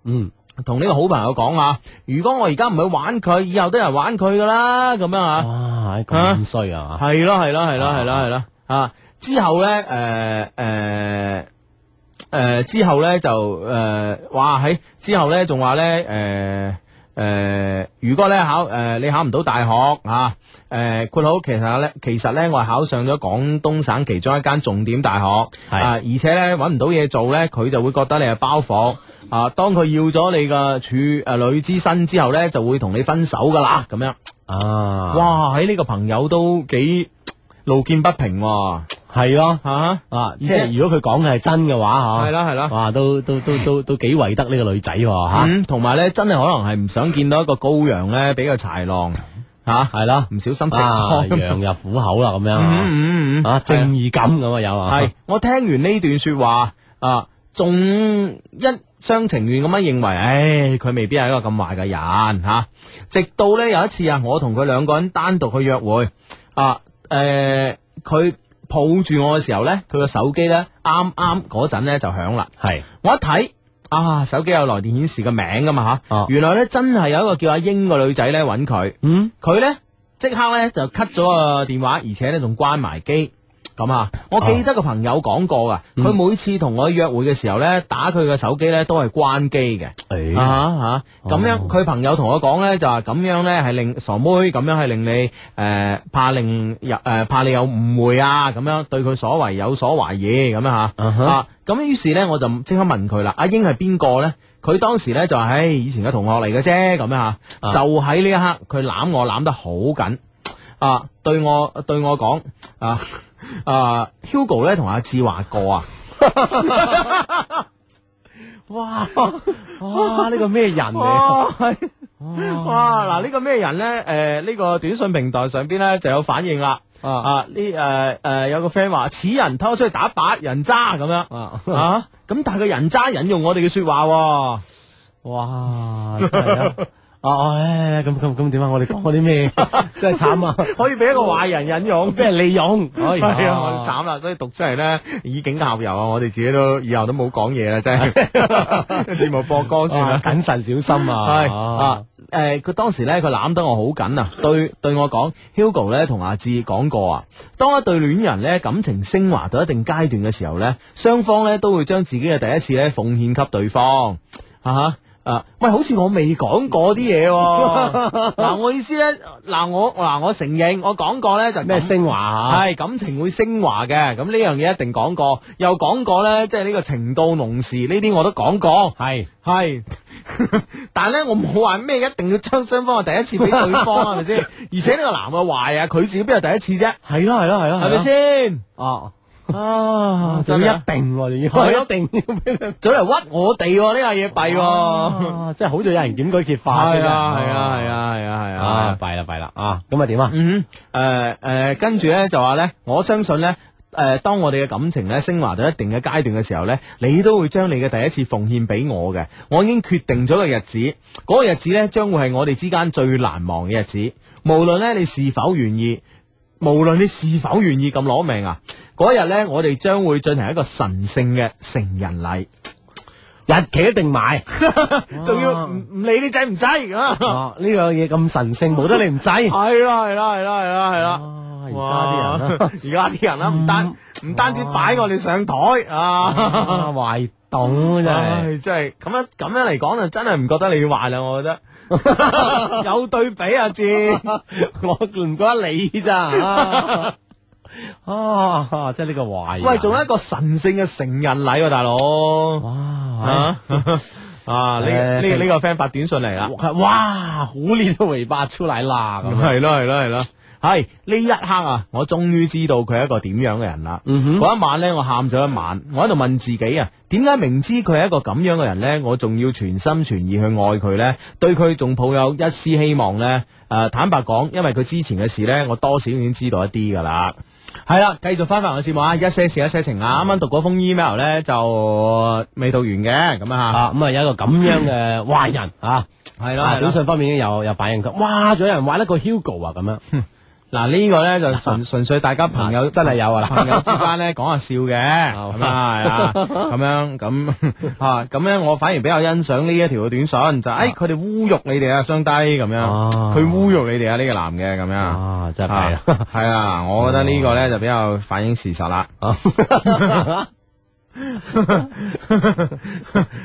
Speaker 4: 嗯，
Speaker 3: 同呢個好朋友講啊，如果我而家唔去玩佢，以後都有人玩佢噶啦，咁樣啊，
Speaker 4: 哇，咁衰啊！
Speaker 3: 係咯係咯係咯係咯係咯啊！之後咧，诶诶诶，誒呃之後咧就诶、誒哇喺之後咧仲話咧，诶、誒如果咧考诶、呃你考唔到大學啊，诶、括號其實咧其實咧我係考上咗廣東省其中一間重點大學，
Speaker 4: 係
Speaker 3: 啊，而且咧揾唔到嘢做咧，佢就會覺得你係包袱。啊！當佢要咗你嘅處诶女之身之後咧，就會同你分手噶啦，咁樣。
Speaker 4: 啊，
Speaker 3: 哇！喺呢個朋友都幾路見不平喎、
Speaker 4: 系咯，
Speaker 3: 啊，
Speaker 4: 啊，
Speaker 3: 即
Speaker 4: 即
Speaker 3: 係
Speaker 4: 系如果佢講嘅係真嘅話，吓
Speaker 3: 吓係，啦係啦，
Speaker 4: 哇，都都都都都几为得呢個女仔喎，吓，
Speaker 3: 嗯，同埋咧，真係可能係唔想見到一個羔羊咧，俾個豺狼吓，
Speaker 4: 係啦，
Speaker 3: 唔小心食
Speaker 4: 啊，
Speaker 3: 咗。
Speaker 4: 羊入虎口啦，咁樣啊
Speaker 3: 嗯嗯嗯，
Speaker 4: 啊，正義感咁啊有啊，
Speaker 3: 系，我聽完呢段说話啊，仲一廂情願咁樣認為，唉，佢未必係一個咁壞嘅人吓、直到呢，有一次啊，我同佢兩個人單獨去約會啊，诶、佢抱住我嘅時候呢，佢個手機呢，啱啱嗰陣呢就響啦。
Speaker 4: 係
Speaker 3: 我一睇啊，手機有來電顯示個名噶嘛吓，
Speaker 4: 哦
Speaker 3: 原來咧真係有一個叫阿英個女仔咧揾佢，
Speaker 4: 嗯，
Speaker 3: 佢咧即刻咧就 cut 咗個電話，而且咧仲關埋機。咁啊，我記得個朋友講過噶，佢、每次同我約會嘅時候咧，打佢嘅手機咧都係關機嘅。
Speaker 4: 诶，
Speaker 3: 啊吓，咁樣
Speaker 4: 哦
Speaker 3: 佢朋友同我講咧，就話咁樣咧係令傻妹咁樣係令你诶、呃怕令有诶、怕你有誤會啊，咁樣對佢所為有所懷疑咁樣吓
Speaker 4: 啊哈
Speaker 3: 啊，咁於是咧我就即刻問佢啦，阿英係邊個咧？佢當時咧就係唉以前嘅同學嚟嘅啫，咁樣吓，
Speaker 4: 啊
Speaker 3: 就喺呢一刻佢攬我攬得好緊啊，對我對我講啊啊，Hugo 咧同阿志華過啊。
Speaker 4: 哇，哇，呢個咩人嚟？
Speaker 3: 哦，系，哇！嗱，呢個咩人咧？诶，呢個短信平台上邊咧就有反應啦。
Speaker 4: 啊
Speaker 3: 啊，呢诶诶有個 friend 話：此人偷出去打靶，人渣咁樣
Speaker 4: 啊
Speaker 3: 啊！咁但係佢人渣引用我哋嘅说話喎。
Speaker 4: 哇，真係啊！哦，唉咁咁咁點啊？我哋講嗰啲咩 [laughs] 真係慘啊！
Speaker 3: 可以俾一個壞人引用。
Speaker 4: 俾人利用，
Speaker 3: [laughs]
Speaker 4: 哎呀
Speaker 3: 係啊，我哋慘啦，所以讀出嚟咧以儆效尤啊！我哋自己都以後都冇講嘢啦，
Speaker 4: [laughs]
Speaker 3: 真係節目播歌先
Speaker 4: 哇
Speaker 3: 啦。
Speaker 4: 謹慎小心啊！
Speaker 3: 系啊，诶，佢當時咧，佢攬得我好緊啊，對對我講，Hugo 咧同阿志講過啊，當一對戀人咧感情升華到一定階段嘅時候咧，雙方咧都會將自己嘅第一次咧奉獻給對方，啊哈啊，喂，好似我未講過啲
Speaker 4: [laughs]
Speaker 3: 嘢喎，嗱，我意思咧，嗱，我嗱，我承認，我講過咧就
Speaker 4: 咩
Speaker 3: 咁
Speaker 4: 升華啊？
Speaker 3: 系感情會升華嘅，咁呢樣嘢一定講過，又講過咧，即係呢個情到濃時呢啲我都講過，
Speaker 4: 係
Speaker 3: 系， [laughs] 但系咧我冇話咩一定要將雙方啊嘅第一次俾對方，啊係咪 [laughs] 先？而且呢個男嘅壞啊，佢自己邊有第一次啫，
Speaker 4: 係咯係咯係咯，
Speaker 3: 係咪先？
Speaker 4: 哦，
Speaker 3: [laughs] 啊
Speaker 4: 仲
Speaker 3: 真
Speaker 4: 要
Speaker 3: 係
Speaker 4: 一定喎，仲
Speaker 3: 係
Speaker 4: 要
Speaker 3: 啊
Speaker 4: 一定 [laughs] 要俾佢
Speaker 3: 早嚟屈我哋喎呢下嘢弊喎，
Speaker 4: 啊！真係好在有人檢舉揭發先
Speaker 3: 係哦啊係啊係啊係啊係
Speaker 4: 啊！
Speaker 3: 啊。
Speaker 4: 弊啦弊啦啊！咁啊點啊？
Speaker 3: 嗯哼，诶、诶、跟住咧就話咧，我相信咧。诶、當我哋嘅感情咧升華到一定嘅階段嘅時候咧，你都會將你嘅第一次奉獻俾我嘅。我已經決定咗個日子，嗰、個日子咧將會係我哋之間最難忘嘅日子。無論咧你是否願意，無論你是否願意咁攞命啊，嗰日咧我哋將會進行一個神聖嘅成人禮，
Speaker 4: 日期一定 [laughs] 買。
Speaker 3: 仲要唔唔理你制 [laughs] 唔制啊？
Speaker 4: 啊！呢樣嘢咁神聖，冇得你唔制。
Speaker 3: 係啦係啦係啦係啦係啦。
Speaker 4: 而家啲
Speaker 3: 哇！
Speaker 4: 人啊，
Speaker 3: [laughs] 而家啲人啦，唔單
Speaker 4: 嗯
Speaker 3: 唔單止擺我哋上台啊，
Speaker 4: 啊壞懂 [laughs] 真係。
Speaker 3: 唉，真係咁樣咁樣嚟講就真係唔覺得你壞啦，我覺
Speaker 4: [laughs]
Speaker 3: 得有對比啊，志，
Speaker 4: 我唔覺得你咋 [laughs] 啊！啊，真係呢個壞人。
Speaker 3: 喂，仲有一個神聖嘅成人禮喎，大佬
Speaker 4: 哇！ [laughs]
Speaker 3: 啊啊！呢呢呢個 friend 發短信嚟啦。
Speaker 4: 哇！虎年都尾巴出嚟啦咁樣。
Speaker 3: 系咯系咯系咯。系呢一刻啊，我終於知道佢係一個點樣嘅人啦。嗰、一晚呢，我喊咗一晚，我喺度問自己啊，點解明知佢係一個咁樣嘅人呢，我仲要全心全意去愛佢呢？對佢仲抱有一絲希望呢？诶、坦白講，因為佢之前嘅事呢，我多少已經知道一啲噶啦。系啦，繼續翻翻我嘅節目啊，一些事一些情啊，啱啱讀嗰封 email 呢，就未讀完嘅，咁啊
Speaker 4: 啊，咁啊有一個咁樣嘅壞人啊。
Speaker 3: 吓，係
Speaker 4: 啊，
Speaker 3: 啦，
Speaker 4: 短信方面有有反應佢，哇！仲有人玩得過 Hugo 啊，咁樣
Speaker 3: 嗱呢個
Speaker 4: [laughs]
Speaker 3: 咧就純純粹大家朋友真係有啊，朋友之間咧講下笑嘅，
Speaker 4: 哦 [laughs]
Speaker 3: 咁啊係啊咁樣咁 [laughs] 啊咁咧，我反而比較欣賞呢一條嘅短信就哎誒佢哋侮辱你哋啊，雙低咁樣，
Speaker 4: 啊哦
Speaker 3: 佢侮辱你哋啊呢個男嘅咁樣，
Speaker 4: 啊，真係
Speaker 3: 啊
Speaker 4: 弊啦。
Speaker 3: 係啊，我覺得呢個咧就比較反映事實啦。 [laughs]
Speaker 4: à? [laughs]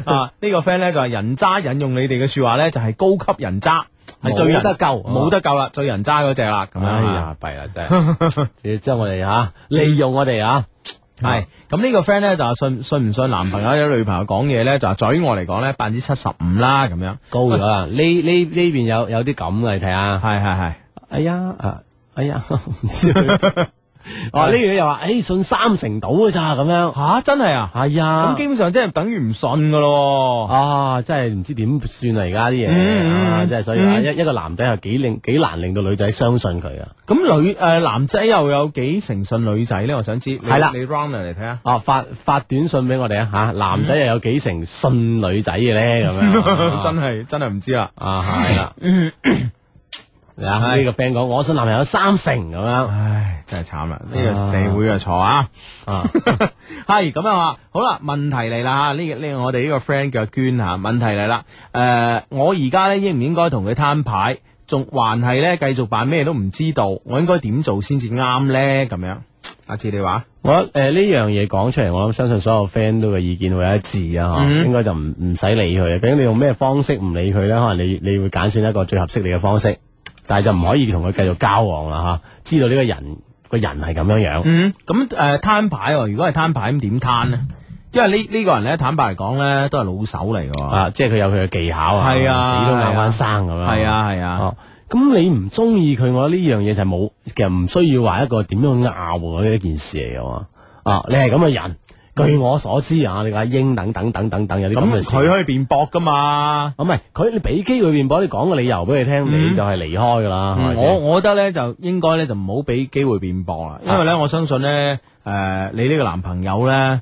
Speaker 3: 啊！呢個 friend 咧就係人渣引用你哋嘅说話咧，就係高級人渣，係最人
Speaker 4: 冇得救
Speaker 3: 冇得救啦，最人渣嗰只啦，咁樣
Speaker 4: 哎
Speaker 3: 啊。
Speaker 4: 呀，弊啦真係，要將我哋吓利用我哋啊，
Speaker 3: 系咁呢個 friend 咧就話信信唔信男朋友或者女朋友講嘢咧，就話嘴我嚟講咧百分之七十五啦咁樣，
Speaker 4: 高咗啦。呢呢呢邊有有啲咁嘅，你睇下。
Speaker 3: 係係係
Speaker 4: 哎呀，啊，哎 [laughs] 呀，唔知佢哦，呢樣又話，诶，信三成到嘅咋咁樣，
Speaker 3: 吓真係啊，
Speaker 4: 係啊
Speaker 3: 咁，基本上即係等於唔信噶咯
Speaker 4: 啊，真係唔知點算啊！而家啲嘢，
Speaker 3: 嗯
Speaker 4: 啊真係所以話
Speaker 3: 嗯
Speaker 4: 一一個男仔係幾令幾難令到女仔相信佢啊。
Speaker 3: 喎。咁女诶男仔又有幾誠信女仔咧？我想知你
Speaker 4: 係啦
Speaker 3: 你 round 嚟睇下。
Speaker 4: 啊，發發短信俾我哋啊吓，男仔又有幾成信女仔嘅咧咁樣，
Speaker 3: [laughs] [laughs] 真嗯係真係唔知啦，
Speaker 4: 啊係啦。啊！呢個 friend 講，我信男朋友三成咁樣
Speaker 3: 唉，真係慘啦！呢個社會嘅錯啊，
Speaker 4: 啊，
Speaker 3: 係咁樣啊。好啦，問題嚟啦，呢個呢個我哋呢個 friend 叫阿娟吓，問題嚟啦。诶，我而家咧應唔應該同佢攤牌？仲還係咧繼續扮咩都唔知道？我應該點做先至啱咧？咁樣，阿志你話
Speaker 4: 我誒呢樣嘢講出嚟，我諗相信所有 friend 都嘅意見會一致啊，嚇、
Speaker 3: 嗯
Speaker 4: 應該就唔唔使理佢嘅。究竟你用咩方式唔理佢咧？可能你你會揀選一個最合適你嘅方式，但係就唔可以同佢繼續交往啦嚇、知道呢個人個人係咁樣樣，
Speaker 3: 嗯，咁誒攤牌喎，如果係攤牌咁點攤呢？因為呢呢個人咧，坦白嚟講咧，都係老手嚟㗎喎。
Speaker 4: 啊，即係佢有佢嘅技巧啊，
Speaker 3: 係啊
Speaker 4: 死都硬
Speaker 3: 係啊
Speaker 4: 翻生咁樣。
Speaker 3: 係啊係啊，
Speaker 4: 哦，咁你唔中意佢，我覺得呢樣嘢就冇，其實唔需要話一個點樣拗嘅一件事嚟嘅喎。啊，你係咁嘅人，據我所知啊，你話英等等等等等有啲咁
Speaker 3: 咁
Speaker 4: 嘅事。
Speaker 3: 佢可以辯駁㗎嘛？
Speaker 4: 啊唔係佢，你俾機會辯駁，你講個理由俾佢聽，
Speaker 3: 嗯
Speaker 4: 你就係離開噶啦。係咪先啊
Speaker 3: 我我覺得咧就應該咧就唔好俾機會辯駁啦，因為咧我相信咧誒、呃你呢個男朋友咧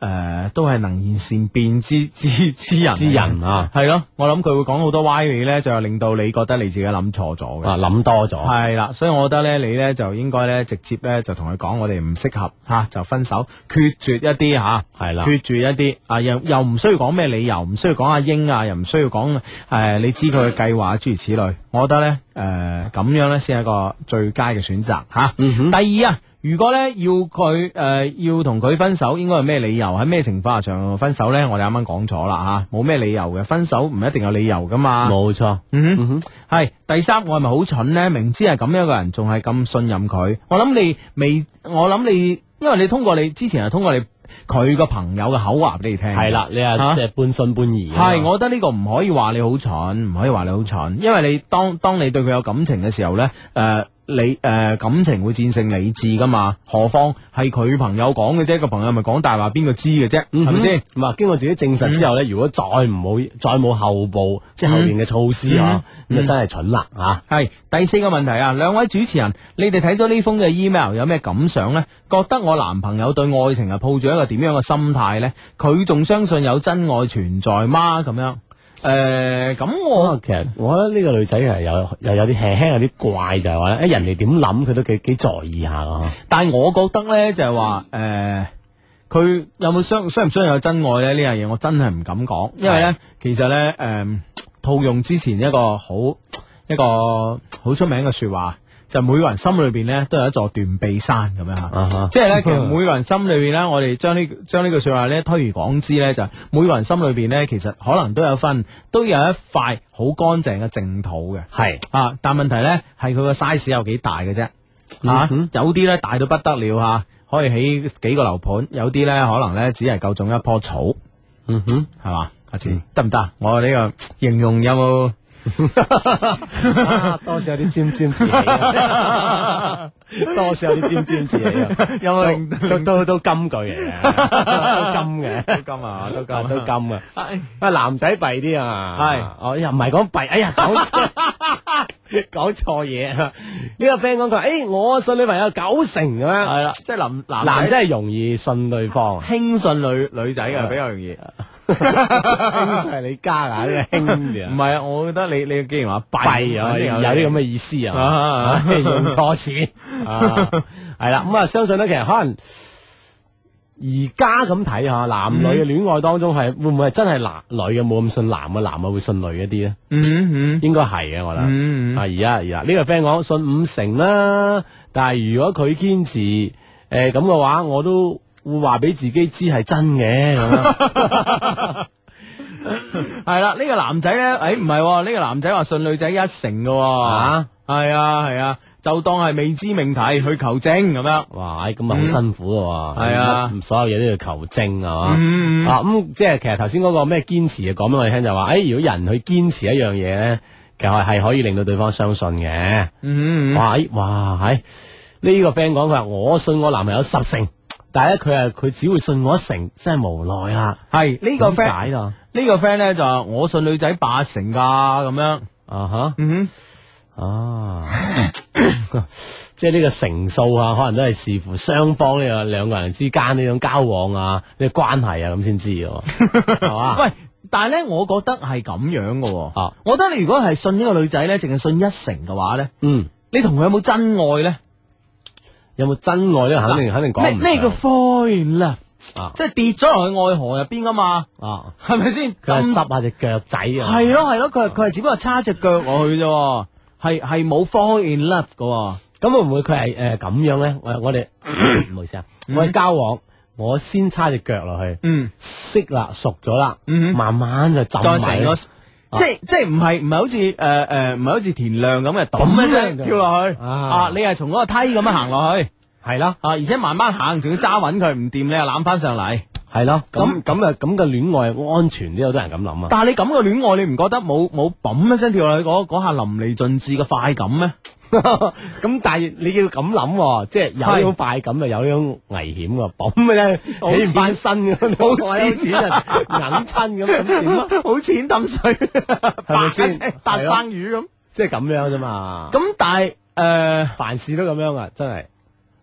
Speaker 3: 誒、诶都係能言善辯之之之人嚟嘅
Speaker 4: 之人啊
Speaker 3: 係咯，我諗佢會講好多歪理咧，就令到你覺得你自己諗錯咗嘅。
Speaker 4: 啊諗多咗，
Speaker 3: 係啦，所以我覺得咧，你咧就應該咧直接咧就同佢講，我哋唔適合吓、就分手，決絕一啲吓。
Speaker 4: 係啦，
Speaker 3: 決住一啲啊，又又唔需要講咩理由，唔需要講阿英啊，又唔需要講誒、你知佢嘅計劃諸如此類。我覺得咧誒咁樣咧先係一個最佳嘅選擇嚇。
Speaker 4: 嗯
Speaker 3: 第二啊。如果咧要佢誒、要同佢分手，應該係咩理由？喺咩情況下分手咧？我哋啱啱講咗啦嚇，冇咩理由嘅，分手唔一定有理由噶嘛。
Speaker 4: 冇錯，
Speaker 3: 嗯哼，系第三，我系咪好蠢呢？明知系咁样嘅人，仲系咁信任佢。我谂你未，我谂你，因为你通过你之前系通过你佢個朋友嘅口話俾你聽。
Speaker 4: 係啦，你
Speaker 3: 嚇
Speaker 4: 啊即係半信半疑啊，
Speaker 3: 係，我覺得呢個唔可以話你好蠢，唔可以話你好蠢，因為你當當你對佢有感情嘅時候呢，诶、你诶、誒感情會戰勝理智噶嘛？何況係佢朋友講嘅啫，個朋友咪講大話，邊個知嘅啫？係咪先？嗯
Speaker 4: 咁啊，經過自己證實之後咧，如果再唔好，再冇後步，即係後面嘅措施啊，
Speaker 3: 嗯
Speaker 4: 咁啊真係蠢啦啊！
Speaker 3: 系第四個問題啊，兩位主持人，你哋睇咗呢封嘅 email 有咩感想呢？覺得我男朋友對愛情啊係抱住一個點樣嘅心態呢？佢仲相信有真愛存在嗎？咁樣诶，咁、我
Speaker 4: 啊，其實我覺得呢個女仔係有又有啲輕輕有啲怪，就係話咧，哎誒人哋點諗佢都幾幾在意下啊噶。
Speaker 3: 但系我覺得呢，就係話诶，呃佢、有冇相相唔相信有真愛呢？呢樣嘢我真係唔敢講，因為呢，其實呢，诶、套用之前一個好一個好出名嘅说話，就每個人心裏边呢，都有一座斷臂山咁樣吓。
Speaker 4: 啊哈
Speaker 3: 即係咧，其
Speaker 4: [laughs]
Speaker 3: 實每個人心裏邊咧，我哋將呢將呢句説話咧推而廣之咧，就係每個人心裏邊咧，其實可能都有份，都有一塊好乾淨嘅淨土嘅。
Speaker 4: 係
Speaker 3: 啊，但問題咧係佢個 size 有幾大嘅啫。啊，
Speaker 4: 嗯
Speaker 3: 有啲咧大到不得了嚇、可以起幾個樓盤；有啲咧可能咧只係夠種一棵草，
Speaker 4: 嗯哼，嗯
Speaker 3: 係嘛？阿志得唔得啊？我呢個形容
Speaker 4: [laughs]
Speaker 3: 有冇？
Speaker 4: 啊多少有啲尖尖刺起
Speaker 3: [laughs]
Speaker 4: 啊， [laughs] 多少有啲尖尖刺起啊，
Speaker 3: 有冇令
Speaker 4: 都都都金句
Speaker 3: [laughs]
Speaker 4: 嚟嘅，都金嘅，
Speaker 3: 金啊？都
Speaker 4: 啊都金嘅。
Speaker 3: 金。
Speaker 4: 啊，男仔弊啲啊，
Speaker 3: 係
Speaker 4: 哦，又唔係講弊，哎呀，講
Speaker 3: [laughs]
Speaker 4: 錯講錯嘢啊！呢個 friend 講佢，诶，我信女朋友九成咁樣，
Speaker 3: 係啦，即係男男，
Speaker 4: 男仔係容易信對方
Speaker 3: [laughs] 輕信女女仔啊嘅比較容易。
Speaker 4: 啊輕係你加啊，呢個輕
Speaker 3: 唔
Speaker 4: 嘅，
Speaker 3: 係啊，我覺得你你既然話弊
Speaker 4: 弊啊，
Speaker 3: 肯定
Speaker 4: 有啲咁嘅意思啊，[laughs]
Speaker 3: 啊
Speaker 4: 用錯
Speaker 3: [laughs]
Speaker 4: 錢啊，係啦，咁啊，相信咧，其實可能。而家咁睇下，男女嘅戀愛當中係會唔會係真係男女嘅冇咁信男嘅，男嘅會信女一啲咧？
Speaker 3: 嗯嗯
Speaker 4: 應該係嘅，我覺得。
Speaker 3: 嗯
Speaker 4: 啊，而家而家呢個 friend 講信五成啦，但係如果佢堅持誒咁嘅話，我都會話俾自己知係真嘅咁
Speaker 3: [laughs]
Speaker 4: 樣。嗯
Speaker 3: 係啦，呢個男仔咧，誒唔係喎，呢個男仔話信女仔一成嘅喎
Speaker 4: 啊，
Speaker 3: 係啊係啊，就當係未知命題去求證咁樣。
Speaker 4: 哇！唉咁啊，好辛苦嘅喎。
Speaker 3: 係啊
Speaker 4: 咁所有嘢都要求證啊
Speaker 3: 嗯
Speaker 4: 嘛。啊咁，即係其實頭先嗰個咩堅持嘅講俾我哋聽就話，誒如果人去堅持一樣嘢咧，其實係可以令到對方相信嘅。
Speaker 3: 嗯
Speaker 4: 哇！哎哇！唉，呢、個 friend 講佢話我信我男朋友十成，但係咧佢係佢只會信我一成，真係無奈啦。
Speaker 3: 係呢個
Speaker 4: 點
Speaker 3: friend
Speaker 4: 解啦？
Speaker 3: 呢個 friend 咧就話我信女仔八成㗎咁樣。
Speaker 4: 啊哈！
Speaker 3: 嗯哼。
Speaker 4: 啊， [coughs] 即系呢个成数啊，可能都系视乎双方呢个两个人之间呢种交往啊，呢、個个关系啊，咁先知
Speaker 3: [laughs]
Speaker 4: 嘅喎，系嘛？
Speaker 3: 喂，但系咧，我覺得係咁樣嘅喎。
Speaker 4: 啊
Speaker 3: 我覺得你如果係信一個女仔咧，淨係信一成嘅話咧，
Speaker 4: 嗯，
Speaker 3: 你同佢有冇真愛咧？
Speaker 4: 有冇真爱咧？肯定肯定讲
Speaker 3: 咩
Speaker 4: 唔
Speaker 3: 咩叫
Speaker 4: 上
Speaker 3: fall in love？
Speaker 4: 啊
Speaker 3: 即係跌咗落去愛河入邊噶嘛，
Speaker 4: 啊？
Speaker 3: 係
Speaker 4: [laughs]
Speaker 3: 咪先？
Speaker 4: 佢系
Speaker 3: 浸
Speaker 4: 湿下只腳仔啊，
Speaker 3: 係咯係咯，佢係佢係只不過叉只腳落去啫喎，係係冇 fall in love 噶喎。
Speaker 4: 咁會唔會佢係诶咁樣咧？我我哋
Speaker 3: [coughs]
Speaker 4: 唔好意思啊，我哋交往，我先叉只腳落去，
Speaker 3: 嗯，
Speaker 4: 識啦，熟咗啦，
Speaker 3: 嗯
Speaker 4: 慢慢就浸
Speaker 3: 再成
Speaker 4: 埋啊
Speaker 3: 個。即係即係唔係唔係好似誒誒唔係好似田亮咁嘅
Speaker 4: 咁
Speaker 3: 抌一
Speaker 4: 樣
Speaker 3: 聲
Speaker 4: 就
Speaker 3: 跳落去
Speaker 4: 啊
Speaker 3: 啊！你係從嗰個梯咁樣行落去
Speaker 4: 係啦，
Speaker 3: 啊，而且慢慢行，仲要揸穩佢，唔掂你又攬翻上嚟。
Speaker 4: 係咯，咁
Speaker 3: 咁
Speaker 4: 咁啊，咁嘅戀愛安全啲，有好多人咁諗啊。
Speaker 3: 但係你咁嘅戀愛，你唔覺得冇冇嘣一聲跳落去嗰嗰下淋漓盡致嘅快感咩？
Speaker 4: [laughs] 咁但係你要咁諗喎，即係有呢種快感啊，有呢種危險喎，嘣嘅啫，起唔翻身咁， [laughs] 冇錢啊，揞親咁咁點啊？
Speaker 3: [laughs] 好淺抌水，係
Speaker 4: 咪先
Speaker 3: 搭
Speaker 4: [laughs] 係咯
Speaker 3: 生魚咁。
Speaker 4: 即係咁樣啫嘛。
Speaker 3: 咁但係呃誒
Speaker 4: 凡事都咁樣啊，真係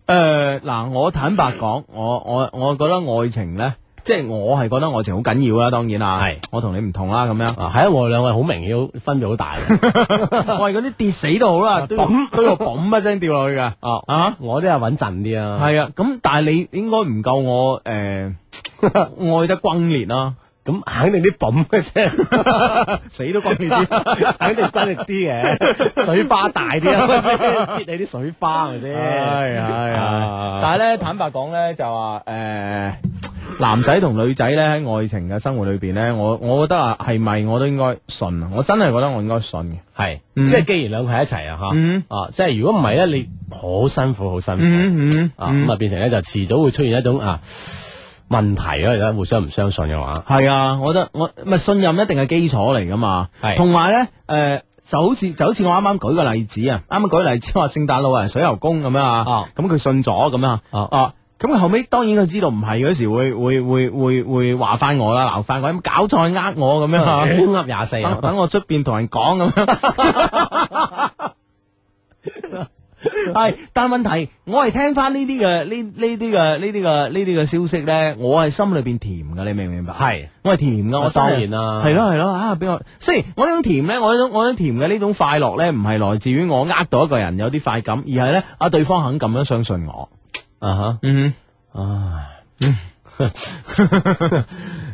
Speaker 3: 呃誒嗱，我坦白講，我我我覺得愛情咧即係我係覺得愛情好緊要啦，啊當然啦，
Speaker 4: 係
Speaker 3: 我同你唔同啦，咁樣，
Speaker 4: 啊，系啊，我哋兩位好明顯，好分別好大啊嘅。
Speaker 3: [laughs] 我係嗰啲跌死都好啦，都要都要嘣一聲掉落去㗎。
Speaker 4: 啊
Speaker 3: 啊
Speaker 4: 我都係穩陣啲啊。
Speaker 3: 係啊，咁但係你應該唔夠我 [laughs] 诶、呃、爱得轟烈啦、
Speaker 4: 咁肯定啲泵嘅聲，
Speaker 3: 死都轟烈 [laughs] 啲。
Speaker 4: 肯定轟力啲 [laughs] 嘅，水花大啲 [laughs] 啊，接你啲水花係啊咪先？
Speaker 3: 係係係但係咧，坦白講咧，就話诶、呃男仔同女仔咧喺愛情嘅生活裏边咧，我我覺得啊，係咪我都應該信啊？我真係覺得我應該信嘅。
Speaker 4: 係，
Speaker 3: 嗯
Speaker 4: 即係既然兩個喺一齊啊，
Speaker 3: 嗯
Speaker 4: 吓啊，即係如果唔係咧，你好辛苦，好辛苦
Speaker 3: 嗯
Speaker 4: 啊，咁啊變成咧就遲早會出現一種啊問題咯，而家互相唔相信嘅 [laughs] 話，
Speaker 3: 系啊，我覺得我咪信任一定係基礎嚟噶嘛，
Speaker 4: 係
Speaker 3: 同埋咧诶。就好似就好似我啱啱舉個例子啊，啱啱舉個例子話聖誕老人水牛公咁樣啊
Speaker 4: 哦，
Speaker 3: 咁佢信咗咁樣啊，
Speaker 4: 哦
Speaker 3: 啊咁佢後尾當然佢知道唔係嗰時會會會會會話翻我啦，鬧翻我，咁搞錯呃我咁樣啊，
Speaker 4: 噏廿四 [laughs]
Speaker 3: 等
Speaker 4: 啊，
Speaker 3: 等我出邊同人講咁樣。系，但問題我係聽翻呢啲嘅呢呢啲嘅呢啲嘅呢啲嘅消息咧，我係心裏邊甜嘅，你明唔明白？
Speaker 4: 係啊
Speaker 3: 我係甜噶，我
Speaker 4: 當然啦
Speaker 3: 系咯系咯啊！俾我，雖然我呢種甜咧，我呢種我呢種甜嘅呢種快樂咧，唔係來自於我呃到一個人有啲快感，而係咧啊對方肯咁樣相信我。
Speaker 4: 啊哈。
Speaker 3: 嗯，
Speaker 4: 嗯 [laughs]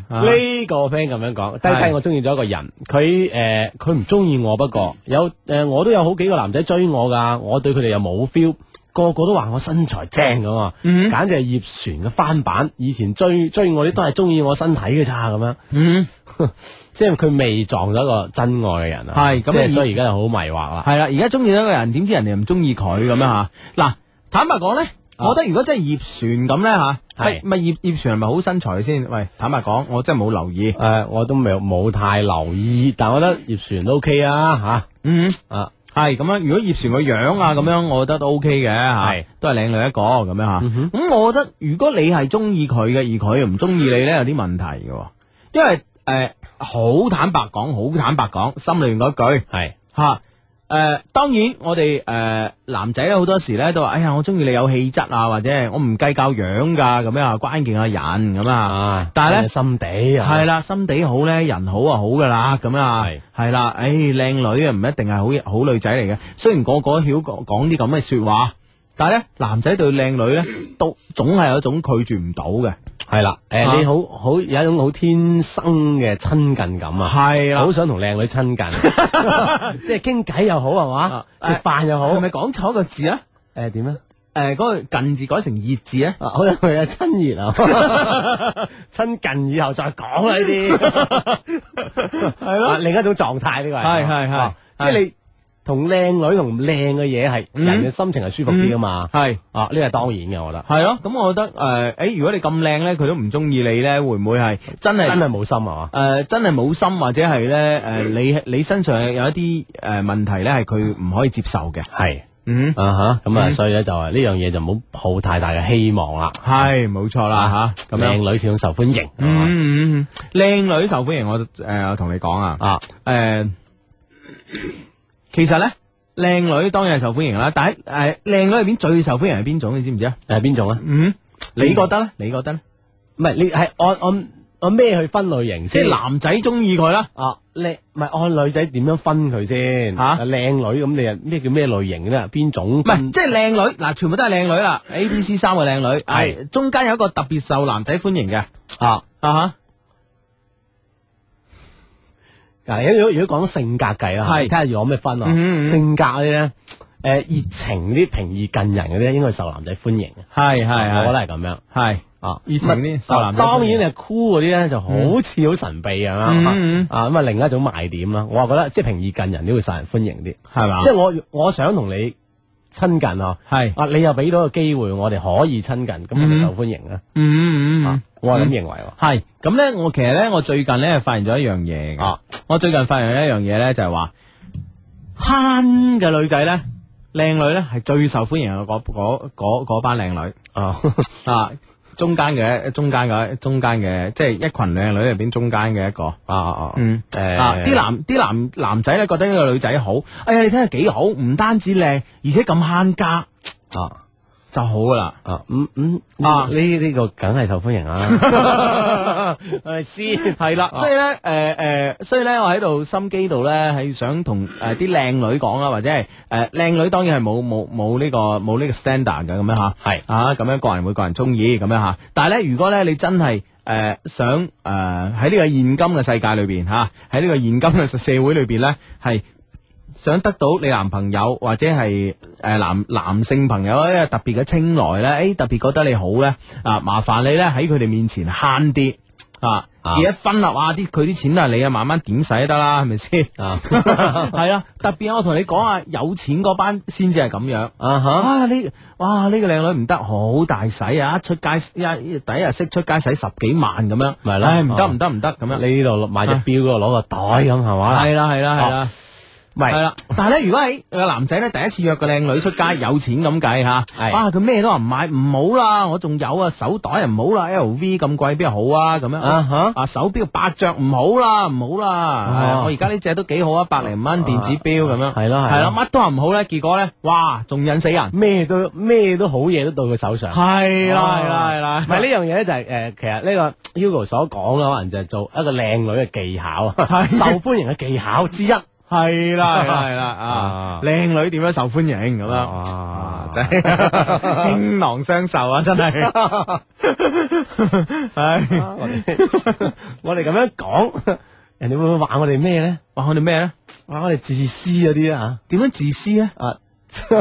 Speaker 3: 啊
Speaker 4: 呢個 friend 咁樣講，低低我中意咗一個人，佢诶佢唔中意我，不過有诶、呃我都有好幾個男仔追我㗎，我對佢哋又冇 feel，個個都話我身材正咁啊，簡直係葉璇嘅翻版。以前追追我啲都係中意我身體嘅咋咁樣，
Speaker 3: 嗯，
Speaker 4: 即係佢未撞到一個真愛嘅人啊。
Speaker 3: 係咁
Speaker 4: 即係
Speaker 3: 你
Speaker 4: 所以而家就好迷惑啦。
Speaker 3: 係啦，而家中意咗一個人，點知人哋唔中意佢咁樣吓？嗱，坦白講咧，我覺得如果真係葉璇咁咧吓，
Speaker 4: 係
Speaker 3: 咪葉葉璇係咪好身材先？喂，坦白講，我真係冇留意
Speaker 4: 诶、。我都未冇太留意，但我覺得葉璇都 OK 啊吓。
Speaker 3: 嗯，
Speaker 4: 啊
Speaker 3: 係咁樣。如果葉璇個樣啊咁樣，我覺得都 OK 嘅吓，
Speaker 4: 係嗯
Speaker 3: 都係靚女一個咁樣吓。咁、我覺得如果你係中意佢嘅，而佢又唔中意你咧，有啲問題嘅喎，因為诶好、坦白講，好坦白講，心裏面嗰句。
Speaker 4: 係
Speaker 3: 吓。诶、當然我哋诶、誒男仔咧好多時咧都話，哎呀，我中意你有氣質啊，或者係我唔計較樣㗎，咁樣啊，關鍵係人咁啊，
Speaker 4: 啊，
Speaker 3: 但係呢
Speaker 4: 真係心地啊，
Speaker 3: 係啦，心地好咧，人好啊好㗎啦，咁啊，
Speaker 4: 係
Speaker 3: 係啦，诶、靚女啊，唔一定係好好女仔嚟嘅，雖然個個曉講講啲咁嘅说話，但係咧男仔對靚女咧都總係有一種拒絕唔到嘅，
Speaker 4: 系啦，诶、
Speaker 3: 啊
Speaker 4: 你好好有一種好天生嘅親近感啊，
Speaker 3: 係
Speaker 4: 好想同靚女親近，
Speaker 3: [laughs]
Speaker 4: 即係傾偈又好係嘛，
Speaker 3: 啊
Speaker 4: 食飯又好，
Speaker 3: 係咪講錯一個字啊？
Speaker 4: 诶點啊？
Speaker 3: 诶、嗰、個近字改成熱字啊？
Speaker 4: 啊好有佢啊，親熱
Speaker 3: [laughs]
Speaker 4: 啊，親近以後再講啦呢啲，係咯，另一種狀態呢個係，
Speaker 3: 係係係嗯
Speaker 4: 啊即係你同靚女同靚嘅嘢係人嘅心情係舒服啲噶嘛，
Speaker 3: 係。
Speaker 4: 啊呢個係當然嘅，我覺得
Speaker 3: 系咯，咁我覺得诶，诶、誒如果你咁靚咧，佢都唔中意你咧，會唔會係真係
Speaker 4: 真係冇心啊係嘛，
Speaker 3: 诶、真係冇心或者係咧诶，你你身上有一啲诶问题咧，係佢唔可以接受嘅。
Speaker 4: 係
Speaker 3: 嗯，
Speaker 4: 啊吓，咁啊所以咧就係呢樣嘢就唔好抱太大嘅希望啦。
Speaker 3: 係冇錯啦吓，
Speaker 4: 咁
Speaker 3: 咁、樣。
Speaker 4: 靚女始終受歡迎，係嘛
Speaker 3: 嗯嗯嗯，靓女受歡迎，我诶，我同你講啊，
Speaker 4: 啊
Speaker 3: 诶、其實咧。靚女當然係受歡迎啦，但係誒靚女入邊最受歡迎係邊種？你知唔知啊？
Speaker 4: 係邊種啊？
Speaker 3: 嗯，你覺得咧？你覺得咧？
Speaker 4: 唔係你係按按按咩去分類型
Speaker 3: 即
Speaker 4: 先？
Speaker 3: 係男仔中意佢啦，
Speaker 4: 啊，靚唔係按女仔點樣分佢先？啊
Speaker 3: 嚇
Speaker 4: 靚女咁你係咩叫咩類型咧？邊種
Speaker 3: 唔係，即係靚女嗱，全部都係靚女啦，A、B、C 三個靚女，係中間有一個特別受男仔歡迎嘅，
Speaker 4: 啊？
Speaker 3: 啊
Speaker 4: 嗱，如果如果講性格計啦，
Speaker 3: 係
Speaker 4: 睇下要攞咩分啊？
Speaker 3: 嗯嗯嗯
Speaker 4: 性格嗰啲咧，誒熱情啲、平易近人嗰啲，應該係受男仔歡迎嘅。
Speaker 3: 哈，係係
Speaker 4: 我覺
Speaker 3: 係
Speaker 4: 得係咁樣
Speaker 3: 係，
Speaker 4: 啊。
Speaker 3: 熱情啲受男仔
Speaker 4: 當
Speaker 3: 歡迎
Speaker 4: 然係 cool 嗰啲咧，就好似好神秘咁樣
Speaker 3: 嗯
Speaker 4: 啊
Speaker 3: 嗯嗯
Speaker 4: 啊咁啊，另一種賣點啦。我話覺得即係平易近人都會受人歡迎啲。
Speaker 3: 係嘛
Speaker 4: 即？系我我想同你親近啊，
Speaker 3: 係，
Speaker 4: 啊你又俾到個機會我哋可以親近，咁咪受歡迎啊？
Speaker 3: Ừ, 嗯嗯
Speaker 4: 啊
Speaker 3: 嗯，
Speaker 4: 我係咁認為喎。
Speaker 3: 係咁咧，我其實咧，我最近咧發現咗一樣嘢嘅
Speaker 4: 啊，
Speaker 3: 我最近發現一樣嘢咧，就係話慳嘅女仔咧，靚女咧係最受歡迎嘅嗰嗰嗰嗰班靚女
Speaker 4: 啊，
Speaker 3: 啊，中間嘅中間嘅中間嘅，即係一群靚女入邊中間嘅一個。
Speaker 4: 啊啊，
Speaker 3: 嗯
Speaker 4: 诶，
Speaker 3: 啊！啲男啲男男仔咧覺得呢個女仔好，哎呀你睇下幾好，唔單止靚，而且咁慳家，
Speaker 4: 啊，
Speaker 3: 就好噶啦。
Speaker 4: 啊，嗯嗯
Speaker 3: 啊
Speaker 4: 呢呢個梗係受歡迎啊
Speaker 3: [laughs]
Speaker 4: 啦， [laughs] 係咪先？啊
Speaker 3: 系啦，所以咧，诶、诶、所以咧，我喺度心機度咧，係想同诶啲靚女講啦，啊或者係诶靚女當然係冇冇冇呢個冇呢個 standard 嘅咁樣吓，
Speaker 4: 係
Speaker 3: 啊咁樣個人會個人中意咁樣吓，但係咧，如果咧你真係诶、誒想诶喺呢個現今嘅世界裏边吓，喺、呢個現今嘅社會裏边咧，係想得到你男朋友或者係诶男男性朋友一個特別嘅青睞咧，诶、特別覺得你好咧，啊麻煩你咧喺佢哋面前慳啲。啊！
Speaker 4: 啊
Speaker 3: 而家分啦，哇！啲佢啲錢都係你啊，慢慢點使都得啦，係咪先？
Speaker 4: 啊
Speaker 3: 係啊，特別我同你講啊，有錢嗰班先至係咁樣啊吓！啊呢，哇呢個靚女唔得，好大使啊！一出街一第一日識出街使十幾萬咁樣，
Speaker 4: 咪係咯
Speaker 3: 唉唔得
Speaker 4: 啊
Speaker 3: 唔得唔得咁樣，啊
Speaker 4: 你呢度買隻表嗰度攞個袋啊咁係嘛？
Speaker 3: 係啦係啦係啦。
Speaker 4: 唔係
Speaker 3: 系啦，但系咧，如果喺個男仔咧 [laughs] 第一次約個靚女出街，有錢咁計吓，
Speaker 4: 係
Speaker 3: 哇，佢咩都話唔買，唔好啦，我仲有啊，手袋又唔好啦，L V 咁貴邊好啊，咁樣
Speaker 4: 啊哈
Speaker 3: 啊手錶百着唔好啦，唔好啦，係我而家呢只都幾好啊，百零蚊電子錶咁
Speaker 4: 係咯
Speaker 3: 樣，
Speaker 4: 係咯
Speaker 3: 係啦，乜都話唔好咧，結果咧，哇，仲引死人，
Speaker 4: 咩都咩都好嘢都到佢手上。
Speaker 3: 係
Speaker 4: 哦唔係
Speaker 3: 唔
Speaker 4: 呢樣嘢咧就係、呃其實呢個 Hugo 所講啦，可能就係做一個靚女嘅技
Speaker 3: [laughs]
Speaker 4: 巧，受 [laughs] 歡迎嘅技巧之一。
Speaker 3: 係呢，係啦係啦係啦啊
Speaker 4: [laughs] 啊，
Speaker 3: 靚女點樣受歡迎咁樣。
Speaker 4: 哇
Speaker 3: 真 [laughs] 係傾囊相授啊！真係， [laughs] 唉，
Speaker 4: 我哋我哋咁樣講，人哋會唔會話我哋咩咧？
Speaker 3: 話我哋咩咧？
Speaker 4: 話我哋自私嗰啲啊？
Speaker 3: 點樣自私咧？
Speaker 4: 啊！ [laughs] 成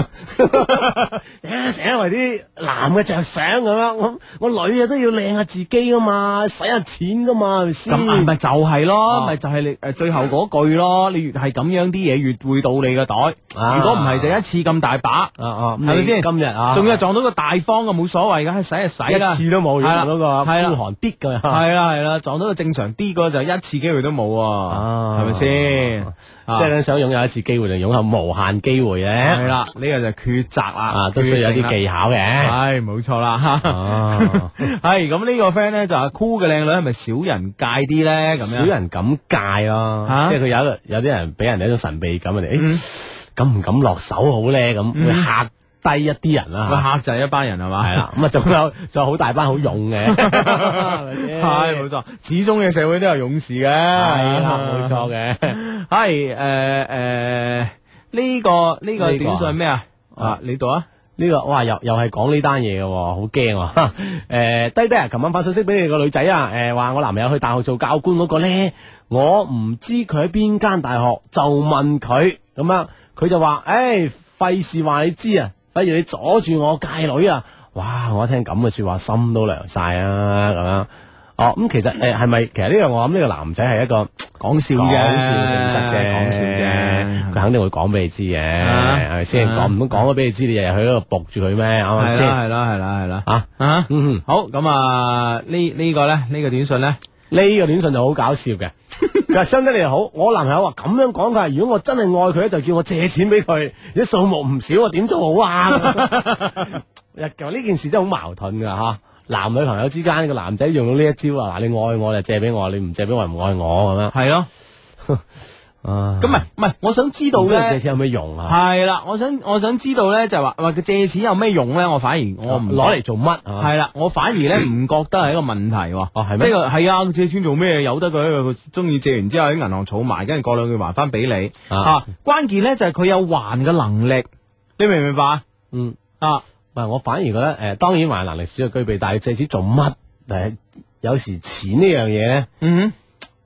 Speaker 4: 日為啲男嘅着想咁樣，我我女嘅啊都要靚下自己噶嘛，使下錢噶嘛，係咪先？
Speaker 3: 咁咪就係咯，
Speaker 4: 啊
Speaker 3: 咪就係你誒最後嗰句咯。你越係咁樣啲嘢，越會到你個袋。
Speaker 4: 啊
Speaker 3: 如果唔係就一次咁大把，
Speaker 4: 啊啊，係
Speaker 3: 係咪先？
Speaker 4: 今日啊，
Speaker 3: 仲要撞到個大方嘅冇所謂噶，使就使啦。
Speaker 4: 一次都冇，
Speaker 3: 係啦
Speaker 4: 用嗰啊個
Speaker 3: 係啦
Speaker 4: 孤寒啲噶，
Speaker 3: 係啦係啦，撞到個正常啲嗰個就一次機會都冇喎，
Speaker 4: 啊
Speaker 3: 係咪先？
Speaker 4: 即係你想擁有一次機會，就擁有無限機會嘅，
Speaker 3: 啊係啦，呢個就係抉擇啦，
Speaker 4: 啊，都需要有
Speaker 3: 決
Speaker 4: 啲
Speaker 3: 定啦。
Speaker 4: 技巧嘅。
Speaker 3: 唉，冇錯啦。 [laughs]
Speaker 4: 哦，
Speaker 3: 系咁呢個 friend 咧就話酷嘅靚女係咪少人戒啲咧？咁樣
Speaker 4: 少人咁戒咯
Speaker 3: 啊，
Speaker 4: 即係佢有一個有啲人俾人哋一種神秘感，人哋
Speaker 3: 嗯
Speaker 4: 誒敢唔敢落手好咧？咁會嚇低一啲人
Speaker 3: 個
Speaker 4: 啦。
Speaker 3: 客就係一班人係嘛？
Speaker 4: 系啊
Speaker 3: [laughs]
Speaker 4: 啦，咁啊仲有仲有好大班好勇嘅，
Speaker 3: 係，
Speaker 4: 係
Speaker 3: 系冇錯。始終嘅社會都有勇士嘅，系
Speaker 4: 係
Speaker 3: 啊
Speaker 4: 啦，冇錯。嘅。
Speaker 3: [laughs] 係诶诶，呢個呢個
Speaker 4: 呢個
Speaker 3: 短信係咩啊？啊，你讀啊？
Speaker 4: 呢個哇又又係講呢單嘢嘅喎，好驚啊！誒低低啊，琴晚發信息俾你個女仔啊，誒話我男朋友去大學做教官嗰個咧，我唔知佢喺邊間大學，就問佢咁樣，佢就話：，誒費事話你知啊，不如你阻住我戒女啊！哇！我一聽咁嘅説話，心都涼晒啊！咁樣哦，咁其實誒係咪其實呢樣我諗呢個男仔係一個。
Speaker 3: 講笑
Speaker 4: 講
Speaker 3: 嘅，
Speaker 4: 笑性質啫，
Speaker 3: 講笑
Speaker 4: 佢
Speaker 3: 啫。
Speaker 4: 肯定會講俾你知嘅，
Speaker 3: 啊
Speaker 4: 係咪先？
Speaker 3: 啊
Speaker 4: 講唔通講咗俾你知，你日日去嗰度仆住佢咩？啱唔啱
Speaker 3: 係啦
Speaker 4: 先？
Speaker 3: 係啦係啦係啦。
Speaker 4: 啊
Speaker 3: 啊！
Speaker 4: 嗯，
Speaker 3: 好咁啊，呢呢個咧呢個短信咧。
Speaker 4: 呢個短信就好搞笑
Speaker 3: [laughs]
Speaker 4: 嘅。佢話：相得你好，我男朋友話咁樣講，佢話如果我真係愛佢咧，就叫我借錢俾佢，啲數目唔少，我點做好啊？ [laughs] 其實呢件事真係好矛盾㗎吓。男女朋友之間，個男仔用到呢一招啊！嗱，你愛我就借俾我，你唔借俾我就唔愛我咁樣。
Speaker 3: 係咯，
Speaker 4: 咁
Speaker 3: 咁唔係唔係，我想知道
Speaker 4: 到
Speaker 3: 咧
Speaker 4: 咧，借錢有咩用啊？
Speaker 3: 系啦，我想我想知道咧，就係話話佢借錢有咩用咧？我反而我
Speaker 4: 我
Speaker 3: 唔
Speaker 4: 唔攞嚟做乜啊？
Speaker 3: 系啦，我反而咧唔覺得係一個問題喎。
Speaker 4: 哦係咩
Speaker 3: 即係係啊，佢借錢做咩？由得佢，佢中意借完之後喺銀行儲埋，跟住過兩個月還翻俾你。
Speaker 4: 啊
Speaker 3: 啊，關鍵咧就係佢有還嘅能力，你明唔明白啊？
Speaker 4: 嗯。
Speaker 3: 啊，
Speaker 4: 唔係，我反而覺得誒、呃，當然還能力少嘅具備，但係借錢做乜？誒，有時錢呢樣嘢咧，
Speaker 3: 嗯，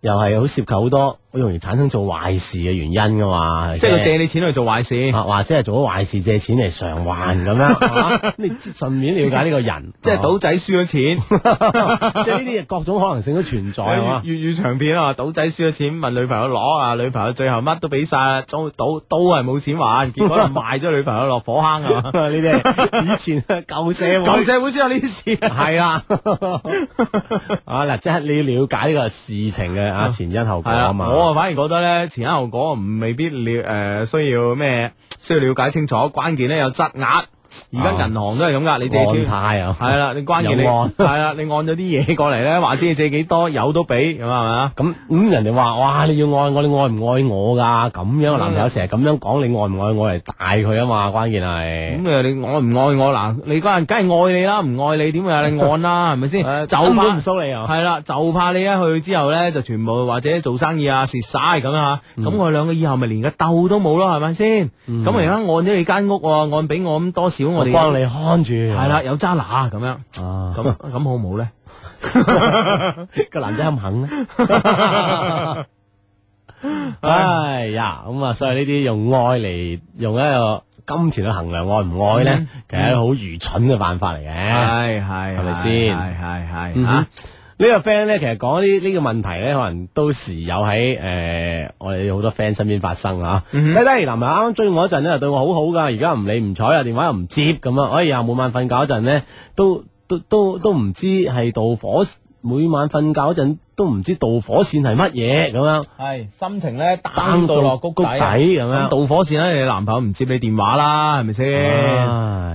Speaker 4: 又係好涉及好多好容易產生做壞事嘅原因噶嘛。
Speaker 3: 即係佢借你錢去做壞事，
Speaker 4: 啊，或者係做咗壞事借錢嚟償還咁樣，
Speaker 3: [laughs]
Speaker 4: 係嘛你知順便了解呢個人，
Speaker 3: 即係賭仔輸咗錢。
Speaker 4: [laughs] 啊即係呢啲嘢各種可能性都存在哦係嘛
Speaker 3: 粵。粵語長片啊，賭仔輸咗錢問女朋友攞啊，女朋友最後乜都俾晒啦，都賭都係冇錢還，結果就賣咗女朋友落火坑啊！
Speaker 4: [laughs] 呢啲係以前舊社會，
Speaker 3: [laughs] 舊社會先有呢啲事啊！
Speaker 4: 係啦， [laughs] 啊嗱，即係你要了解呢個事情嘅啊前因後果
Speaker 3: 係啊，
Speaker 4: 啊嘛。
Speaker 3: 我啊反而覺得咧前因後果唔未必了誒、呃需要咩需要了解清楚，關鍵咧有質押而家銀行都係咁噶，你借
Speaker 4: 啊按
Speaker 3: 錢。
Speaker 4: 貸啊，
Speaker 3: 系啦，你關鍵你
Speaker 4: 有按
Speaker 3: [laughs] 係啦，你按咗啲嘢過嚟咧，話知你借幾多，有都俾，咁係咪啊？
Speaker 4: 咁咁人哋話哇，你要愛我，你愛唔愛我噶？咁
Speaker 3: 嗯
Speaker 4: 樣男朋友成日咁樣講，你愛唔愛我嚟大佢啊嘛？關鍵係
Speaker 3: 咁诶，你愛唔愛我嗱？你嗰人梗係愛你啦，唔愛你點會有你按啦？係咪先？就
Speaker 4: 根
Speaker 3: 怕
Speaker 4: 本唔蘇你啊！
Speaker 3: [laughs] 係啦，就怕你一去之後咧，就全部或者做生意啊蝕晒咁啊！咁我哋兩個以後咪連個斗都冇咯，係咪先？咁而家按咗你間屋喎，按俾我咁多
Speaker 4: 我
Speaker 3: 少，我哋
Speaker 4: 幫你看住，
Speaker 3: 係
Speaker 4: 係
Speaker 3: 啦，有渣拿咁樣，
Speaker 4: [laughs] 啊，
Speaker 3: 咁咁好唔好咧？
Speaker 4: 個男仔肯唔肯咧？ [laughs] 哎呀，咁啊，所以呢啲用愛嚟用一個金錢去衡量愛唔愛咧，其實係一個好愚蠢嘅辦法嚟嘅。
Speaker 3: 係係
Speaker 4: 係咪先
Speaker 3: 係係係
Speaker 4: 嗯
Speaker 3: 吓
Speaker 4: 哼。呢個 friend 咧，其實講呢呢個問題咧，可能都時有喺诶、呃我哋好多 friend 身邊發生啊。低低男朋友啱啱追我嗰陣咧，對我好好噶，而家唔理唔睬啊，電話又唔接咁啊。哎呀，每晚瞓覺嗰陣咧，都都都都唔知係導火，每晚瞓覺嗰陣都唔知導火線係乜嘢咁樣。
Speaker 3: 系心情咧
Speaker 4: down 到落谷底啊咁樣
Speaker 3: 導火線咧，你男朋友唔接你電話啦，係咪先？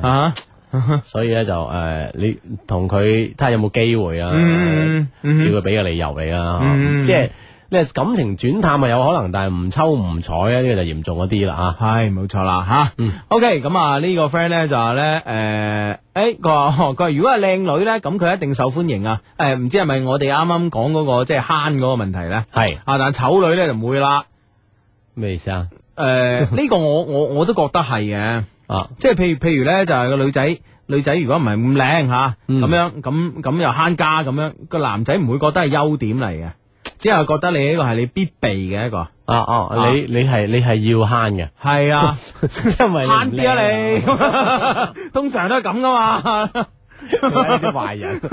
Speaker 4: 唉
Speaker 3: 啊，
Speaker 4: 所以咧就诶、呃你同佢睇下有冇機會啊，
Speaker 3: 嗯嗯
Speaker 4: 叫佢俾個理由你啦，
Speaker 3: 嗯
Speaker 4: 即係你係感情轉淡係有可能，但係唔抽唔睬啊咧，呢、個就嚴重一啲啦啊！
Speaker 3: 係冇錯啦吓。OK，咁
Speaker 4: 嗯
Speaker 3: 啊呢個 friend 咧就話咧诶，诶佢話哦佢話如果係靚女咧，咁佢一定受歡迎啊。诶，唔知係咪我哋啱啱講嗰個即係慳嗰個問題咧？
Speaker 4: 係
Speaker 3: 啊，但係醜女咧就唔會啦。
Speaker 4: 咩意思啊？
Speaker 3: 诶，
Speaker 4: [laughs]
Speaker 3: 呢個我我我都覺得係嘅。
Speaker 4: 啊，
Speaker 3: 即係譬如譬如咧，就係個女仔。女仔如果唔係咁靚吓，
Speaker 4: 嗯
Speaker 3: 咁樣咁咁又慳家咁樣，個男仔唔會覺得係優點嚟嘅，只係覺得你呢個係你必備嘅一個。
Speaker 4: 啊哦，你你係你係要慳
Speaker 3: [laughs]
Speaker 4: 嘅，[laughs]
Speaker 3: 係啊，
Speaker 4: 因為
Speaker 3: 慳啲啊
Speaker 4: 你 [laughs] 唔靚
Speaker 3: 你，通常都係咁噶嘛。
Speaker 4: 你啲壞
Speaker 3: [laughs]
Speaker 4: 人，即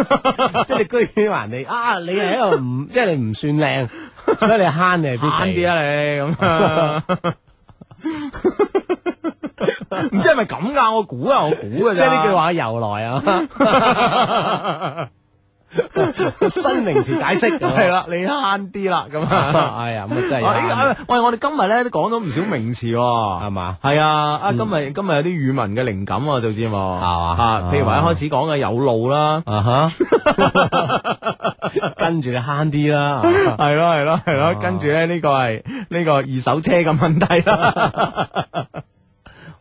Speaker 4: 係你居然話人哋啊，你係一個唔 [laughs] 即係你唔算靚，所以你慳你係必
Speaker 3: 慳啲
Speaker 4: 啊！
Speaker 3: 啊你咁啊。唔知係咪咁噶？我估啊，我估嘅
Speaker 4: 即係呢句
Speaker 3: 啫。
Speaker 4: 話由來
Speaker 3: [laughs]
Speaker 4: 啊， [laughs] 新名詞解
Speaker 3: [laughs]
Speaker 4: 釋
Speaker 3: 係啦，你慳啲啦咁啊。
Speaker 4: 哎呀，咁啊真係
Speaker 3: 啊呢
Speaker 4: 有
Speaker 3: 個喂，我哋今日咧都講咗唔少名詞喎，
Speaker 4: 係嘛
Speaker 3: 係啊，啊今日今日有啲語文嘅靈感啊，做節目係
Speaker 4: 嘛
Speaker 3: 啊，譬如話一開始講嘅有路啦，
Speaker 4: 啊 [laughs] 哈，跟住你慳啲啦，
Speaker 3: 係咯係咯係咯，跟住咧呢個係呢個二手車嘅問題啦，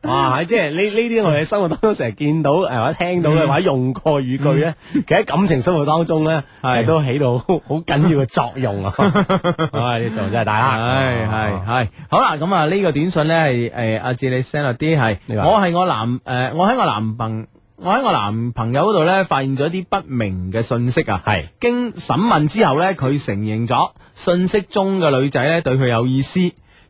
Speaker 4: 哇！即係呢呢啲我哋生活當中成日見到诶或者聽到嘅或者用過語句咧，其實喺感情生活當中咧，
Speaker 3: 係
Speaker 4: 係都起到好好緊要嘅作用 [laughs] 啊！唉，呢作用真係大啦，
Speaker 3: 係係係，好啦，咁啊呢個短信咧係誒阿志你 send 落啲係，
Speaker 4: 你話
Speaker 3: 我係我男誒我喺我男朋我喺我男朋友嗰度咧發現咗啲不明嘅信息啊，
Speaker 4: 係
Speaker 3: 經審問之後呢，佢承認咗信息中嘅女仔呢對佢有意思，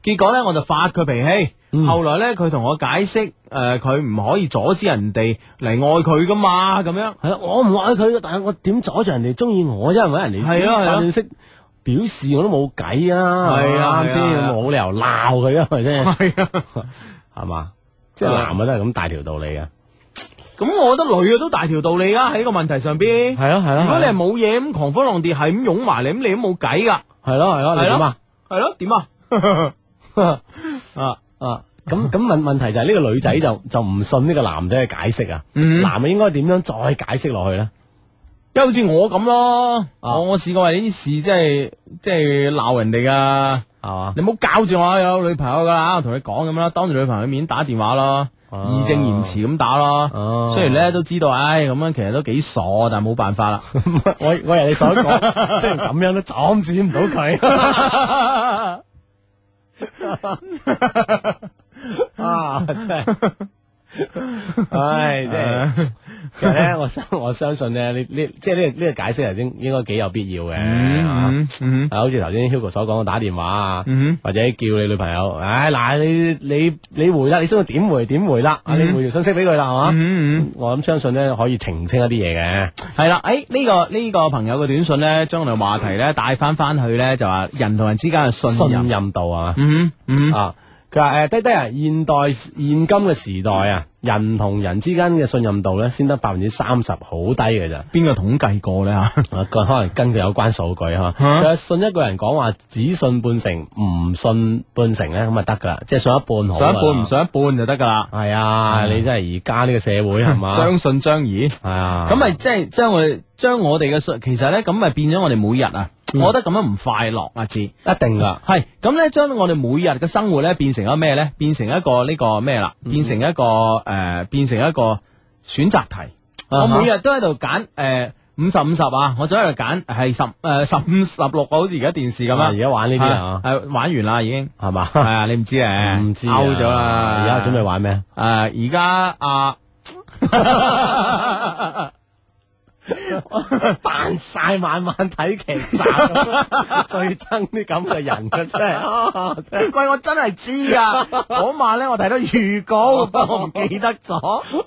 Speaker 3: 結果呢，我就發佢脾氣。後來呢，佢同我解釋，誒、佢唔可以阻止人哋嚟愛佢噶嘛，咁樣。 [laughs]
Speaker 4: 係啦，我唔愛佢，但係我點阻住人哋中意我啫？因為人哋
Speaker 3: 係咯係咯
Speaker 4: 發信息表示我都冇計啊，
Speaker 3: 係啊
Speaker 4: 啱先
Speaker 3: 係啊
Speaker 4: 冇理由鬧佢 [laughs] 啊，係咪先？ [laughs]
Speaker 3: 係啊，
Speaker 4: 係嘛？即係啊男嘅都係咁大條道理嘅。
Speaker 3: 咁我覺得女嘅都大條道理啊，喺呢個問題上邊。
Speaker 4: 係咯係咯
Speaker 3: 如果你係冇嘢咁狂風浪蝶係咁湧埋你，咁你都冇計噶。
Speaker 4: 系咯系咯，你
Speaker 3: 係
Speaker 4: 點
Speaker 3: 咯
Speaker 4: 啊？，
Speaker 3: 係咯，點 [laughs] 啊？
Speaker 4: 啊啊！咁咁問問題就係呢個女仔就就唔信呢個男仔嘅解釋啊，
Speaker 3: 嗯
Speaker 4: 男嘅應該點樣再解釋落去咧？
Speaker 3: 因為好似我咁咯，
Speaker 4: 啊
Speaker 3: 我我試過為呢啲事即係即係鬧人哋噶。
Speaker 4: 係嘛？
Speaker 3: 你唔好教住我啊有女朋友噶啦，我同你講咁啦，當住女朋友面打電話咯，
Speaker 4: 哦
Speaker 3: 義正言辭咁打咯
Speaker 4: 哦。
Speaker 3: 雖然咧都知道，唉咁樣其實都幾傻，但 [laughs] 係冇辦法啦。
Speaker 4: [laughs] 我我由你所講， [laughs] 雖然咁樣都阻止唔到佢。 [laughs] 啊！真係，唉，真 [laughs] 係。其實咧，我相我相信咧，呢呢即係呢個呢個解釋係應應該幾有必要嘅。啊
Speaker 3: 嗯嗯
Speaker 4: 啊，好似頭先 Hugo 所講，打電話啊，
Speaker 3: 嗯
Speaker 4: 或者叫你女朋友，唉嗱，你你你回啦，你需要點回點回啦，啊，你回條信息俾佢啦，係嘛？
Speaker 3: 嗯，
Speaker 4: 我諗相信咧可以澄清一啲嘢嘅，
Speaker 3: 係啦，誒呢個呢個朋友嘅短信咧，將來話題咧帶翻翻去咧，就話人同人之間嘅信
Speaker 4: 信
Speaker 3: 任。
Speaker 4: 任度啊，
Speaker 3: 嗯嗯
Speaker 4: 啊，佢話诶，低低啊，現代現今嘅時代啊，人同人之間嘅信任度咧，先得百分之三十，好低嘅
Speaker 3: [laughs]
Speaker 4: 咋。
Speaker 3: 边个统计过咧吓？
Speaker 4: 啊，佢可能根據有關數據吓，佢話信一個人講話只信半成，唔信半成咧，咁啊得噶啦，即係信一半好。啊
Speaker 3: 上一半唔，啊嗯上一半就得噶啦。
Speaker 4: 係啊，你真係而家呢個社會係
Speaker 3: [laughs]
Speaker 4: 嘛，
Speaker 3: 相信張怡，
Speaker 4: 係啊，
Speaker 3: 咁咪即係將我哋將我哋嘅信，其實咧咁咪變咗我哋每日啊，我覺得咁樣唔快樂啊，志。
Speaker 4: 一定噶。
Speaker 3: 系咁咧，將我哋每日嘅生活咧變成咗咩咧？變成一個呢個咩啦？
Speaker 4: 嗯
Speaker 3: 變成一個诶、呃，变成一個選擇題。我
Speaker 4: 啊哈
Speaker 3: 每日都喺度揀诶五十五十啊，我仲喺度揀係十诶十五十六啊，好似而家電視咁
Speaker 4: 啊
Speaker 3: 啦。
Speaker 4: 而家玩呢啲啊
Speaker 3: 係，系玩完啦已經。
Speaker 4: 係嘛
Speaker 3: 系？ [laughs] 啊，你唔知咧，
Speaker 4: 唔知啊
Speaker 3: out 咗啦。
Speaker 4: 而家準備玩
Speaker 3: [laughs]
Speaker 4: 咩？
Speaker 3: 诶，而家 [laughs] 啊，
Speaker 4: [laughs] 扮晒晚晚睇
Speaker 3: [laughs]
Speaker 4: 劇集，最憎啲咁嘅人嘅真係啊，真係
Speaker 3: 喂，我真係
Speaker 4: [laughs]
Speaker 3: 知噶，嗰晚咧我睇到預告，不過我唔記得咗，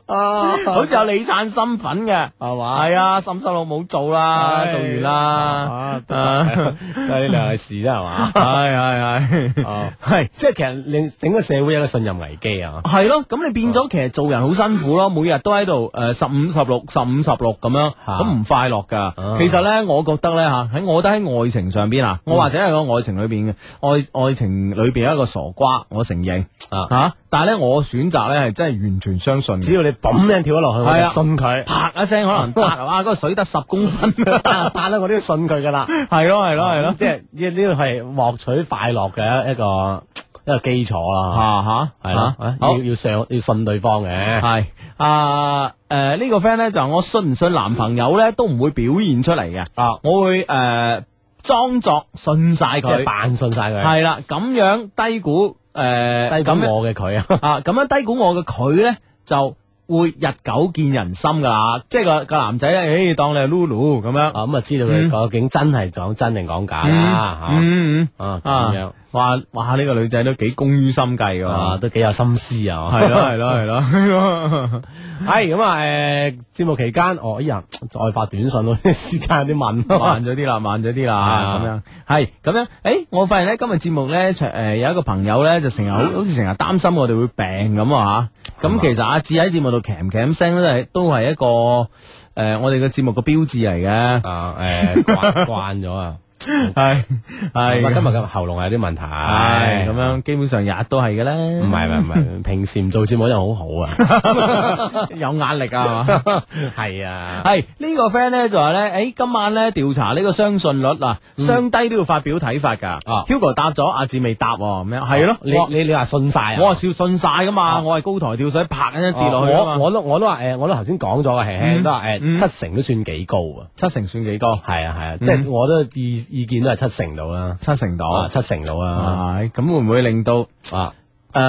Speaker 3: 好似有李燦身份嘅。
Speaker 4: 啊係嘛？
Speaker 3: 系啊，沈秀老冇做啦，
Speaker 4: 唉
Speaker 3: 做
Speaker 4: [laughs]
Speaker 3: 完啦，
Speaker 4: 啊，得
Speaker 3: [laughs] 啊，
Speaker 4: 呢兩係事啫係
Speaker 3: [laughs]
Speaker 4: 嘛？
Speaker 3: 系系
Speaker 4: [laughs]
Speaker 3: 系，
Speaker 4: 哦，
Speaker 3: 系。
Speaker 4: 即係其實令整個社會有一個信任危機啊。
Speaker 3: 系咯，咁你變咗其實做人好辛苦咯，每日都喺度诶十五十六十五十六咁樣，
Speaker 4: 啊
Speaker 3: 咁唔快樂噶。其實呢，我覺得呢，吓，喺我覺得喺愛情上邊啊，
Speaker 4: 嗯
Speaker 3: 我或者係個愛情裏邊嘅愛愛情裏邊有一個傻瓜，我承認
Speaker 4: 啊
Speaker 3: 吓，但係呢，我選擇呢係真係完全相信嘅
Speaker 4: 只要你嘣一聲跳咗落去，我
Speaker 3: 係
Speaker 4: 就
Speaker 3: 啊
Speaker 4: 信佢， [laughs]
Speaker 3: 啪一聲可能啪哇，嗰個水得十公分， [laughs] 係
Speaker 4: 打啊啦，我都要信佢噶啦。
Speaker 3: 咯係咯係咯，
Speaker 4: 嗯即係呢呢個係獲取快樂嘅一個一個基礎啦。
Speaker 3: 啊吓
Speaker 4: 係啦，啊
Speaker 3: 好
Speaker 4: 要。要上要信對方嘅。
Speaker 3: 系啊，诶、呢、個个 friend 咧就話我信唔信男朋友咧都唔會表現出嚟嘅，
Speaker 4: 啊
Speaker 3: 我會诶装、作信晒
Speaker 4: 即係
Speaker 3: 佢，
Speaker 4: 扮信晒佢，
Speaker 3: 係啦，咁樣低估诶，
Speaker 4: 低
Speaker 3: 咁
Speaker 4: 咁
Speaker 3: 樣
Speaker 4: 我嘅佢啊，
Speaker 3: 啊，咁樣低估我嘅佢咧就會日久見人心噶啦，即係個個男仔咧，诶、當你係 Lulu 咁樣，
Speaker 4: 啊咁啊知道佢
Speaker 3: 嗯
Speaker 4: 究竟真係講真定講假啦
Speaker 3: 嗯嗯
Speaker 4: 吓，啊
Speaker 3: 啊
Speaker 4: 咁樣，
Speaker 3: 哇哇，呢、個女仔都幾功於心計
Speaker 4: 啊
Speaker 3: 噶，
Speaker 4: 都幾有心思啊，
Speaker 3: 係 [laughs] 咯係咯係咯，
Speaker 4: [laughs] 係咁啊誒節目期間，哦哎呀再發短信咯，時間有啲問啊
Speaker 3: 慢咗啲啦，慢咗啲啦，
Speaker 4: 啊
Speaker 3: 咁樣係咁樣。誒，我發現咧今日節目咧，誒、有一個朋友咧就成日好好似成日擔心我哋會病咁啊嚇。咁其實阿志喺節目度唅唅聲都係都係一個誒、我哋嘅節目嘅標誌嚟嘅。
Speaker 4: 啊誒 [laughs] 慣慣咗啊，
Speaker 3: 係係
Speaker 4: 咁啊今
Speaker 3: 咁
Speaker 4: 日嘅喉嚨有啲問題，
Speaker 3: 係咁樣，基本上日都係嘅啦。
Speaker 4: 唔
Speaker 3: 唔
Speaker 4: 係唔係唔係，平時唔做節目真係好好啊，
Speaker 3: 係 [laughs] 有壓力啊係嘛。
Speaker 4: [laughs] 係啊，
Speaker 3: 系呢個 friend 咧就話咧，诶今晚咧調查呢個相信率啊，相低都要發表睇法㗎。
Speaker 4: 嗯啊
Speaker 3: Hugo 答咗，阿志未答喎咁樣，係咯，
Speaker 4: 你你你話信晒啊？
Speaker 3: 我係笑信晒噶嘛，我係高台跳水，啪一聲跌落去㗎嘛
Speaker 4: 啊我我都我都話誒，我都頭先講咗啊，輕輕都話
Speaker 3: 嗯
Speaker 4: 誒七成都算幾高啊。
Speaker 3: 七成算幾高？
Speaker 4: 係啊係啊，即
Speaker 3: 嗯
Speaker 4: 係我都意意見都係七成度啦，
Speaker 3: 七成
Speaker 4: 啊
Speaker 3: 到，
Speaker 4: 七成度啦，
Speaker 3: 係咁會唔會令到呃
Speaker 4: 啊，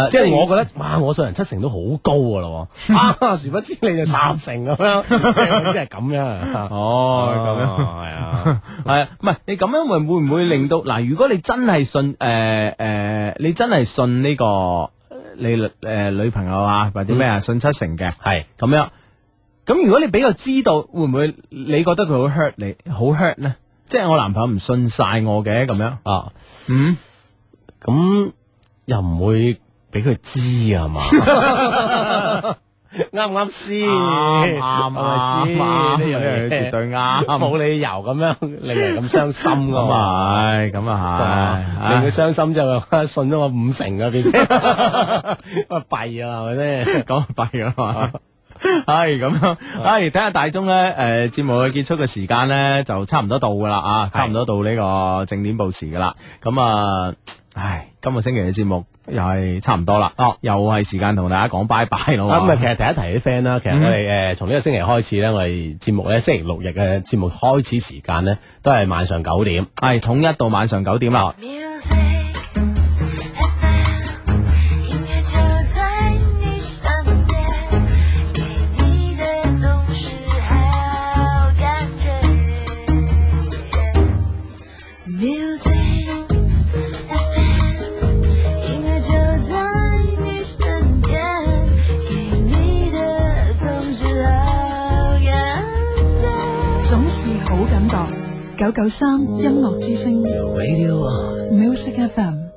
Speaker 3: 诶？
Speaker 4: 即係我覺得哇，我信人七成都好高噶咯
Speaker 3: [laughs]
Speaker 4: 喎，啊，殊不知你就十成咁樣，即係先係咁樣啊，
Speaker 3: 哦
Speaker 4: 係
Speaker 3: [laughs]
Speaker 4: 啊，
Speaker 3: 咁樣係啊，唔係你咁樣會會唔會令到嗱？如果你真係信诶诶，你真係信呢個你诶女朋友啊，或者咩啊，信七成嘅
Speaker 4: 係
Speaker 3: 咁樣。咁如果你俾佢知道，會唔會你覺得佢好 hurt 你，好 hurt 咧？即係我男朋友唔信晒我嘅咁樣，
Speaker 4: 啊，
Speaker 3: 嗯，
Speaker 4: 咁又唔會俾佢知啊
Speaker 3: [laughs]
Speaker 4: 嘛，啱唔啱先？
Speaker 3: 啱
Speaker 4: 係
Speaker 3: 啱
Speaker 4: [laughs] 咪先
Speaker 3: 啱
Speaker 4: 呢樣嘢
Speaker 3: 呢樣嘢絕對啱
Speaker 4: 冇理由咁樣令人咁傷心噶
Speaker 3: 咁 [laughs]
Speaker 4: 嘛。
Speaker 3: 啊係，咁啊係，
Speaker 4: 令佢傷心之後，信咗我五成啊，變
Speaker 3: [laughs]
Speaker 4: 成啊弊啊，係咪先？
Speaker 3: 讲弊啊嘛。系咁样，系睇下大钟咧，诶、节目嘅结束嘅时间咧就差唔多到噶啦啊，差唔多到呢个正点报时噶啦。咁啊，唉，今个星期嘅节目又系差唔多啦，哦，又系时间同大家讲拜拜咯。
Speaker 4: 啊，咁啊，其實提一提啲 friend 啦，其實
Speaker 3: 嗯
Speaker 4: 我哋誒從呢個星期開始咧，我哋節目咧星期六日嘅節目開始時間咧，都係晚上九點。
Speaker 3: 系统一到晚上九点啦。
Speaker 1: Music FM，音乐就在你身边，给你的总是好感觉。Music FM，音乐就在你身边，给你的总是好感觉。
Speaker 2: 总是好感觉。九九三音乐之声，Music FM。